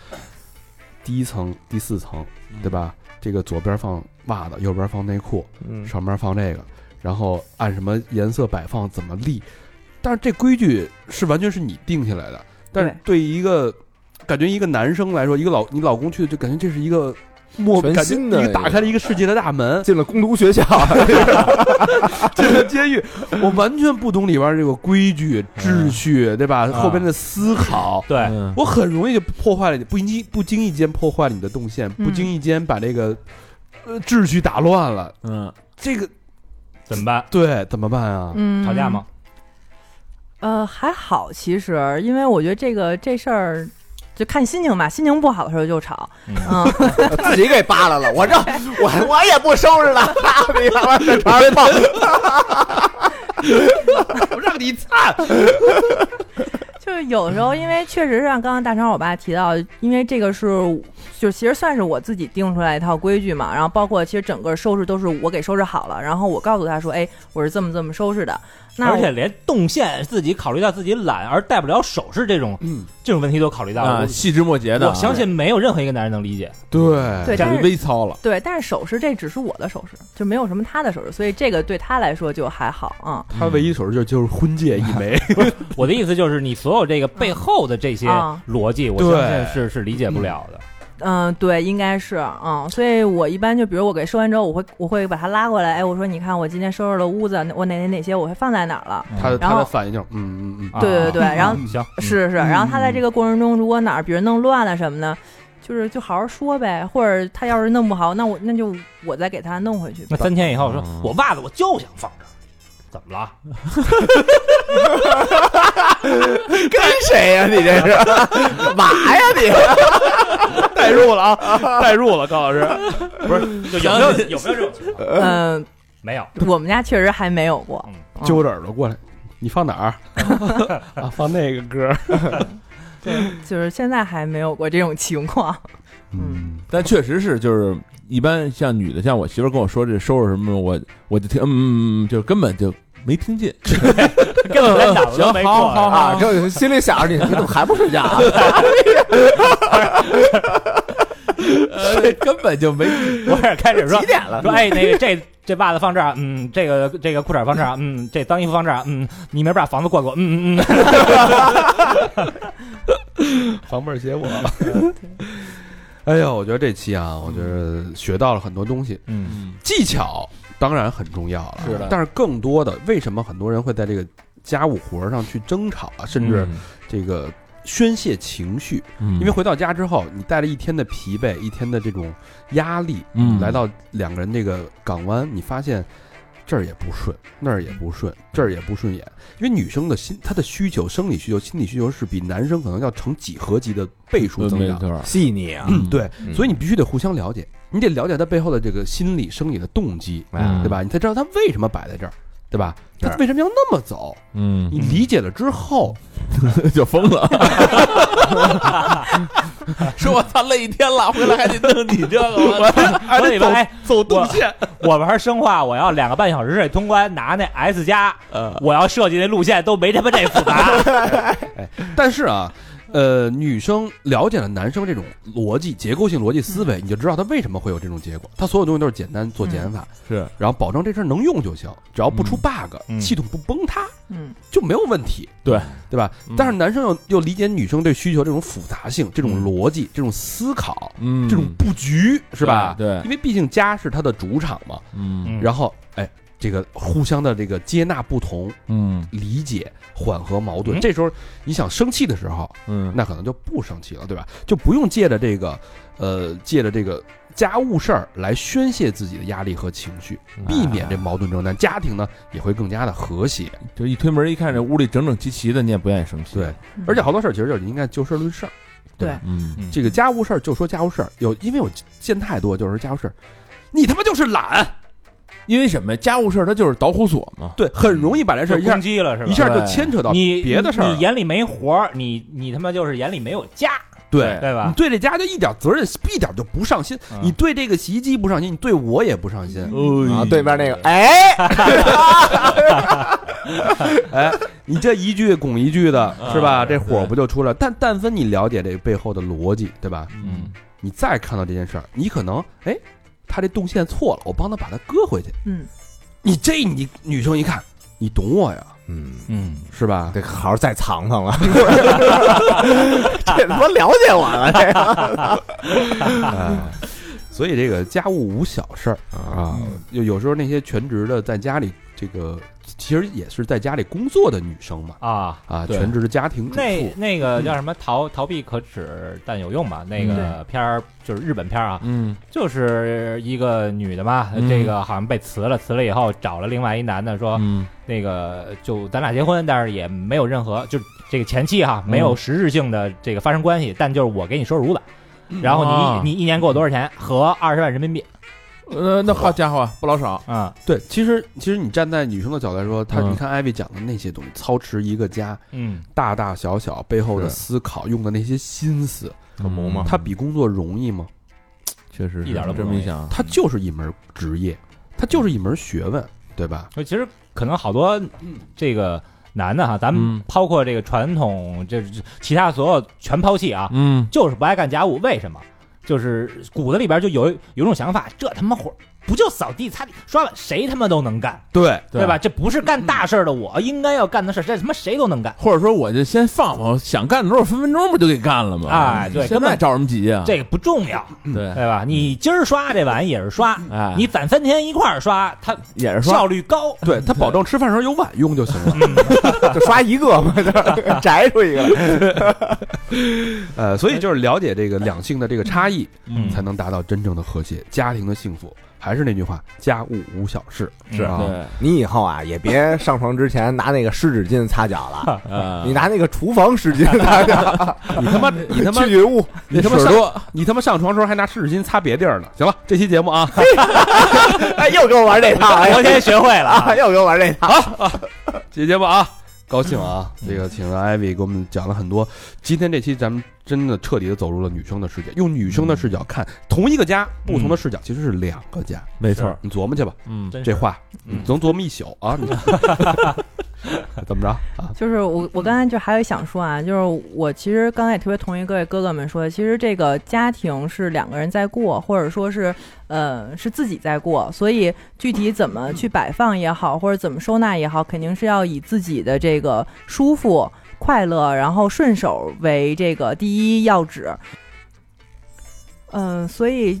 第一层、第四层，对吧？这个左边放袜子，右边放内裤，
嗯
上边放这个，然后按什么颜色摆放，怎么立。但是这规矩是完全是你定下来的，但是对一个感觉一个男生来说，一个老你老公去就感觉这是一个莫
全
感觉
新的
一个打开了一个世界的大 门，
进了攻读学校，
进了监狱。我完全不懂里边这个规矩、秩序，对吧？后边的思考。
对，
嗯
我很容易就破坏了你，不经不经意间破坏了你的动线，
嗯
不经意间把这个呃秩序打乱了。
嗯，
这个
怎么办？
对怎么办啊？
嗯，
吵架吗？？
呃，还好，其实因为我觉得这个这事儿就看心情吧，心情不好的时候就吵，
嗯
嗯，
自己给扒拉了。我这我我也不收拾了，你他妈这床上蹦
我让你擦。
就是有时候因为确实是像刚刚大成我爸提到，因为这个是就其实算是我自己定出来一套规矩嘛，然后包括其实整个收拾都是我给收拾好了，然后我告诉他说，哎，我是这么这么收拾的，那
而且
我
连动线自己考虑到自己懒而带不了首饰这种
嗯，
这种问题都考虑到
啊，
了。
细枝末节
我
的，
我 相信没有任何一个男人能理解。
对
对，
这
但
是
是。
微操了，
对，但是首饰这只是我的首饰，就没有什么他的首饰，所以这个对他来说就还好啊。
嗯他唯一手势就就是婚 戒一枚，
我的意思就是，你所有这个背后的这些
啊
逻辑，我
对
相信是是理解不了的。
嗯，对，应该是，嗯，所以我一般就比如我给收完之后，我会我会把他拉过来，哎，我说你看我今天收拾了屋子，我哪哪哪些我会放在哪儿了，
他的
然
他
后
的反应就是嗯嗯嗯，
啊
对对对，然后
嗯嗯行，
是是，然后他在这个过程中如果哪儿比如弄乱了什么的，就是就好好说呗，或者他要是弄不好，那我那就我再给他弄回去
那
吧。
三天以后我说
嗯
我袜子我就想放这儿，怎么了？
跟谁呀、你这是嘛呀你？
代入了啊，代入了，高老师，不是就有没有有没有这种情况？
嗯、
没有，
我们家确实还没有过。嗯
揪着耳朵过来，你放哪儿？ 啊，放那个歌。
就是现在还没有过这种情况，嗯，
但确实是就是。一般像女的，像我媳妇儿跟我说这收拾什么，我我就听，嗯嗯，嗯，就根本就没听进。
根本连脑子都
行
没过。
好好好
啊，就心里想着你，你怎么还不睡觉、 啊？
呃，根本就没
我也开始说
几点了
说哎，那个这这袜子放这儿啊，嗯，这个这个裤衩放这儿啊，嗯，这脏衣服放这儿啊，嗯，你没把房子过过，嗯嗯嗯，
房本写我。 哎呀，我觉得这期啊，我觉得学到了很多东西。
嗯，
技巧当然很重要了，
是的
但是更多的，为什么很多人会在这个家务活儿上去争吵啊，
嗯
甚至这个宣泄情绪？
嗯，
因为回到家之后，你带了一天的疲惫，一天的这种压力，
嗯
来到两个人这个港湾，你发现这儿也不顺，那儿也不顺，这儿也不顺眼。因为女生的心，她的需求，生理需求、心理需求是比男生可能要成几何级的倍数增
没
长。
错，
细腻啊
嗯
对，
嗯
所以你必须得互相了解，你得了解他背后的这个心理、生理的动机，
嗯
啊
对吧？你才知道他为什么摆在这儿，对吧？他为什么要那么走？
嗯
你，理解了之后，
就疯了，说我操累一天了，回来还得弄你这个，我
还得哎，
走
动线。我玩生化，我要两个半小时之内通关，拿那
呃
S 加，我要设计那路线都没他妈这复杂。
但是啊，呃，女生了解了男生这种逻辑、结构性逻辑思维，
嗯
你就知道他为什么会有这种结果。他所有东西都是简单做减法，
是
然后保证这事儿能用就行，只要不出 bug，、
嗯
系统不崩塌
嗯
就没有问题。
对
对吧？
嗯
但是男生又又理解女生对需求这种复杂性、这种
嗯
逻辑、这种思考、
嗯
这种布局，是吧？
啊对，
因为毕竟家是他的主场嘛。
嗯
嗯
然后，哎，这个互相的这个接纳不同、
嗯
理解、缓和矛盾，
嗯
这时候你想生气的时候，
嗯，
那可能就不生气了，对吧？就不用借着这个，呃，借着这个家务事儿来宣泄自己的压力和情绪，
哎
避免这矛盾争端，家庭呢也会更加的和谐。
就一推门一看，这屋里整整齐齐的，你也不愿意生气。
对，而且好多事儿其实就是应该就事论事儿。
嗯，
嗯
这个家务事儿就说家务事儿，有因为我见太多就是家务事儿，你他妈就是懒，
因为什么呀？家务事儿它就是导火索嘛。
对，很容易把这事儿
是
一下
攻击了是吧？
一下就牵扯到
你
别的事儿
你
了，
眼里没活儿，你你他妈就是眼里没有家，
对。
对
你
吧？
对这家就一点责任一点就不上心，
嗯
你对这个洗衣机不上心，你对我也不上心，
哎
啊，对面那个，哎，
哎，
哎，你这一句拱一句的，是吧？这
嗯
火
啊对
不就出来？但但凡你了解这背后的逻辑，对吧？
嗯，
你再看到这件事儿，你可能哎，他这动线错了，我帮他把它搁回去。
嗯，
你这你女生一看，你懂我呀，
嗯，
嗯，
是吧？
得好好再藏藏了，这他妈了解我 了，这 个
哎所以这个家务无小事儿啊，
嗯
有有时候那些全职的在家里这个，其实也是在家里工作的女生嘛，
啊，
啊，
对
全职的家庭主
那
妇，
那
嗯
个叫什么逃逃避可耻但有用吧？那个片儿就是日本片儿啊，
嗯
就是一个女的嘛，
嗯
这个好像被辞了，辞了以后找了另外一男的说，
嗯
那个就咱俩结婚，但是也没有任何就这个前期哈
嗯
没有实质性的这个发生关系，但就是我给你收入了。然后你、
啊
你一年给我多少钱？合二十万人民币。
呃，那好家伙，不老少。
嗯
对，其实其实你站在女生的角度来说，她
嗯
你看艾薇讲的那些东西，操持一个家，
嗯
大大小小背后的
是
思考，用的那些心思，
可不嘛
它比工作容易吗？
确实
一点都不
这么
容易
一想，
它就是一门职业，它就是一门学问，对吧？
就其实可能好多这个男的哈，咱们
嗯
包括这个传统，这这其他所有全抛弃啊，
嗯，
就是不爱干家务。为什么？就是骨子里边就有有一种想法，这他妈活儿不就扫地、擦地、刷碗，谁他妈都能干，
对，
对吧？？这不是干大事儿的我应该要干的事儿，这他妈谁都能干。
或者说，我就先放放，想干的时候分分钟不就给干了吗？
哎对
现
根
在
本
着什么急啊？
这个不重要，
对，
对吧？你今儿刷这碗也是刷，
哎，
你攒三天一块儿刷，它
也是说，
效率高。
对，它保证吃饭时候有碗用就行 了。
就刷一个 嘛，就摘出一个来。
呃，所以就是了解这个两性的这个差异，
嗯
才能达到真正的和谐，家庭的幸福。还是那句话，家务无小事，
是
啊。
对，
你以后啊，也别上床之前拿那个湿纸巾擦脚了，
啊
你拿那个厨房湿纸巾擦 脚，
你他妈，你他妈
去，云雾，
你他妈
水
上，
多，
你他妈上床时候还拿湿纸巾擦别地儿呢。行了，这期节目啊，
哎，又给我玩这套， 哎
聊天学会了啊
啊，， 又给我玩这套，
这期节目啊，高兴啊！
嗯
这个请艾薇给我们讲了很多。今天这期咱们真的彻底的走入了女生的世界，用女生的视
嗯
角看同一个家，不同的视角其实是两个家。
没错，
你琢磨去吧，
嗯，
真是
这话
嗯
你能琢磨一宿 啊！你怎么着啊？
就是我，我刚才就还有想说啊，就是我其实刚才也特别同意各位哥哥们说的，其实这个家庭是两个人在过，或者说是呃是自己在过，所以具体怎么去摆放也好，或者怎么收纳也好，肯定是要以自己的这个舒服、快乐，然后顺手为这个第一要旨。嗯、所以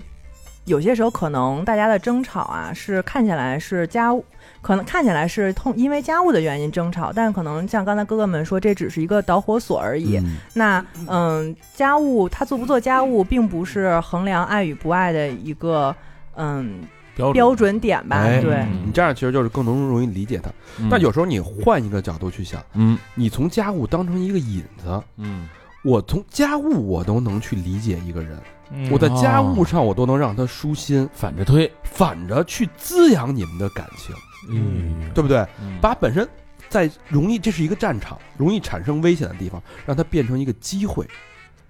有些时候可能大家的争吵啊，是看起来是家务。可能看起来是通因为家务的原因争吵，但可能像刚才哥哥们说，这只是一个导火索而已。那嗯，家务他做不做家务，并不是衡量爱与不爱的一个嗯
标
标准点吧？
哎
对，
你这样其实就是更能容易理解他。
嗯，
但有时候你换一个角度去想，
嗯
你从家务当成一个引子，
嗯，
我从家务我都能去理解一个人，
嗯
我在家
哦
务上我都能让他舒心，
反着推，
反着去滋养你们的感情，
嗯，
对不对？
嗯
把本身在容易这是一个战场，容易产生危险的地方，让它变成一个机会，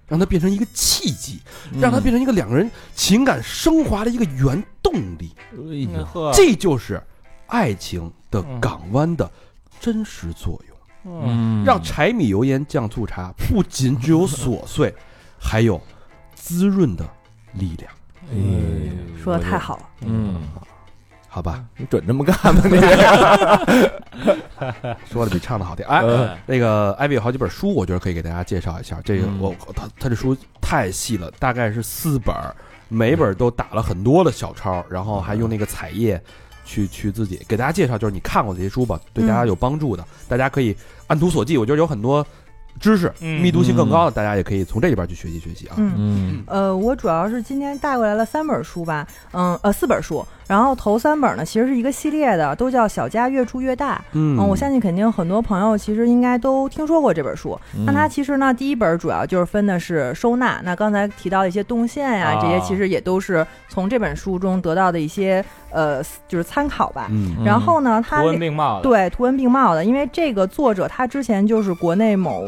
让它变成一个契机，让它
嗯
变成一个两个人情感升华的一个原动力。
成
呵，
这就是爱情的港湾的真实作用。
嗯，
让柴米油盐酱醋茶不仅只有琐碎，还有滋润的力量，
哎
说的太好了，
嗯，
好吧？
你准这么干吗？你这
说的比唱的好听。哎，
呃
那个艾薇有好几本书，我觉得可以给大家介绍一下。这个
嗯
我他他这书太细了，大概是四本儿，每本儿都打了很多的小抄，然后还用那个彩页去去自己给大家介绍，就是你看过这些书吧，对大家有帮助的，大家可以按图索骥。我觉得有很多知识
嗯
密度性更高的，大家也可以从这里边去学习学习啊。
嗯。
嗯
呃，我主要是今天带过来了三本书吧，嗯，呃，四本书，然后头三本呢其实是一个系列的，都叫《小家越住越大》。
嗯
嗯，我相信肯定很多朋友其实应该都听说过这本书。
嗯
那它其实呢，第一本主要就是分的是收纳。那刚才提到的一些动线呀、这些
啊
其实也都是从这本书中得到的一些呃，就是参考吧。
嗯
然后呢，它
图文
那
并茂的，
对图文并茂的，因为这个作者他之前就是国内某。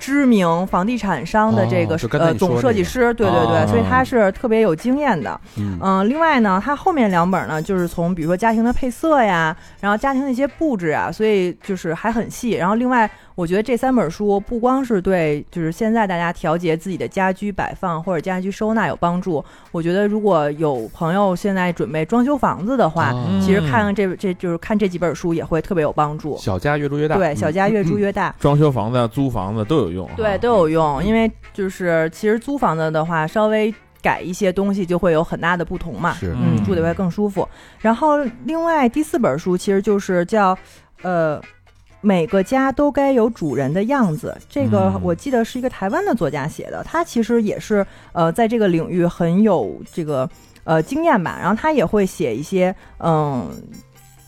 知名房地产商的这个、
哦就刚才
呃
你说
总
那
设
个
计师，对对对，
哦
所以他是特别有经验的。
嗯
嗯、另外呢，它后面两本呢，就是从比如说家庭的配色呀，然后家庭的一些布置啊，所以就是还很细。然后另外，我觉得这三本书不光是对就是现在大家调节自己的家居摆放或者家居收纳有帮助，我觉得如果有朋友现在准备装修房子的话，
哦
其实看看这这就是看这几本书也会特别有帮助。
小家越住越大，
对，
嗯
小家越住越大。
装修房子、啊、租房子都有用，
对，都有用，因为就是其实租房子的话，稍微改一些东西就会有很大的不同嘛。
是
嗯，住的会更舒服。然后另外第四本书其实就是叫，呃，每个家都该有主人的样子。这个
嗯
我记得是一个台湾的作家写的，他其实也是呃在这个领域很有这个呃经验吧。然后他也会写一些嗯。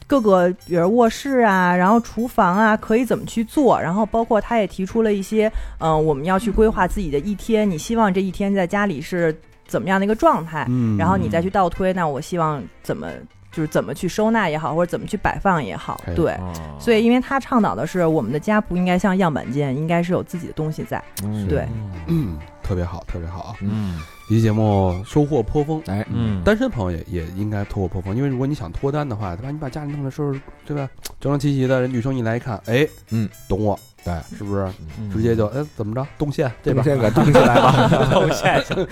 各个，比如卧室啊，然后厨房啊，可以怎么去做？然后包括他也提出了一些，嗯、我们要去规划自己的一天，你希望这一天在家里是怎么样的一个状态？
嗯
然后你再去倒推，那我希望怎么就是怎么去收纳也好，或者怎么去摆放也好
哎，
对。
啊，
所以，因为他倡导的是，我们的家不应该像样板间，应该是有自己的东西在。
嗯
对，
嗯特别好，特别好啊！
嗯
这期节目收获颇丰，
哎
嗯，
单身朋友也也应该脱获颇丰，因为如果你想脱单的话，对吧？你把家里弄得收拾，对吧？整整齐齐的，人女生一来一看，哎，
嗯，
懂我，对，是不是？
嗯
直接就哎怎么着，动线对吧？
这个动起来 吧，
都下去了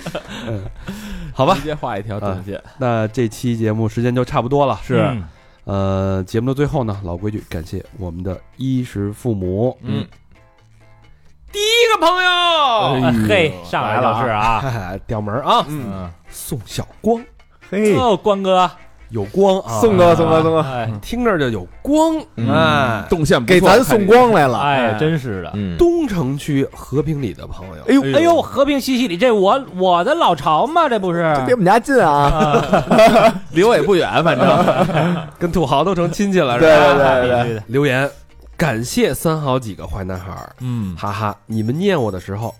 好吧啊
直，接画一条动线，
那这期节目时间就差不多了。
是
嗯
呃，节目的最后呢，老规矩，感谢我们的衣食父母。
嗯，哎
这个朋友，哦啊嘿，上来
来了
老师啊，
哈哈，调门儿啊，
嗯，
宋小光
嘿，
哦，光哥，
有光啊，
宋哥，宋哥，宋哥，
哎
听着就有光，
嗯
哎，
动线不错
给咱送，光来了，
哎，真是的。
嗯，
东城区和平里的朋友，
哎呦，
哎呦，和平西西里，这我我的老巢嘛，这不是？
离我们家近啊，
离我也不远，反正
跟土豪都成亲戚了，
对
是吧？
对对对，
对，
留言，感谢三好几个坏男孩儿，
嗯
哈哈，你们念我的时候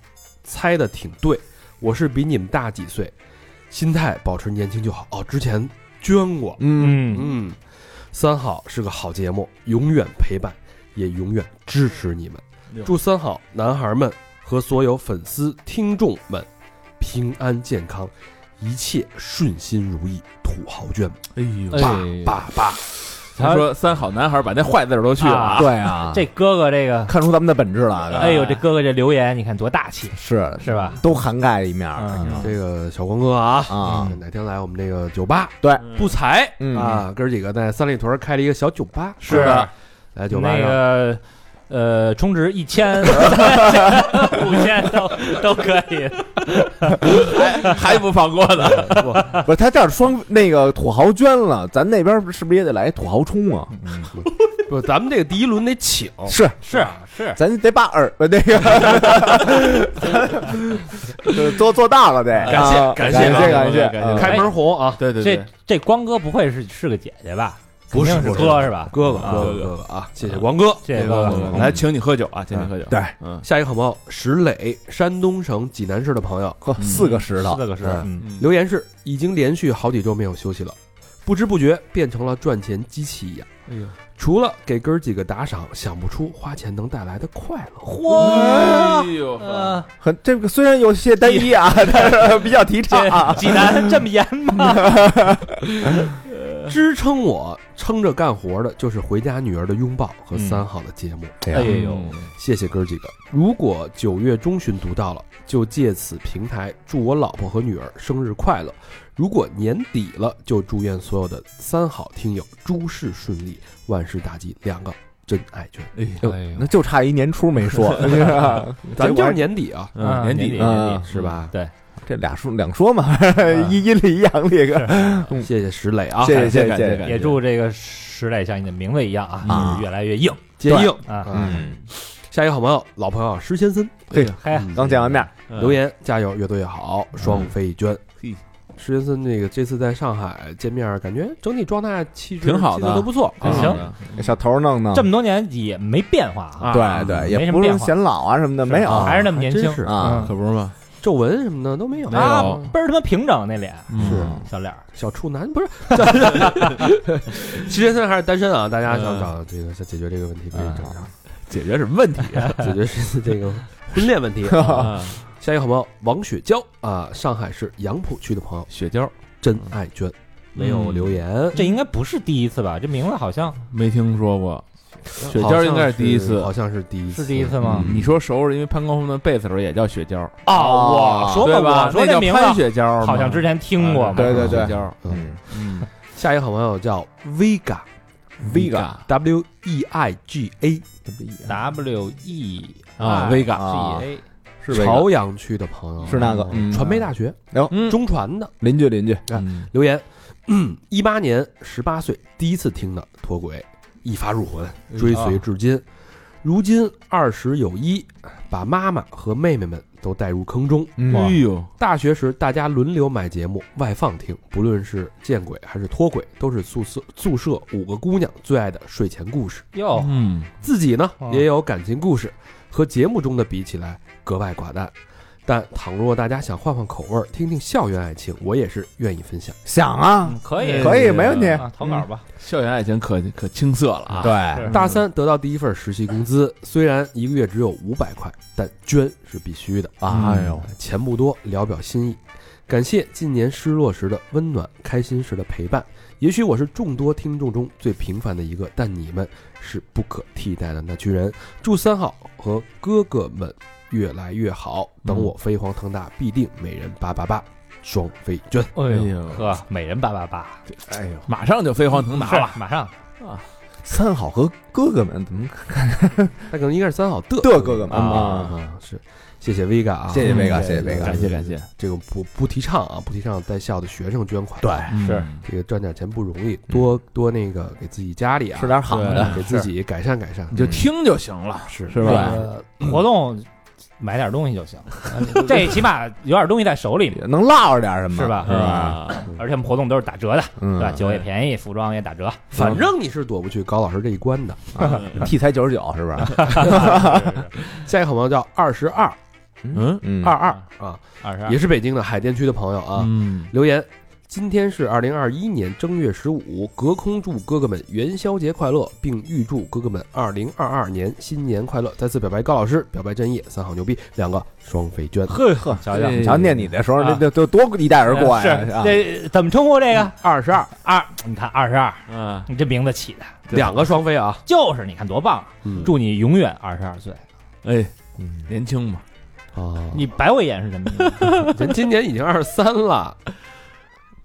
猜的挺对，我是比你们大几岁，心态保持年轻就好。哦，之前捐过，
嗯，
嗯，
嗯，三好是个好节目，永远陪伴，也永远支持你们。祝三好男孩们和所有粉丝听众们平安健康，一切顺心如意。土豪捐，
啊
哎呦
哎
爸爸爸，
他说三好男孩把那坏字儿都去了，
啊
对啊，
这哥哥这个，
看出咱们的本质了，啊
哎呦，这哥哥这留言，你看多大气，
是
是吧？
都涵盖一面儿
嗯，
这个小光哥啊，
啊，
哪天来我们这个酒吧
对，
不才
嗯
啊，哥儿几个在三里屯开了一个小酒吧，
是的，
来酒吧
那
上
个呃，充值 一千、五千都都可以。
还还不放过呢，
不是他这儿双那个土豪捐了，咱那边儿是不是也得来土豪冲啊？
嗯
不， 咱们这个第一轮得请，
是，
是是，
咱得把耳朵 那个做做大了得，
感谢
啊感
感谢
谢嗯
感谢
感
感谢
谢，
开门红啊，
对对
这这光哥不会是是个姐姐吧？
不是
肯定
不
是
是
哥是吧？
哥哥
啊
哥哥哥哥啊，谢谢光哥。
谢谢哥哥。
哎来请你喝酒啊，请你喝酒，
对，
嗯
下一个好朋友石磊，山东省济南市的朋友
呵，四个石头
嗯四，个是，
嗯
嗯
留言是：已经连续好几周没有休息了，不知不觉变成了赚钱机器一样。
哎呦，
除了给哥儿几个打赏，想不出花钱能带来的快乐。
哎呦，
嗯
呃，
很这个虽然有些单一 啊，但是比较提倡啊
这。济南这么严吗？
支撑我撑着干活的就是回家女儿的拥抱和
嗯
三好的节目。
哎呦，
谢谢哥儿几个。如果九月中旬读到了，就借此平台祝我老婆和女儿生日快乐；如果年底了，就祝愿所有的三好听友诸事顺利，万事大吉。两个真爱圈，
哎呦
那就差一年初没说，
咱们就是年底啊，
嗯，年
年
底
底
啊
是吧？
对，
这俩说两说嘛，
嗯
一阴历一阳历，哥嗯
谢谢石磊啊，
谢
感
谢
谢
谢
感谢
谢
感谢，
也祝这个石磊像你的名字一样啊，
啊
就是越来越硬
接应。
啊。
嗯，下一个好朋友，老朋友施先森，
嘿
嘿，
刚见完面，
嗯
留言加油，越多越好，双飞一捐。
嘿
施先森那个这次在上海见面，感觉整体状态气质
挺好的
气色都不错。
挺好
行
的
给小头弄弄
这，么多年也没变化啊，
对嗯对，
没
也
什
不
么
是
变化，
显老啊什么的，没有，
还是那么年轻
真是
啊
嗯
可不是吗？
皱纹什么的都没有，
没有
啊，倍儿他妈平整那脸，
是
嗯
小 脸儿，
小处男不是，石先生还是单身啊？大家想找这个想解决这个问题可以找他，
解决什么问题？
解决是这个婚恋问题。
啊
下一个好朋友王雪娇啊，上海市杨浦区的朋友
雪娇
真爱娟，没有留言，
这应该不是第一次吧？这名字好像
没听说过，雪
好
娇
像
应该是第一次嗯
好像是第一次，
是第一次吗？
嗯
你说熟是因为潘高峰的贝斯手也叫雪娇，
啊
哦，我说
对
嘛，
吧
我？说
那
这
叫
名
潘
字
雪娇吗，
好像之前听
啊
过嘛，
对对对
雪娇，
嗯。
嗯
下一个好朋友叫 Vega
，Vega
W E I G A，
W E
啊，Vega
啊
G A
是这个
朝阳区的朋友
是那个
嗯
传媒大学
嗯
中传的。
邻居邻居，
嗯
留言， 一八年十八岁第一次听的脱轨，一发入魂，追随至今。如今二十有一，把妈妈和妹妹们都带入坑中。
哎
嗯，
呦，
大学时大家轮流买节目外放听，不论是见鬼还是脱轨，都是宿舍宿舍五个姑娘最爱的睡前故事。
哟，
嗯，
自己呢
哦
也有感情故事，和节目中的比起来格外寡淡。但倘若大家想换换口味儿，听听校园爱情，我也是愿意分享。
想啊，
嗯可以
可以，没问题，
啊投稿吧，
校园爱情可可青涩了啊，
对，
是
大三得到第一份实习工资，虽然一个月只有五百块，但捐是必须的啊！
哎呦，
钱不多，聊表心意。感谢近年失落时的温暖，开心时的陪伴。也许我是众多听众中最平凡的一个，但你们是不可替代的那群人。祝三好和哥哥们越来越好，等我飞黄腾达，必定每人八八八，双飞捐。
哎
哎
呦，
呦，
呵，每人八八八，
哎呦，
马上就飞黄腾达
是
了，
马上
三好和哥哥们怎么
那可能应该是三好的
的哥哥们
啊啊！是，谢谢 Vega 啊，
谢谢
嗯
Vega，谢谢
感
Vega，
谢感谢，
这个不不提倡啊，不提倡在校的学生捐款。，
啊
嗯
是
这个赚点钱不容易，多多那个给自己家里啊
吃点好
对
的，
给自己改善改善
你。就听就行了，
是
是吧？
呃活动买点东西就行，这起码有点东西在手里嘛，
能落着点什么，
是吧嗯
是吧？
吧？
而且我们活动都是打折的，
嗯
对吧？酒也便宜，服装也打折，
反正你是躲不去高老师这一关的。
啊 T 才九十九，是不 是？
下一个好朋友叫二十二
嗯
嗯
二二啊，
二十
也是北京的海淀区的朋友啊，
嗯，
留言。今天是二零二一年正月十五，隔空祝哥哥们元宵节快乐，并预祝哥哥们二零二二年新年快乐。再次表白高老师，表白真叶，三好牛逼，两个双飞捐。
呵呵，瞧瞧。
哎
瞧念你的时候，
啊
这这都多一带而过呀！
是
啊
这怎么称呼这个？二十二二，你看二十二，
嗯，
你这名字起的
两个双飞啊！
就是你看多棒！啊
嗯
祝你永远二十二岁。
哎，
嗯
年轻嘛，
啊，
你白我一眼是什么意思？
人今年已经二十三了，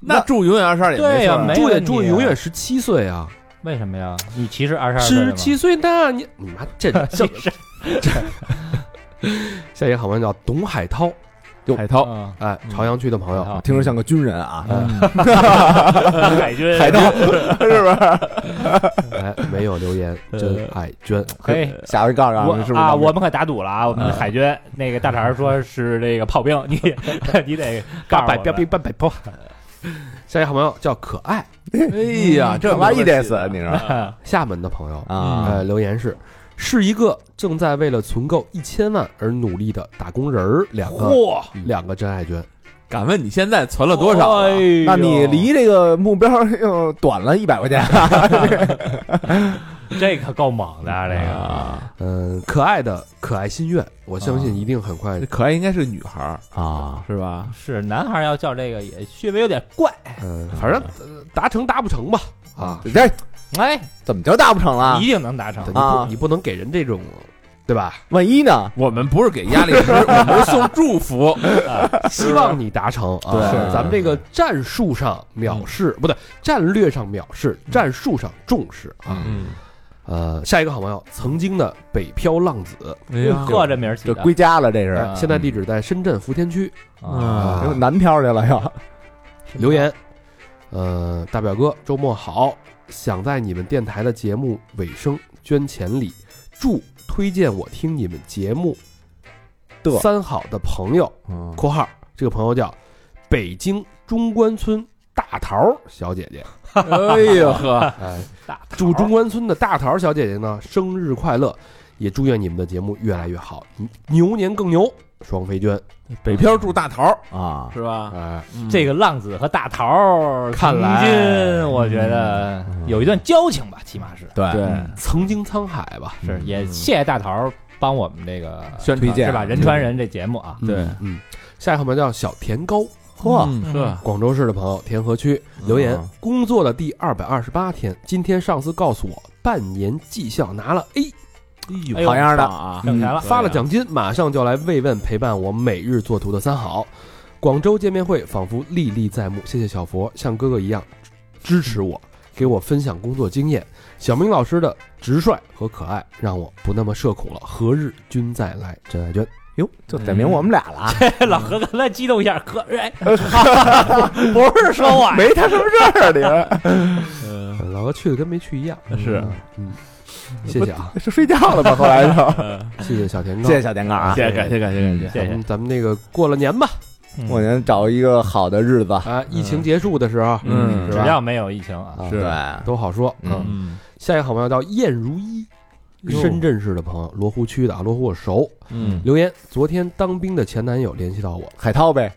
那祝永远二十二也
对
没事
呀，
儿
没
祝也
问题
祝
啊
你永远十七岁啊！
为什么呀？你歧视二十二岁
十
吗嗯
七岁那你你妈 这这
歧视
下一个好朋友叫董海涛，
海涛，
嗯
哎，朝阳区的朋友，
嗯
听着像个军人 啊，
海军
海盗
哎，没有留 言，
呃
真爱娟，
可以。
下回告诉
我
我们是不是
啊，
咱们
我们可打赌了啊！我们海军那个大肠说是这个炮兵，你你得告
八
诉
百
我 们
标兵八百炮。下一个好朋友叫可爱，
哎
嗯
呀，这
这玩意儿
没
得
关系
死，啊你说
厦门的朋友，
嗯
啊？
哎
呃，留言是。是一个正在为了存够一千万而努力的打工人儿，两个
嚯，
两个真爱娟，
敢问你现在存了多少啊？
哦
那你离这个目标又短了一百块钱，
这个够猛的，这个
啊，
嗯，可爱的可爱心愿，我相
啊
信一定很快
这可爱应该是个女孩儿
啊。
是吧？
是男孩要叫这个也稍微有点怪。
嗯，反正呃达成达不成吧啊，
这
哎，
怎么就达不成了
一？定能达成
你。
啊
不你不能给人这种，对吧？
万一呢？
我们不是给压力值，我们是送祝福。
希望你达成啊！
对是
咱们这个战术上藐视，不对，战略上藐视，战术上重视 啊。
嗯，
呃，下一个好朋友，曾经的北漂浪子，
哎
呵，这名儿起
这
的
归家了，这是
哎现在地址在深圳福田区
啊，
啊。
南漂去了又。
留言，呃，大表哥，周末好，想在你们电台的节目尾声捐钱礼，祝推荐我听你们节目
的
三好的朋友
嗯
（括号这个朋友叫北京中关村大桃儿小姐姐
哎呦 呵，），
哎，
大
祝中关村的大桃儿小姐姐呢生日快乐，也祝愿你们的节目越来越好，嗯牛年更牛，双飞娟，
北漂住大桃儿
啊，
是吧？
哎。
这个浪子和大桃儿，
看来
曾经我觉得有一段交情吧，起码是
对
嗯
曾经沧海吧，
是，也谢谢大桃儿帮我们这个
宣
推荐
是吧？人传人这节目啊，
对
嗯，嗯，下一个朋友叫小田高，
嚯
嗯
呵，
广州市的朋友，田河区留言
嗯，
工作的第二百二十八天，今天上司告诉我半年绩效拿了 A，
哎
哎
呦
呦，
好样的
棒
嗯
啊！
挣钱了，
发了奖金，马上就要来慰问陪伴我每日做图的三好。广州见面会仿佛历历在目，谢谢小佛像哥哥一样支持我，给我分享工作经验。小明老师的直率和可爱让我不那么社恐了，何日君再来？真爱娟，
哟，就点名我们俩了啊！
老何刚才激动一下，哥，哎，不是说我，
没他什么事儿，你
老哥去的跟没去一样。
是
嗯，谢谢啊，
是睡觉了吧？后来就
谢谢小田哥，
谢谢小田哥啊！
谢谢感谢感谢感谢，
谢
咱
谢嗯
们，嗯咱们那个过了年吧，
过年嗯找一个好的日子，
啊，疫情结束的时候，
嗯
是
只
吧
要没有疫情啊，
啊
对，
都好说。
嗯
嗯，
嗯
下一个好朋友叫燕如一，
哟
深圳市的朋友，罗湖区的啊，罗湖我熟。
嗯，
留言：昨天当兵的前男友联系到我，
海涛呗，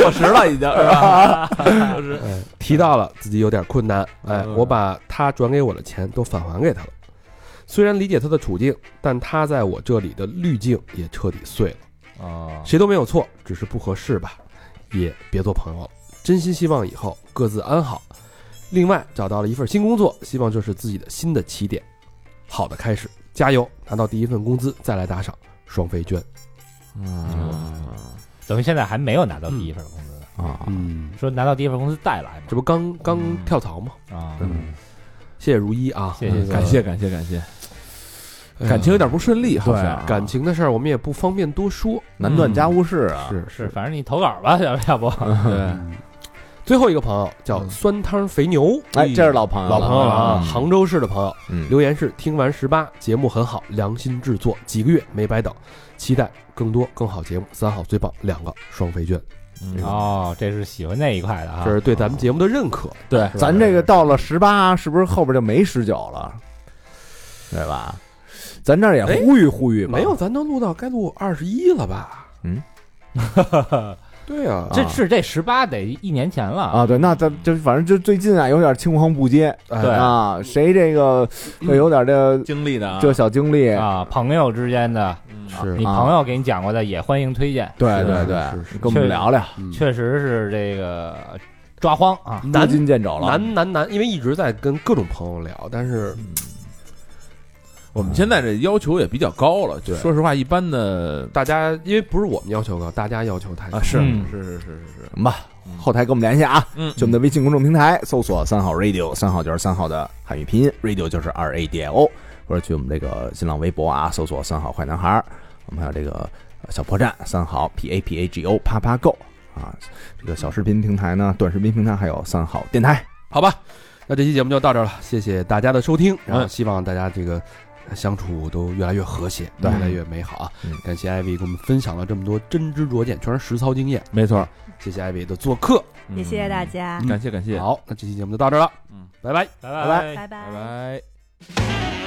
过时了 已经是吧？
哎，提到了自己有点困难，哎，
嗯
我把他转给我的钱都返还给他了。虽然理解他的处境，但他在我这里的滤镜也彻底碎了。
啊，
谁都没有错，只是不合适吧，也别做朋友了。真心希望以后各自安好。另外找到了一份新工作，希望这是自己的新的起点，好的开始，加油！拿到第一份工资再来打赏，双飞娟。
等于现在还没有拿到第一份工资，
嗯，
说拿到第一份工资再来
这不刚刚跳槽吗？
嘛，啊，
谢谢如一啊，
谢谢
嗯
感谢感谢感谢，
哎呀
感情有点不顺利，好
啊
像
啊感情的事儿我们也不方便多说。
难断家
嗯
务事啊！
是
是，反正你投稿吧，要要不，
对，
最后一个朋友
嗯
叫酸汤肥牛，
哎，这是老朋友
老朋友了啊，杭州市的朋友。
嗯，
留言是听完十八节目很好，良心制作，几个月没白等，期待更多更好节目。三好最棒，两个双飞券，
嗯
哦，这是喜欢那一块的啊，
这是对咱们节目的认可。
对，
咱这个到了十八，是不是后边就没十九了？对吧？咱这儿也呼吁呼吁吧，
没有，咱都录到该录二十一了吧？
嗯，
对啊，
这是这十八得一年前了
啊，对，那咱就反正就最近啊，有点青黄不接
哎
对
啊，谁这个呃
嗯
有点这
经历的啊
这小经历，
啊，朋友之间的，
是
你朋友给你讲过的也欢迎推荐，
对
是
对对
是是，
跟我们聊聊，
嗯
确实是这个抓荒啊，
捉
难
襟见肘了，
难难难，因为一直在跟各种朋友聊，但是
我们现在这要求也比较高了，
对
说实话，一般的
大家因为不是我们要求高，大家要求太高
啊，是
嗯
是是是是是，
行吧。后台跟我们联系啊，
嗯
去我们的微信公众平台搜索“三好 radio”，三好就是三好的汉语拼音，radio 就是 R A D I O，或者去我们这个新浪微博啊，搜索“三好坏男孩儿”，我们还有这个呃小破站三好 P A P A G O 啪啪 Go 啊，这个小视频平台呢，短视频平台还有三好电台，
好吧，那这期节目就到这儿了，谢谢大家的收听，啊然后
嗯
希望大家这个相处都越来越和谐，越
对
来越美好啊！
嗯
感谢艾薇给我们分享了这么多真知灼见，全是实操经验，
没错，
谢谢艾薇的做客。
也谢谢大家，
嗯
感谢感谢，
好，那这期节目就到这儿了，
嗯，
拜拜。
拜
拜拜
拜。